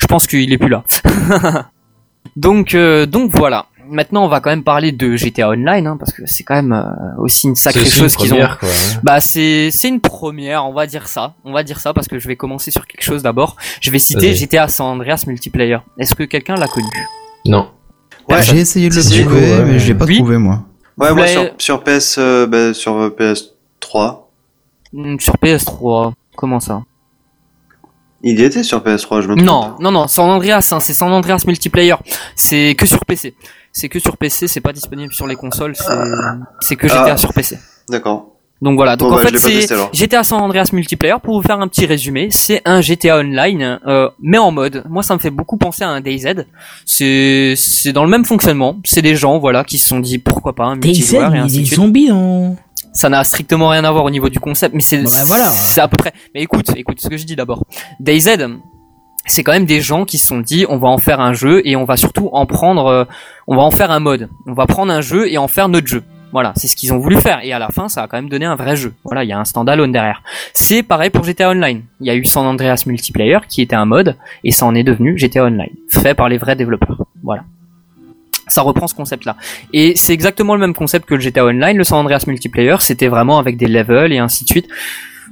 je pense qu'il est plus là. <laughs> donc euh, donc voilà. Maintenant on va quand même parler de GTA Online hein, parce que c'est quand même euh, aussi une sacrée C'est aussi une chose qu'ils ont. première, quoi, hein. Bah c'est c'est une première on va dire ça on va dire ça parce que je vais commencer sur quelque chose d'abord. Je vais citer Vas-y. GTA San Andreas multiplayer. Est-ce que quelqu'un l'a connu? Non. Ouais. J'ai essayé de le Si, si, trouver, ouais. mais je l'ai pas trouvé moi. Ouais, moi, Vous sur, l'avez- sur PS, euh, bah, sur euh, PS3. Hmm, Sur PS3 comment ça? Il y était sur PS3, je me trompe. Non, non, non, San Andreas, hein, c'est San Andreas multiplayer. C'est que sur PC. C'est que sur PC, c'est pas disponible sur les consoles, c'est- c'est que GTA Ah. sur PC. D'accord. Donc voilà, donc Bon, en bah, je fait l'ai pas testé, c'est alors. GTA San Andreas multiplayer pour vous faire un petit résumé, c'est un GTA online euh, mais en mode. Moi ça me fait beaucoup penser à un DayZ. C'est c'est dans le même fonctionnement, c'est des gens voilà qui se sont dit pourquoi pas un Des il hein. y multijoueur et a ainsi des de suite. zombies dans. Ça n'a strictement rien à voir au niveau du concept, mais c'est Bah, voilà. c'est à peu près. Mais écoute, écoute ce que je dis d'abord. DayZ, c'est quand même des gens qui se sont dit on va en faire un jeu et on va surtout en prendre, euh, on va en faire un mode. On va prendre un jeu et en faire notre jeu. Voilà, c'est ce qu'ils ont voulu faire et à la fin ça a quand même donné un vrai jeu. Voilà, il y a un standalone derrière. C'est pareil pour GTA Online. Il y a eu San Andreas multiplayer qui était un mode et ça en est devenu GTA Online, fait par les vrais développeurs. Voilà. Ça reprend ce concept-là. Et c'est exactement le même concept que le GTA Online. Le San Andreas Multiplayer, c'était vraiment avec des levels et ainsi de suite.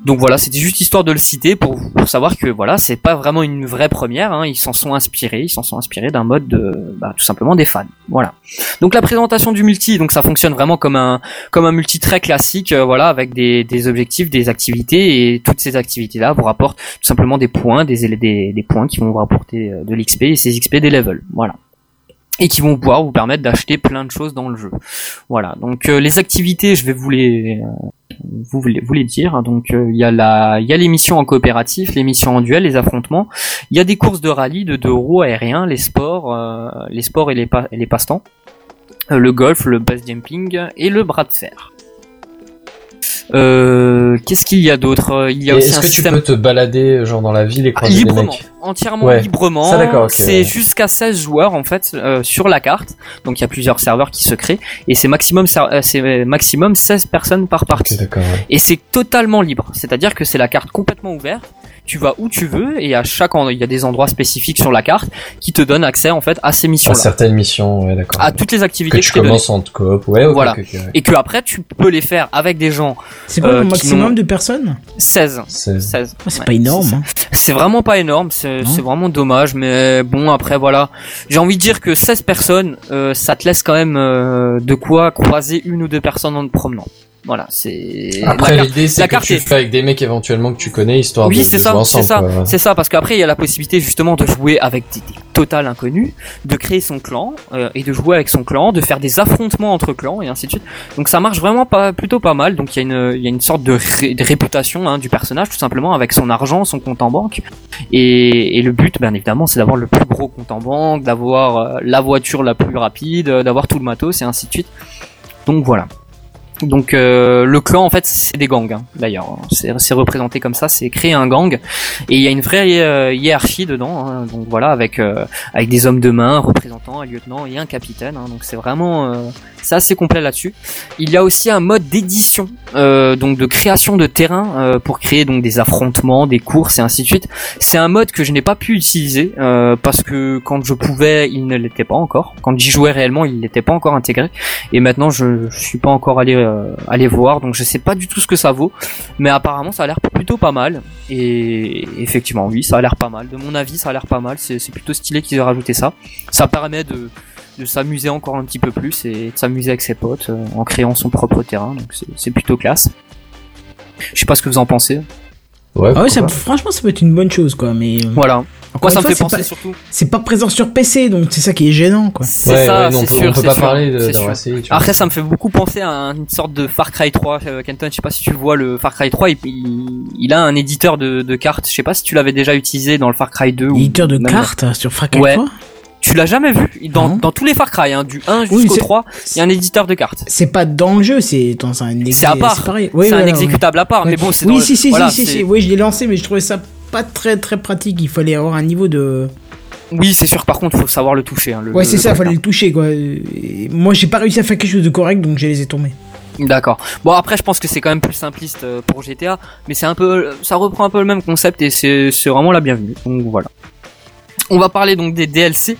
Donc voilà, c'était juste histoire de le citer pour, pour savoir que voilà, c'est pas vraiment une vraie première. hein. Ils s'en sont inspirés, ils s'en sont inspirés d'un mode de, bah, tout simplement des fans. Voilà. Donc la présentation du multi, donc ça fonctionne vraiment comme un comme un multi très classique, euh, voilà, avec des, des objectifs, des activités et toutes ces activités-là vous rapportent tout simplement des points, des élé- des, des points qui vont vous rapporter euh, de l'XP et ces XP des levels. Voilà et qui vont pouvoir vous permettre d'acheter plein de choses dans le jeu. Voilà. Donc euh, les activités, je vais vous les euh, vous, les- vous les dire. Donc euh, il y a la il y a les missions en coopératif, les missions en duel, les affrontements. Il y a des courses de rallye, de deux roues aériens, les sports, euh, les sports et les pas et les passe-temps. Euh, le golf, le base jumping et le bras de fer. Euh, qu'est-ce qu'il y a d'autre Euh, Il y Et a aussi Est-ce un que système tu peux te balader genre dans la ville et croiser des Ah, librement, mecs entièrement Ouais. librement. Ça, d'accord, ok, c'est ouais. jusqu'à 16 joueurs en fait euh, sur la carte. Donc il y a plusieurs serveurs qui se créent et c'est maximum ser- euh, c'est maximum 16 personnes par partie. D'accord. ouais. Et c'est totalement libre, c'est-à-dire que c'est la carte complètement ouverte. Tu vas où tu veux et à chaque en- il y a des endroits spécifiques sur la carte qui te donnent accès en fait à ces À missions-là, certaines missions, ouais, d'accord. à toutes les activités Ah, que que, tu je t'ai données. commences en coop, ouais, ok, voilà. ok, ok, ouais. Et que après tu peux les faire avec des gens. C'est quoi euh, le qui n'ont- maximum de personnes 16. 16. Ah, C'est Ouais, pas énorme. hein. C'est vraiment pas énorme, c'est c'est vraiment dommage, mais bon après voilà, j'ai envie de dire que 16 personnes, euh, ça te laisse quand même euh, de quoi croiser une ou deux personnes en te promenant. Voilà, c'est Après, la, l'idée, la c'est que carte tu est- fais avec des mecs éventuellement que tu connais, histoire de, oui, de c'est jouer ça, c'est ensemble. ça, quoi. c'est ça, parce qu'après il y a la possibilité justement de jouer avec des, des totales inconnus, de créer son clan euh, et de jouer avec son clan, de faire des affrontements entre clans et ainsi de suite. Donc ça marche vraiment pas, plutôt pas mal. Donc il y a une, il y a une sorte de, ré- de réputation hein, du personnage tout simplement avec son argent, son compte en banque. Et, et le but, bien évidemment, c'est d'avoir le plus gros compte en banque, d'avoir euh, la voiture la plus rapide, euh, d'avoir tout le matos et ainsi de suite. Donc voilà. Donc euh, le clan en fait c'est des gangs hein, d'ailleurs c'est c'est représenté comme ça c'est créer un gang et il y a une vraie euh, hiérarchie dedans hein. donc voilà avec euh, avec des hommes de main un représentant un lieutenant et un capitaine hein. donc c'est vraiment euh, c'est assez complet là-dessus il y a aussi un mode d'édition euh, donc de création de terrain euh, pour créer donc des affrontements des courses et ainsi de suite c'est un mode que je n'ai pas pu utiliser euh, parce que quand je pouvais il ne l'était pas encore quand j'y jouais réellement il n'était pas encore intégré et maintenant je, je suis pas encore allé euh, euh, aller voir. Donc je sais pas du tout ce que ça vaut, mais apparemment ça a l'air plutôt pas mal. Et effectivement, oui, ça a l'air pas mal. De mon avis, ça a l'air pas mal. C'est c'est plutôt stylé qu'ils aient rajouté ça. Ça permet de, de s'amuser encore un petit peu plus et de s'amuser avec ses potes euh, en créant son propre terrain. Donc c'est- c'est plutôt classe. Je sais pas ce que vous en pensez. Ouais, ah ouais, ça, franchement, ça peut être une bonne chose, quoi. Mais euh, Voilà. encore une Moi, ça fois, me fait c'est penser pas- surtout. C'est pas présent sur PC, donc c'est ça qui est gênant, quoi. C'est ça, c'est sûr. c'est sûr, c'est sûr. Après, ça me fait beaucoup penser à une sorte de Far Cry 3. euh, Kenton, je sais pas si tu vois le Far Cry 3, il, il- il a un éditeur de, de cartes. Je sais pas si tu l'avais déjà utilisé dans le Far Cry 2. ou Éditeur de même- cartes hein, sur Far Cry Ouais. 3 Tu l'as jamais vu. Dans, dans tous les Far Cry, hein, du 1 jusqu'au c'est- 3, il y a un éditeur de cartes. C'est pas dans le jeu, c'est dans un C'est à part. pareil. C'est Oui, un voilà, exécutable à part. Ouais. Mais bon, c'est Oui, dans le- si, si, voilà, si, si, c'est- si. Oui, je l'ai lancé, mais je trouvais ça pas très très pratique. Il fallait avoir un niveau de. Oui, c'est sûr. Par contre, faut savoir le toucher. hein, le- ouais, c'est le ça, Far Cry. fallait le toucher, quoi. Et moi, j'ai pas réussi à faire quelque chose de correct, donc je les ai tombés. D'accord. Bon après je pense que c'est quand même plus simpliste euh, pour GTA, mais c'est un peu, euh, ça reprend un peu le même concept et c'est c'est vraiment la bienvenue. Donc voilà. On va parler donc des DLC.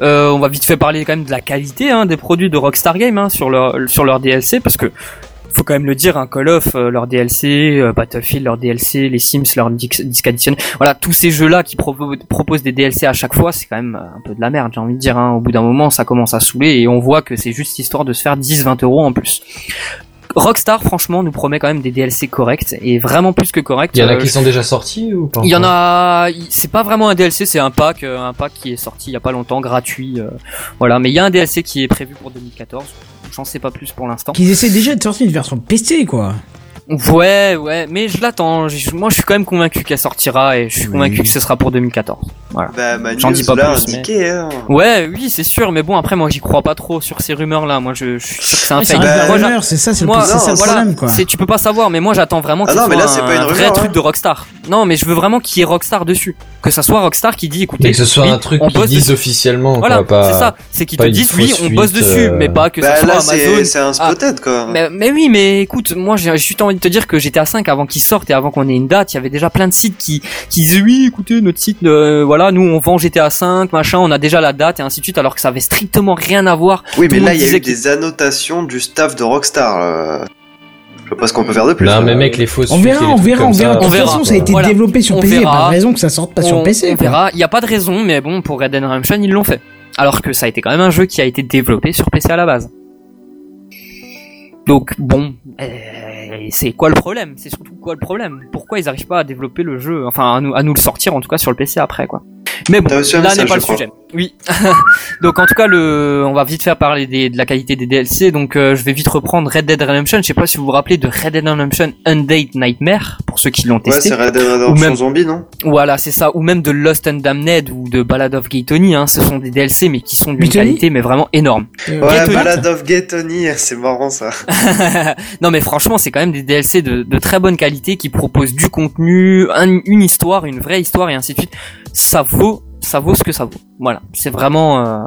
Euh, on va vite fait parler quand même de la qualité hein, des produits de Rockstar Games hein, sur leur sur leur DLC parce que faut quand même le dire, hein, Call of, euh, leur DLC, euh, Battlefield, leur DLC, les Sims, leur disc Disc Edition, voilà, tous ces jeux-là qui propo- proposent des DLC à chaque fois, c'est quand même euh, un peu de la merde, j'ai envie de dire. hein. Au bout d'un moment, ça commence à saouler et on voit que c'est juste histoire de se faire 10-20 euros en plus. Rockstar, franchement, nous promet quand même des DLC corrects et vraiment plus que corrects. Il y en a Euh, qui sont déjà sortis ou pas il y en encore a, il- c'est pas vraiment un DLC, c'est un pack, euh, un pack qui est sorti il y a pas longtemps, gratuit, euh, voilà. Mais il y a un DLC qui est prévu pour 2014. J'en sais pas plus pour l'instant. Qu'ils essaient déjà de sortir une version PC, quoi. Ouais, ouais, mais je l'attends. Je- Moi, je suis quand même convaincu qu'elle sortira et je suis convaincu que ce sera pour 2014. Voilà. Bah, Manu J'en dis pas l'a plus, mais- indiqué, hein. Ouais, oui, c'est sûr, mais bon, après, moi, j'y crois pas trop sur ces rumeurs-là. Moi, je, je suis sûr que c'est un Ouais, c'est fake. un Moi, rumeur, j'a- c'est ça, c'est le moi, pro- c'est ça le voilà, problème, quoi. c'est- Tu peux pas savoir, mais moi, j'attends vraiment que Ah ce non, mais soit là, c'est pas un une vrai rumeur, truc hein. de Rockstar. Non, mais je veux vraiment qu'il y ait Rockstar dessus. Que ça soit Rockstar qui dit, écoutez, Mais que ce soit oui, un truc on qu'ils bosse disent dessus. officiellement, Voilà, quoi, pas- c'est ça. C'est qu'ils te pas une disent, oui, fausse on fuite, bosse dessus, euh. mais pas que Bah, ça soit là, c'est- Amazon. Ah. c'est un spotted, quoi. Mais, mais oui, mais écoute, moi j'ai j'ai juste envie de te dire que j'étais à 5 avant qu'ils sortent et avant qu'on ait une date, il y avait déjà plein de sites qui, qui disaient oui, écoutez, notre site, euh, voilà, nous on vend GTA 5, machin, on a déjà la date et ainsi de suite, alors que ça avait strictement rien à voir. Oui, Tout mais le là, monde il y disait a eu des annotations du staff de Rockstar. euh. Je vois pas ce qu'on peut faire de plus. Non, hein. mais mec, les fausses On verra, fuites et les on trucs verra, on comme verra. De toute On verra. façon, ça a été Voilà. développé sur On PC. Il n'y a pas verra. de raison que ça sorte pas sur on, PC. on quoi. verra, il n'y a pas de raison, mais bon, pour Red Dead Redemption, ils l'ont fait. Alors que ça a été quand même un jeu qui a été développé sur PC à la base. Donc bon, euh, c'est quoi le problème C'est surtout quoi le problème Pourquoi ils n'arrivent pas à développer le jeu, enfin à nous, à nous le sortir en tout cas sur le PC après quoi Mais bon, T'as reçu un là message, n'est pas Euh, je le crois. sujet. Oui. <laughs> donc en tout cas, le, on va vite faire parler des- de la qualité des DLC. Donc euh, je vais vite reprendre Red Dead Redemption. Je sais pas si vous vous rappelez de Red Dead Redemption Undead Nightmare pour ceux qui l'ont Ouais, testé. c'est Red Dead Redemption Ou même- Zombie, non voilà, c'est ça. Ou même de Lost and Damned ou de Ballad of Gay Tony. Hein. Ce sont des DLC, mais qui sont d'une Gay Tony qualité, mais vraiment énorme. Euh, Ouais, Gay Tony. Ballad of Gay Tony, <laughs> c'est marrant ça. <laughs> non, mais franchement, c'est quand même des DLC de, de très bonne qualité qui proposent du contenu, un- une histoire, une vraie histoire et ainsi de suite. Ça vaut, ça vaut ce que ça vaut. Voilà, c'est vraiment, euh,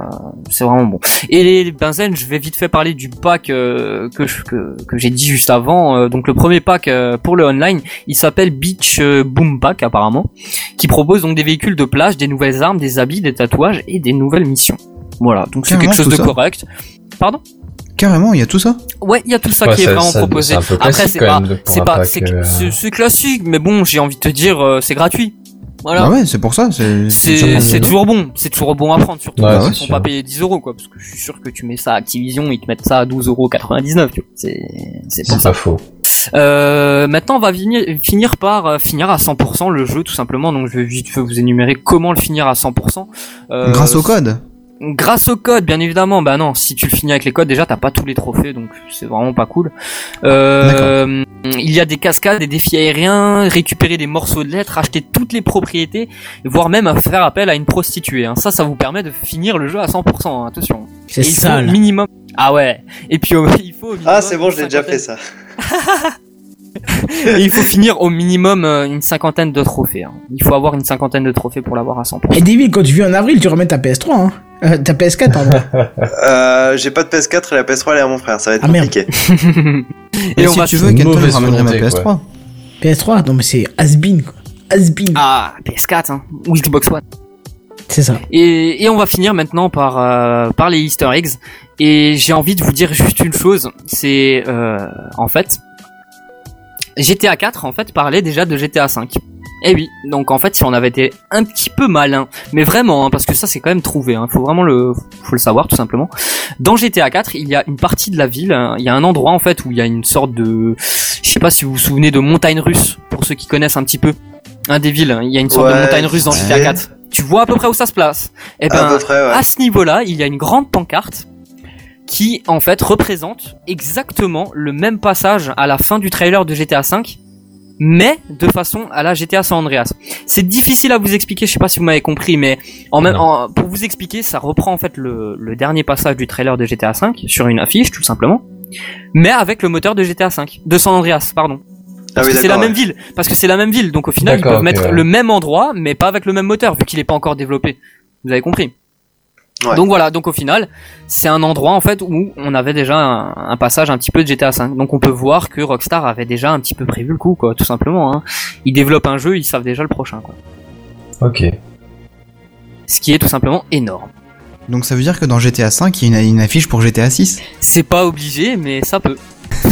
c'est vraiment bon. Et les, les Benzen, je vais vite fait parler du pack euh, que je- que, que j'ai dit juste avant. Euh, donc le premier pack euh, pour le online, il s'appelle Beach euh, Boom Pack apparemment, qui propose donc des véhicules de plage, des nouvelles armes, des habits, des tatouages et des nouvelles missions. Voilà, donc c'est Carrément, quelque chose tout de ça. correct. Pardon Carrément, il y a tout ça Ouais, il y a tout ça Ouais, qui ça- est vraiment ça- proposé. c'est un peu Après, classique c'est quand pas, même de- pour c'est un pas, pack, c'est, euh, c'est- c'est classique, mais bon, j'ai envie de te dire, euh, c'est gratuit. Voilà. Bah ouais, c'est pour ça. C'est c'est, c'est toujours bon, c'est toujours bon à prendre, surtout Ouais, quand c'est ils font sûr. pas payer 10 euros, quoi, parce que je suis sûr que tu mets ça à Activision, ils te mettent ça à 12,99€, tu vois. C'est, c'est pour C'est ça. pas faux. Euh, maintenant, on va venir- finir par euh, finir à 100% le jeu, tout simplement. Donc, je vais vite vous énumérer comment le finir à 100%. Euh, Grâce au code. Grâce au code, bien évidemment. Bah non, si tu le finis avec les codes, déjà t'as pas tous les trophées, donc c'est vraiment pas cool. Euh, il y a des cascades, des défis aériens, récupérer des morceaux de lettres, acheter toutes les propriétés, voire même faire appel à une prostituée. hein. Ça, ça vous permet de finir le jeu à 100%. hein, attention. C'est Et il faut sale. au minimum. Ah ouais. Et puis au- <laughs> il faut. au minimum Ah, c'est bon, je l'ai déjà cinquantaine- fait ça. <laughs> Et il faut finir au minimum euh, une cinquantaine de trophées. hein. Il faut avoir une cinquantaine de trophées pour l'avoir à 100%. Et David, quand tu viens en avril, tu remets ta PS3, hein. Euh, ta PS4, pardon. Euh, j'ai pas de PS4 et la PS3 elle est à mon frère, ça va être Ah, merde. compliqué. Eh Et on si va- tu veux, Kenton Mauvaise ramènerait ma volonté, PS3. PS3, non mais c'est has-been, quoi. Has-been. Ah PS4 hein. ou Xbox One. C'est ça. Et, et on va finir maintenant par, euh, par les Easter eggs. Et j'ai envie de vous dire juste une chose. C'est euh, en fait GTA 4 en fait parlait déjà de GTA 5. Eh oui, donc en fait si on avait été un petit peu malin, mais vraiment, hein, parce que ça c'est quand même trouvé, hein, faut vraiment le, faut le savoir tout simplement. Dans GTA 4, il y a une partie de la ville, hein, il y a un endroit en fait où il y a une sorte de, je sais pas si vous vous souvenez de montagne russe, pour ceux qui connaissent un petit peu, un des villes, hein, il y a une sorte de Ouais, montagne russe dans GTA ouais. 4. Tu vois à peu près où ça se place. Eh À ben, peu près, ouais. Ah à ce niveau-là, il y a une grande pancarte qui en fait représente exactement le même passage à la fin du trailer de GTA V, mais de façon à la GTA San Andreas. C'est difficile à vous expliquer, je sais pas si vous m'avez compris, mais en même, en- pour vous expliquer, ça reprend en fait le, le dernier passage du trailer de GTA V sur une affiche tout simplement, mais avec le moteur de GTA V, de San Andreas, pardon. Parce Ah oui, que c'est la d'accord, même ouais. ville, parce que c'est la même ville, donc au final ils D'accord, peuvent ok, mettre ouais. le même endroit, mais pas avec le même moteur, vu qu'il est pas encore développé. Vous avez compris. Donc voilà, donc au final, c'est un endroit en fait où on avait déjà un, un passage un petit peu de GTA V. Donc on peut voir que Rockstar avait déjà un petit peu prévu le coup, quoi, tout simplement. Hein. Ils développent un jeu, ils savent déjà le prochain, quoi. Ok. Ce qui est tout simplement énorme. Donc ça veut dire que dans GTA 5, il y a une, une affiche pour GTA 6 C'est pas obligé, mais ça peut. Tout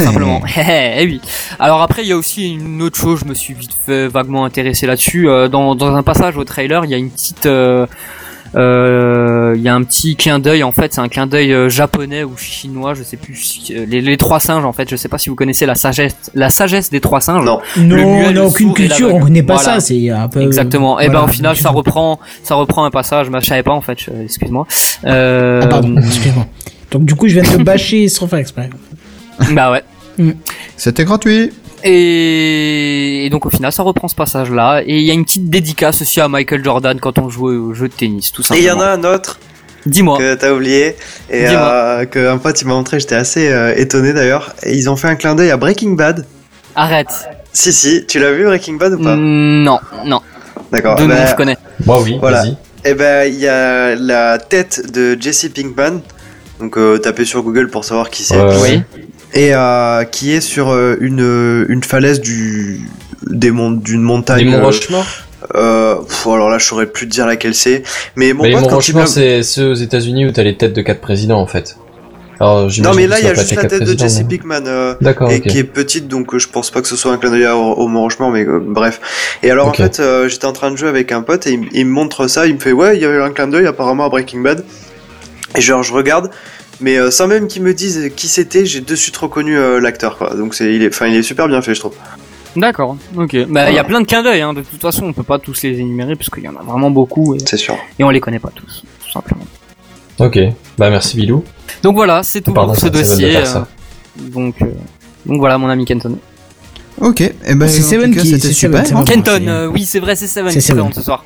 <laughs> simplement. Eh oui. Alors après, il y a aussi une autre chose. Je me suis vite fait vaguement intéressé là-dessus. Euh, dans, dans un passage au trailer, il y a une petite, euh, euh, il y a un petit clin d'œil. En fait, c'est un clin d'œil euh, japonais ou chinois, je sais plus. si- euh, Les, les trois singes, en fait, je sais pas si vous connaissez la sagesse, la sagesse des trois singes. Non. Non, on n'a aucune culture, on connaît pas ça, c'est un peu- Exactement. Et ben Euh, voilà. Ah, au final, ça reprend, ça reprend un passage. mais Je savais pas en fait. je- Excuse-moi. Euh, Ah pardon, excuse-moi. Donc du coup, je <laughs> viens de te bâcher sans faire exprès. Bah ouais. C'était gratuit. Et... et donc au final, ça reprend ce passage-là. Et il y a une petite dédicace aussi à Michael Jordan quand on jouait au jeu de tennis, tout Et simplement. il y en a un autre. Dis-moi. Que t'as oublié. Et Dis-moi. euh, que un pote il m'a montré, j'étais assez euh, étonné d'ailleurs. Et ils ont fait un clin d'œil à Breaking Bad. Arrête. Mm, Si, si, tu l'as vu Breaking Bad Ah, ou pas Mm. Non, non. D'accord. De nom, bah, je connais. Moi oui, Voilà. vas-y. Et ben, il y a la tête de Jesse Pinkman. Donc, euh, tapez sur Google pour savoir qui c'est. Ouais, ouais. Et euh, qui est sur euh, une, une falaise du des mon- d'une montagne. Les monts euh, Rochemort euh, pff, alors là, je saurais plus te dire laquelle c'est. Mais mon Mais les pote, monts quand il Rochemort, m'a- c'est ceux aux États-Unis où t'as les têtes de quatre présidents en fait. Alors, Non, j'imagine mais que là, ça il y a va pas juste être la les quatre tête de Jesse présidents, mais- Pinkman. euh, D'accord, Et Ah, ok. qui est petite, donc euh, je pense pas que ce soit un clin d'œil au, au Mont Rochemort, mais euh, bref. Et alors, Ok. en fait, euh, j'étais en train de jouer avec un pote et il, il me montre ça. Il me fait Ouais, il y avait un clin d'œil apparemment à Breaking Bad. Et genre, je regarde. Mais euh, sans même qu'ils me disent qui c'était, j'ai de suite reconnu euh, l'acteur, quoi. Donc, c'est, il, est, enfin, il est super bien fait, je trouve. D'accord. Ok. Bah il y a plein de clins d'œil. Hein. De toute façon, on peut pas tous les énumérer parce qu'il y en a vraiment beaucoup. Et... C'est sûr. Et on les connaît pas tous, tout simplement. Ok, bah merci Bilou. Donc voilà, c'est tout Pardon, pour ce ça- ça va de dossier. faire ça. euh, Donc, euh, donc voilà, mon ami Kenton. Ok, et ben C'est en tout Seven cas, qui- c'était c'est super. Seven, c'est Kenton, euh, oui, c'est vrai, c'est Seven C'est qui Seven. présente ce soir.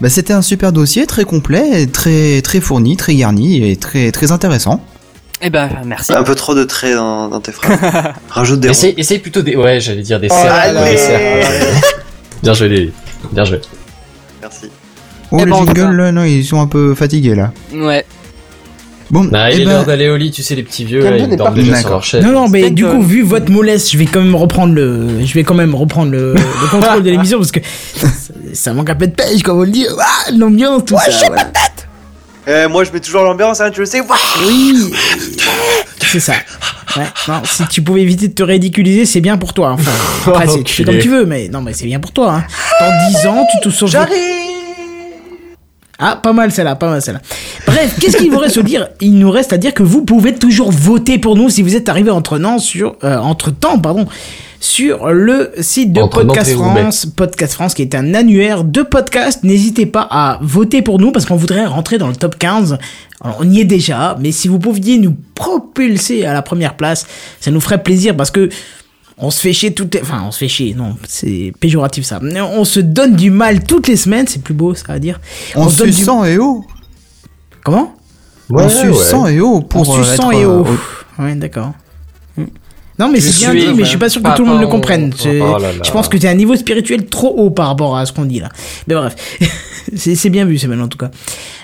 Bah, c'était un super dossier, très complet, et très très fourni, très garni et très très intéressant. Eh ben, merci. Un peu trop de traits dans, dans tes phrases. Rajoute des Essaye, essaye plutôt des. Ouais, j'allais dire des Oh cerfs, là pas des là. cerfs. <laughs> Bien joué, Lily. Bien joué. Merci. Oh, Eh les ben, en tout jingles, là, non, ils sont un peu fatigués là. Ouais. Bon, Bah, eh il est ben- l'heure d'aller au lit, tu sais, les petits vieux, là, Camden ils est dorment parti. déjà sur D'accord. leur Euh, chaise. Non, non, mais du coup, vu votre mollesse, je vais quand même reprendre le, je vais quand même reprendre le, le contrôle <laughs> de l'émission parce que ça, ça manque un peu de pêche, comme on le dit. Ah, l'ambiance, tout ça. voilà. Eh, moi, je mets toujours l'ambiance, hein, tu le sais. Oui. C'est ça. Ouais, non, si tu pouvais éviter de te ridiculiser, c'est bien pour toi. Enfin, après, c'est- tu fais comme Enculé. tu veux, mais non, mais c'est bien pour toi. Hein. Dans 10 ans, tu te sauveras. Ah, pas mal celle-là, pas mal celle-là. Bref, qu'est-ce qu'il vous reste à dire Il nous reste à dire que vous pouvez toujours voter pour nous si vous êtes arrivé entre temps sur entre temps pardon sur le site de Entre Podcast Nantes et Roubaix. France, Podcast France qui est un annuaire de podcasts. N'hésitez pas à voter pour nous parce qu'on voudrait rentrer dans le top 15. Alors, on y est déjà, mais si vous pouviez nous propulser à la première place, ça nous ferait plaisir parce que on se fait chier toutes les... Enfin, on se fait chier, non, c'est péjoratif ça. Mais On se donne du mal toutes les semaines, c'est plus beau ça à dire. On, se donne se du- sent et oh Comment On se sent et oh pour On se euh, sent être, et euh, oh. au- Ouais, d'accord. Mm. Non, mais Je c'est bien suis dit, mais je suis pas sûr que tout le monde le papa comprenne. en- C'est- Oh là là. Je pense que t'es à un niveau spirituel trop haut par rapport à ce qu'on dit là. Mais bref, <laughs> c'est c'est bien vu, c'est mal en tout cas.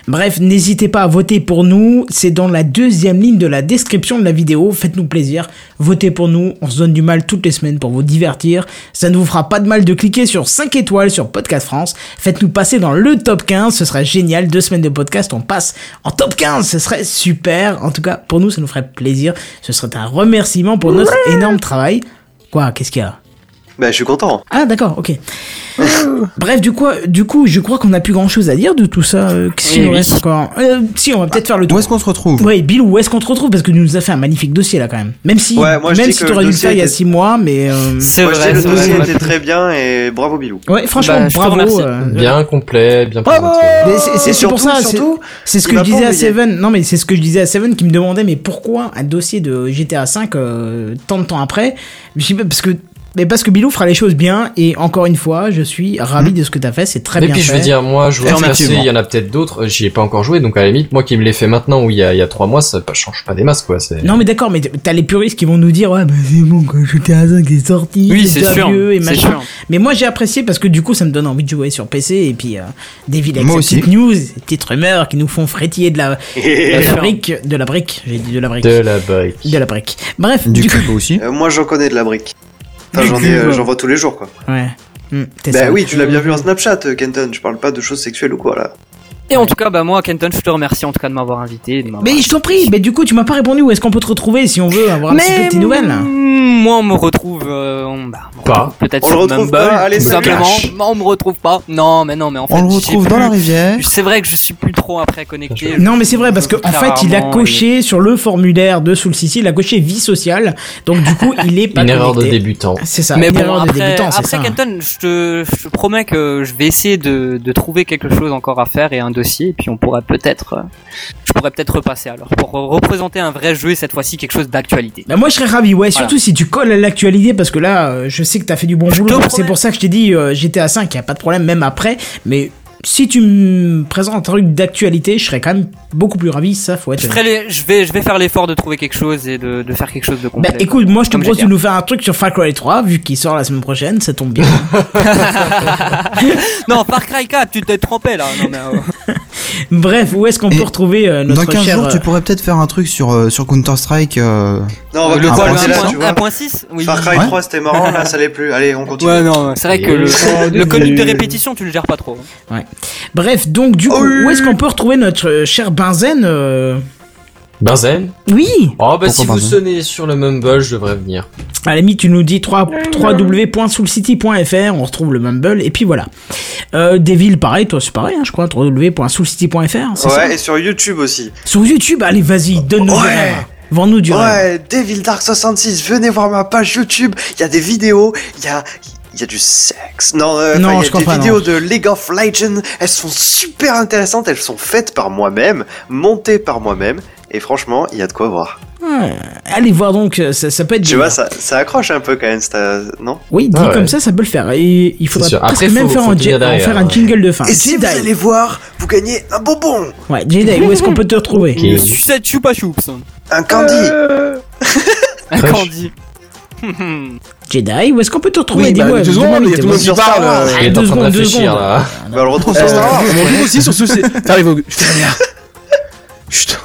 Bref, n'hésitez pas à voter pour nous. C'est dans la deuxième ligne de la description de la vidéo. Faites-nous plaisir. Votez pour nous. On se donne du mal toutes les semaines pour vous divertir. Ça ne vous fera pas de mal de cliquer sur 5 étoiles sur Podcast France. Faites-nous passer dans le top 15. Ce serait génial. Deux semaines de podcast, on passe en top 15. Ce serait super. En tout cas, pour nous, ça nous ferait plaisir. Ce serait un remerciement pour notre énorme travail. Quoi Qu'est-ce qu'il y a Bah, je suis content. Ah, d'accord, ok. Bref, du coup, du coup, je crois qu'on n'a plus grand chose à dire de tout ça. Euh, Qu'est-ce qu'il Eh nous oui. reste encore Euh, Si, on va peut-être faire le tour. Où est-ce qu'on se retrouve Ouais, Bill, où est-ce qu'on te retrouve Parce que tu nous as fait un magnifique dossier là quand même. Même si, Ouais, moi, je même dis si que tu aurais le dû le dossier faire il y a était- 6 mois, mais. euh, Moi, je dis, le dossier était très bien et bravo Bilou. Ouais, franchement, Bah, je te bravo. remercie. euh, Bien complet, bien Mais c'est- Et c'est c'est pour surtout- ça, c'est- surtout, c'est ce que il je m'a pas disais à envoyé. Seven. Non, mais c'est ce que je disais à Seven qui me demandait, mais pourquoi un dossier de GTA 5 euh, tant de temps après Je dis, bah, parce que mais parce que Bilou fera les choses bien et encore une fois, je suis ravi Mmh. de ce que t'as fait, c'est très et bien puis fait. je veux dire, moi, je vous remercie. Effectivement. Il y en a peut-être d'autres. euh, J'y ai pas encore joué, donc à la limite, moi qui me l'ai fait maintenant ou il y a, il y a trois mois, ça pas- change pas des masses, quoi. C'est. Non mais d'accord, mais t'as les puristes qui vont nous dire ouais bah c'est bon quand GTA 5 est sorti, Oui, c'est déjà sûr, vieux et c'est machin. sûr. Mais moi j'ai apprécié parce que du coup ça me donne envie de jouer sur PC et puis euh, des villes avec Moi ces aussi. petites news, ces petites rumeurs qui nous font frétiller de <laughs> la, de la brique, de la brique, j'ai dit de la brique, De la brique. de la brique. Bref, <laughs> Du, du coup, cube aussi. Euh, moi, j'en connais de la brique. Enfin, Du j'en cul, ai, euh, ouais. j'en vois tous les jours, quoi. ouais. Hmm, t'es Bah sale. oui, tu l'as bien vu en Snapchat, euh, Kenton. Je parle pas de choses sexuelles ou quoi, là. Et en tout cas, bah moi, Kenton, je te remercie en tout cas de m'avoir invité. et de m'avoir- Mais je t'en prie, mais du coup tu m'as pas répondu où est-ce qu'on peut te retrouver si on veut avoir un Mais- petit peu de tes nouvelles. Mm, Moi, on me retrouve. euh, on- bah, on me Pas. retrouve Peut-être On sur le retrouve Mumble. pas, allez, tout ça simplement. cache. Non, on me retrouve pas. Non, mais non, mais en fait. On le j'ai retrouve dans plus- la rivière. C'est vrai que je suis plus trop après connecté. Non mais c'est vrai parce que en Très fait il a rarement, coché sur le formulaire de Soul Sissi, il a coché vie sociale, donc du coup il est pas Une erreur de connecté. débutant. C'est ça. mais une bon, erreur de après, débutant, c'est après ça. hein. Kenton, je te, je te promets que je vais essayer de, de trouver quelque chose encore à faire et un dossier, et puis on pourra peut-être, euh, je pourrais peut-être repasser alors pour représenter un vrai jeu et cette fois-ci quelque chose d'actualité. Bah moi je serais ravi, ouais, Voilà. surtout si tu colles à l'actualité parce que là euh, je sais que t'as fait du bon boulot, donc c'est pour ça que je t'ai dit euh, GTA 5, y a pas de problème même après, mais si tu me présentes un truc d'actualité, je serais quand même beaucoup plus ravi, ça faut être. Je, ferai les- je vais, je vais faire l'effort de trouver quelque chose et de, de faire quelque chose de Bah complet. écoute, moi je te Comme propose j'ai de dit. nous faire un truc sur Far Cry 3 vu qu'il sort la semaine prochaine, ça tombe <laughs> bien. non, Far Cry 4, tu t'es trompé là. Non, mais, euh, Bref, où est-ce qu'on peut retrouver euh, Dans notre 15 cher jours, euh, tu pourrais peut-être faire un truc sur, euh, sur Counter-Strike. euh, Non, on va un plus point parler six, là, hein. tu vois. 1.6 oui. Far Cry Ouais. 3, c'était marrant, là, ça l'est plus. Allez, on continue. Ouais, non, c'est vrai que le, Oh, le code de répétition, tu le gères pas trop. Ouais. Bref, donc Oh du coup, où est-ce qu'on peut retrouver notre euh, cher Benzen euh, Benzen. Oui. Oh bah Pourquoi si vous Benzen sonnez sur le Mumble, je devrais venir. À la limite, tu nous dis 3 www.soulcity.fr, on retrouve le Mumble, et puis voilà. Euh, des villes, pareil, toi c'est pareil, hein, je crois, www.soulcity.fr, c'est ça Ouais, et sur YouTube aussi. Sur YouTube, allez, vas-y, donne-nous du Ouais. rêve. Vends-nous du rêve. Ouais, Devil Dark 66, venez voir ma page YouTube. Il y a des vidéos, il y a, il y a du sexe. Non, euh, Non, je enfin, il y a des comprends, vidéos non. de League of Legends. Elles sont super intéressantes, elles sont faites par moi-même, montées par moi-même. Et franchement, il y a de quoi voir. Ouais. Allez voir donc, euh, ça, ça peut être Tu bien. vois, ça, ça accroche un peu quand même, c'est, euh, non Oui, dit Ah ouais. comme ça, ça peut le faire. Et il faudra sûr. presque Après, faut- même faire, faut un, tenir jet- derrière, faire un ouais. jingle de fin. Et si vous allez voir, vous gagnez un bonbon Ouais, Jedi, où est-ce qu'on peut te retrouver Le sucette choupa choups. hein. <laughs> Un candy Euh, Un candy. Jedi, où est-ce qu'on peut te retrouver Oui, bah, Dis-moi, deux secondes, demande-moi il y a tes tout le monde mots. qui parle, euh, Ah, il est en deux train de secondes, deux réfléchir, secondes. là. Bah, on le retrouve sur Euh, Star Wars. on retrouve aussi sur Souci. T'arrives au. Je fais rien. Chut.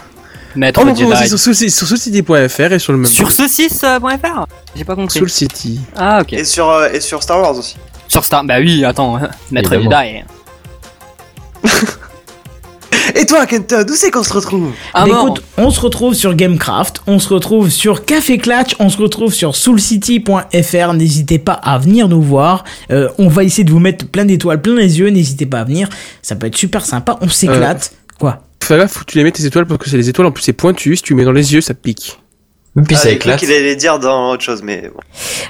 Maître Oh, On retrouve Jedi. aussi sur Souci- sur Soucity.fr et sur le même. Sur saucisse.fr J'ai pas compris. Soul City. Ah ok. Et sur, euh, et sur Star Wars aussi. Sur Star. Bah oui, attends, hein. Maître Évidemment. Jedi. <laughs> Et toi, Kenton, où c'est qu'on se retrouve Bah, écoute, on se retrouve sur Gamecraft, on se retrouve sur Café Clatch, on se retrouve sur soulcity.fr. N'hésitez pas à venir nous voir. Euh, on va essayer de vous mettre plein d'étoiles plein les yeux. N'hésitez pas à venir. Ça peut être super sympa. On s'éclate. Euh. Quoi Fais gaffe, faut que tu les mets tes étoiles parce que c'est les étoiles en plus c'est pointu. Si tu mets dans les yeux, ça pique. Ah, j'ai cru qu'il allait dire dans autre chose, mais bon.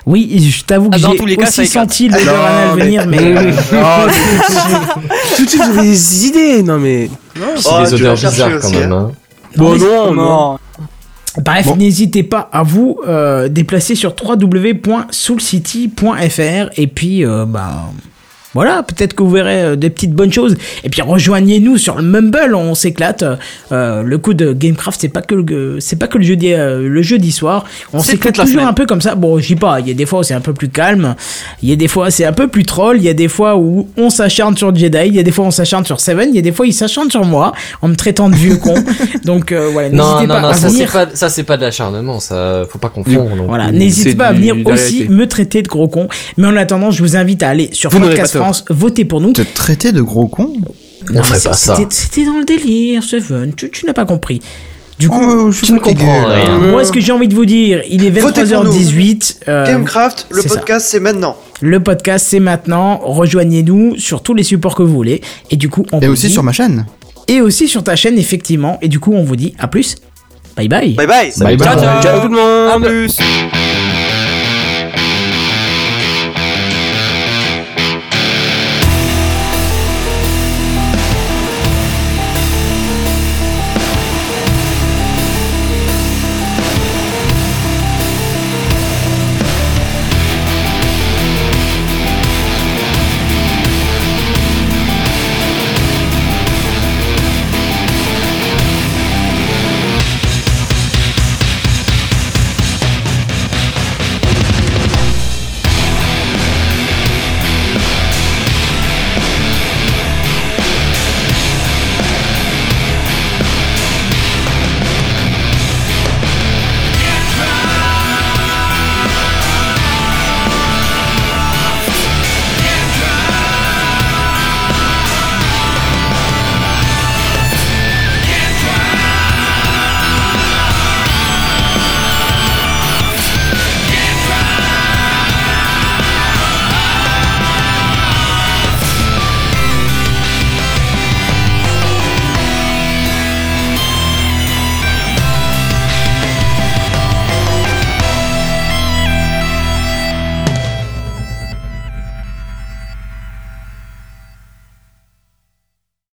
Oui, je t'avoue que Ah, dans tous j'ai les cas, ça aussi éclate. senti le Non, beurre anal mais- venir, mais. <laughs> Non, Tout de Ah, suite, j'avais des idées. Non mais. Puis Oh, c'est des odeurs bizarres quand même. hein. Bon, mais- non, non. Bref, n'hésitez pas à vous euh, déplacer sur www.soulcity.fr et puis euh, bah, Voilà, peut-être que vous verrez euh, des petites bonnes choses. Et puis rejoignez-nous sur le Mumble, on s'éclate. Euh, le coup de Gamecraft, c'est pas que le, c'est pas que le jeudi, euh, le jeudi soir. On C'est s'éclate toute la toujours semaine. un peu comme ça. Bon, je dis pas, il y a des fois où c'est un peu plus calme, il y a des fois où c'est un peu plus troll, il y a des fois où on s'acharne sur Jedi, il y a des fois où on s'acharne sur Seven, il y a des fois où ils s'acharnent sur moi en me traitant de vieux <laughs> con. Donc euh, voilà, Non, n'hésitez non, pas non, à ça c'est venir. pas, ça c'est pas de l'acharnement, ça, faut pas confondre. non Voilà, Bah, plus. n'hésitez C'est pas à du- venir de la aussi réalité. me traiter de gros con. Mais en attendant, je vous invite à aller sur Vous n'aurez Podcast pas tort. France, voter pour nous. Te traiter de gros con On ferait pas ça. C'était c'était dans le délire, Seven. Tu, tu n'as pas compris. Du coup, tu ne comprends rien. moi, ce que j'ai envie de vous dire, il est Votez pour nous. 23h18. hein. euh, Gamecraft, le c'est ça. podcast, c'est maintenant. Le podcast, c'est maintenant. Rejoignez-nous sur tous les supports que vous voulez. Et du coup, on Et vous aussi dit- sur ma chaîne. Et aussi sur ta chaîne, effectivement. Et du coup, on vous dit à plus. Bye bye. Bye bye. Bye bye. bah, Ciao, ciao. Ciao tout le À monde plus.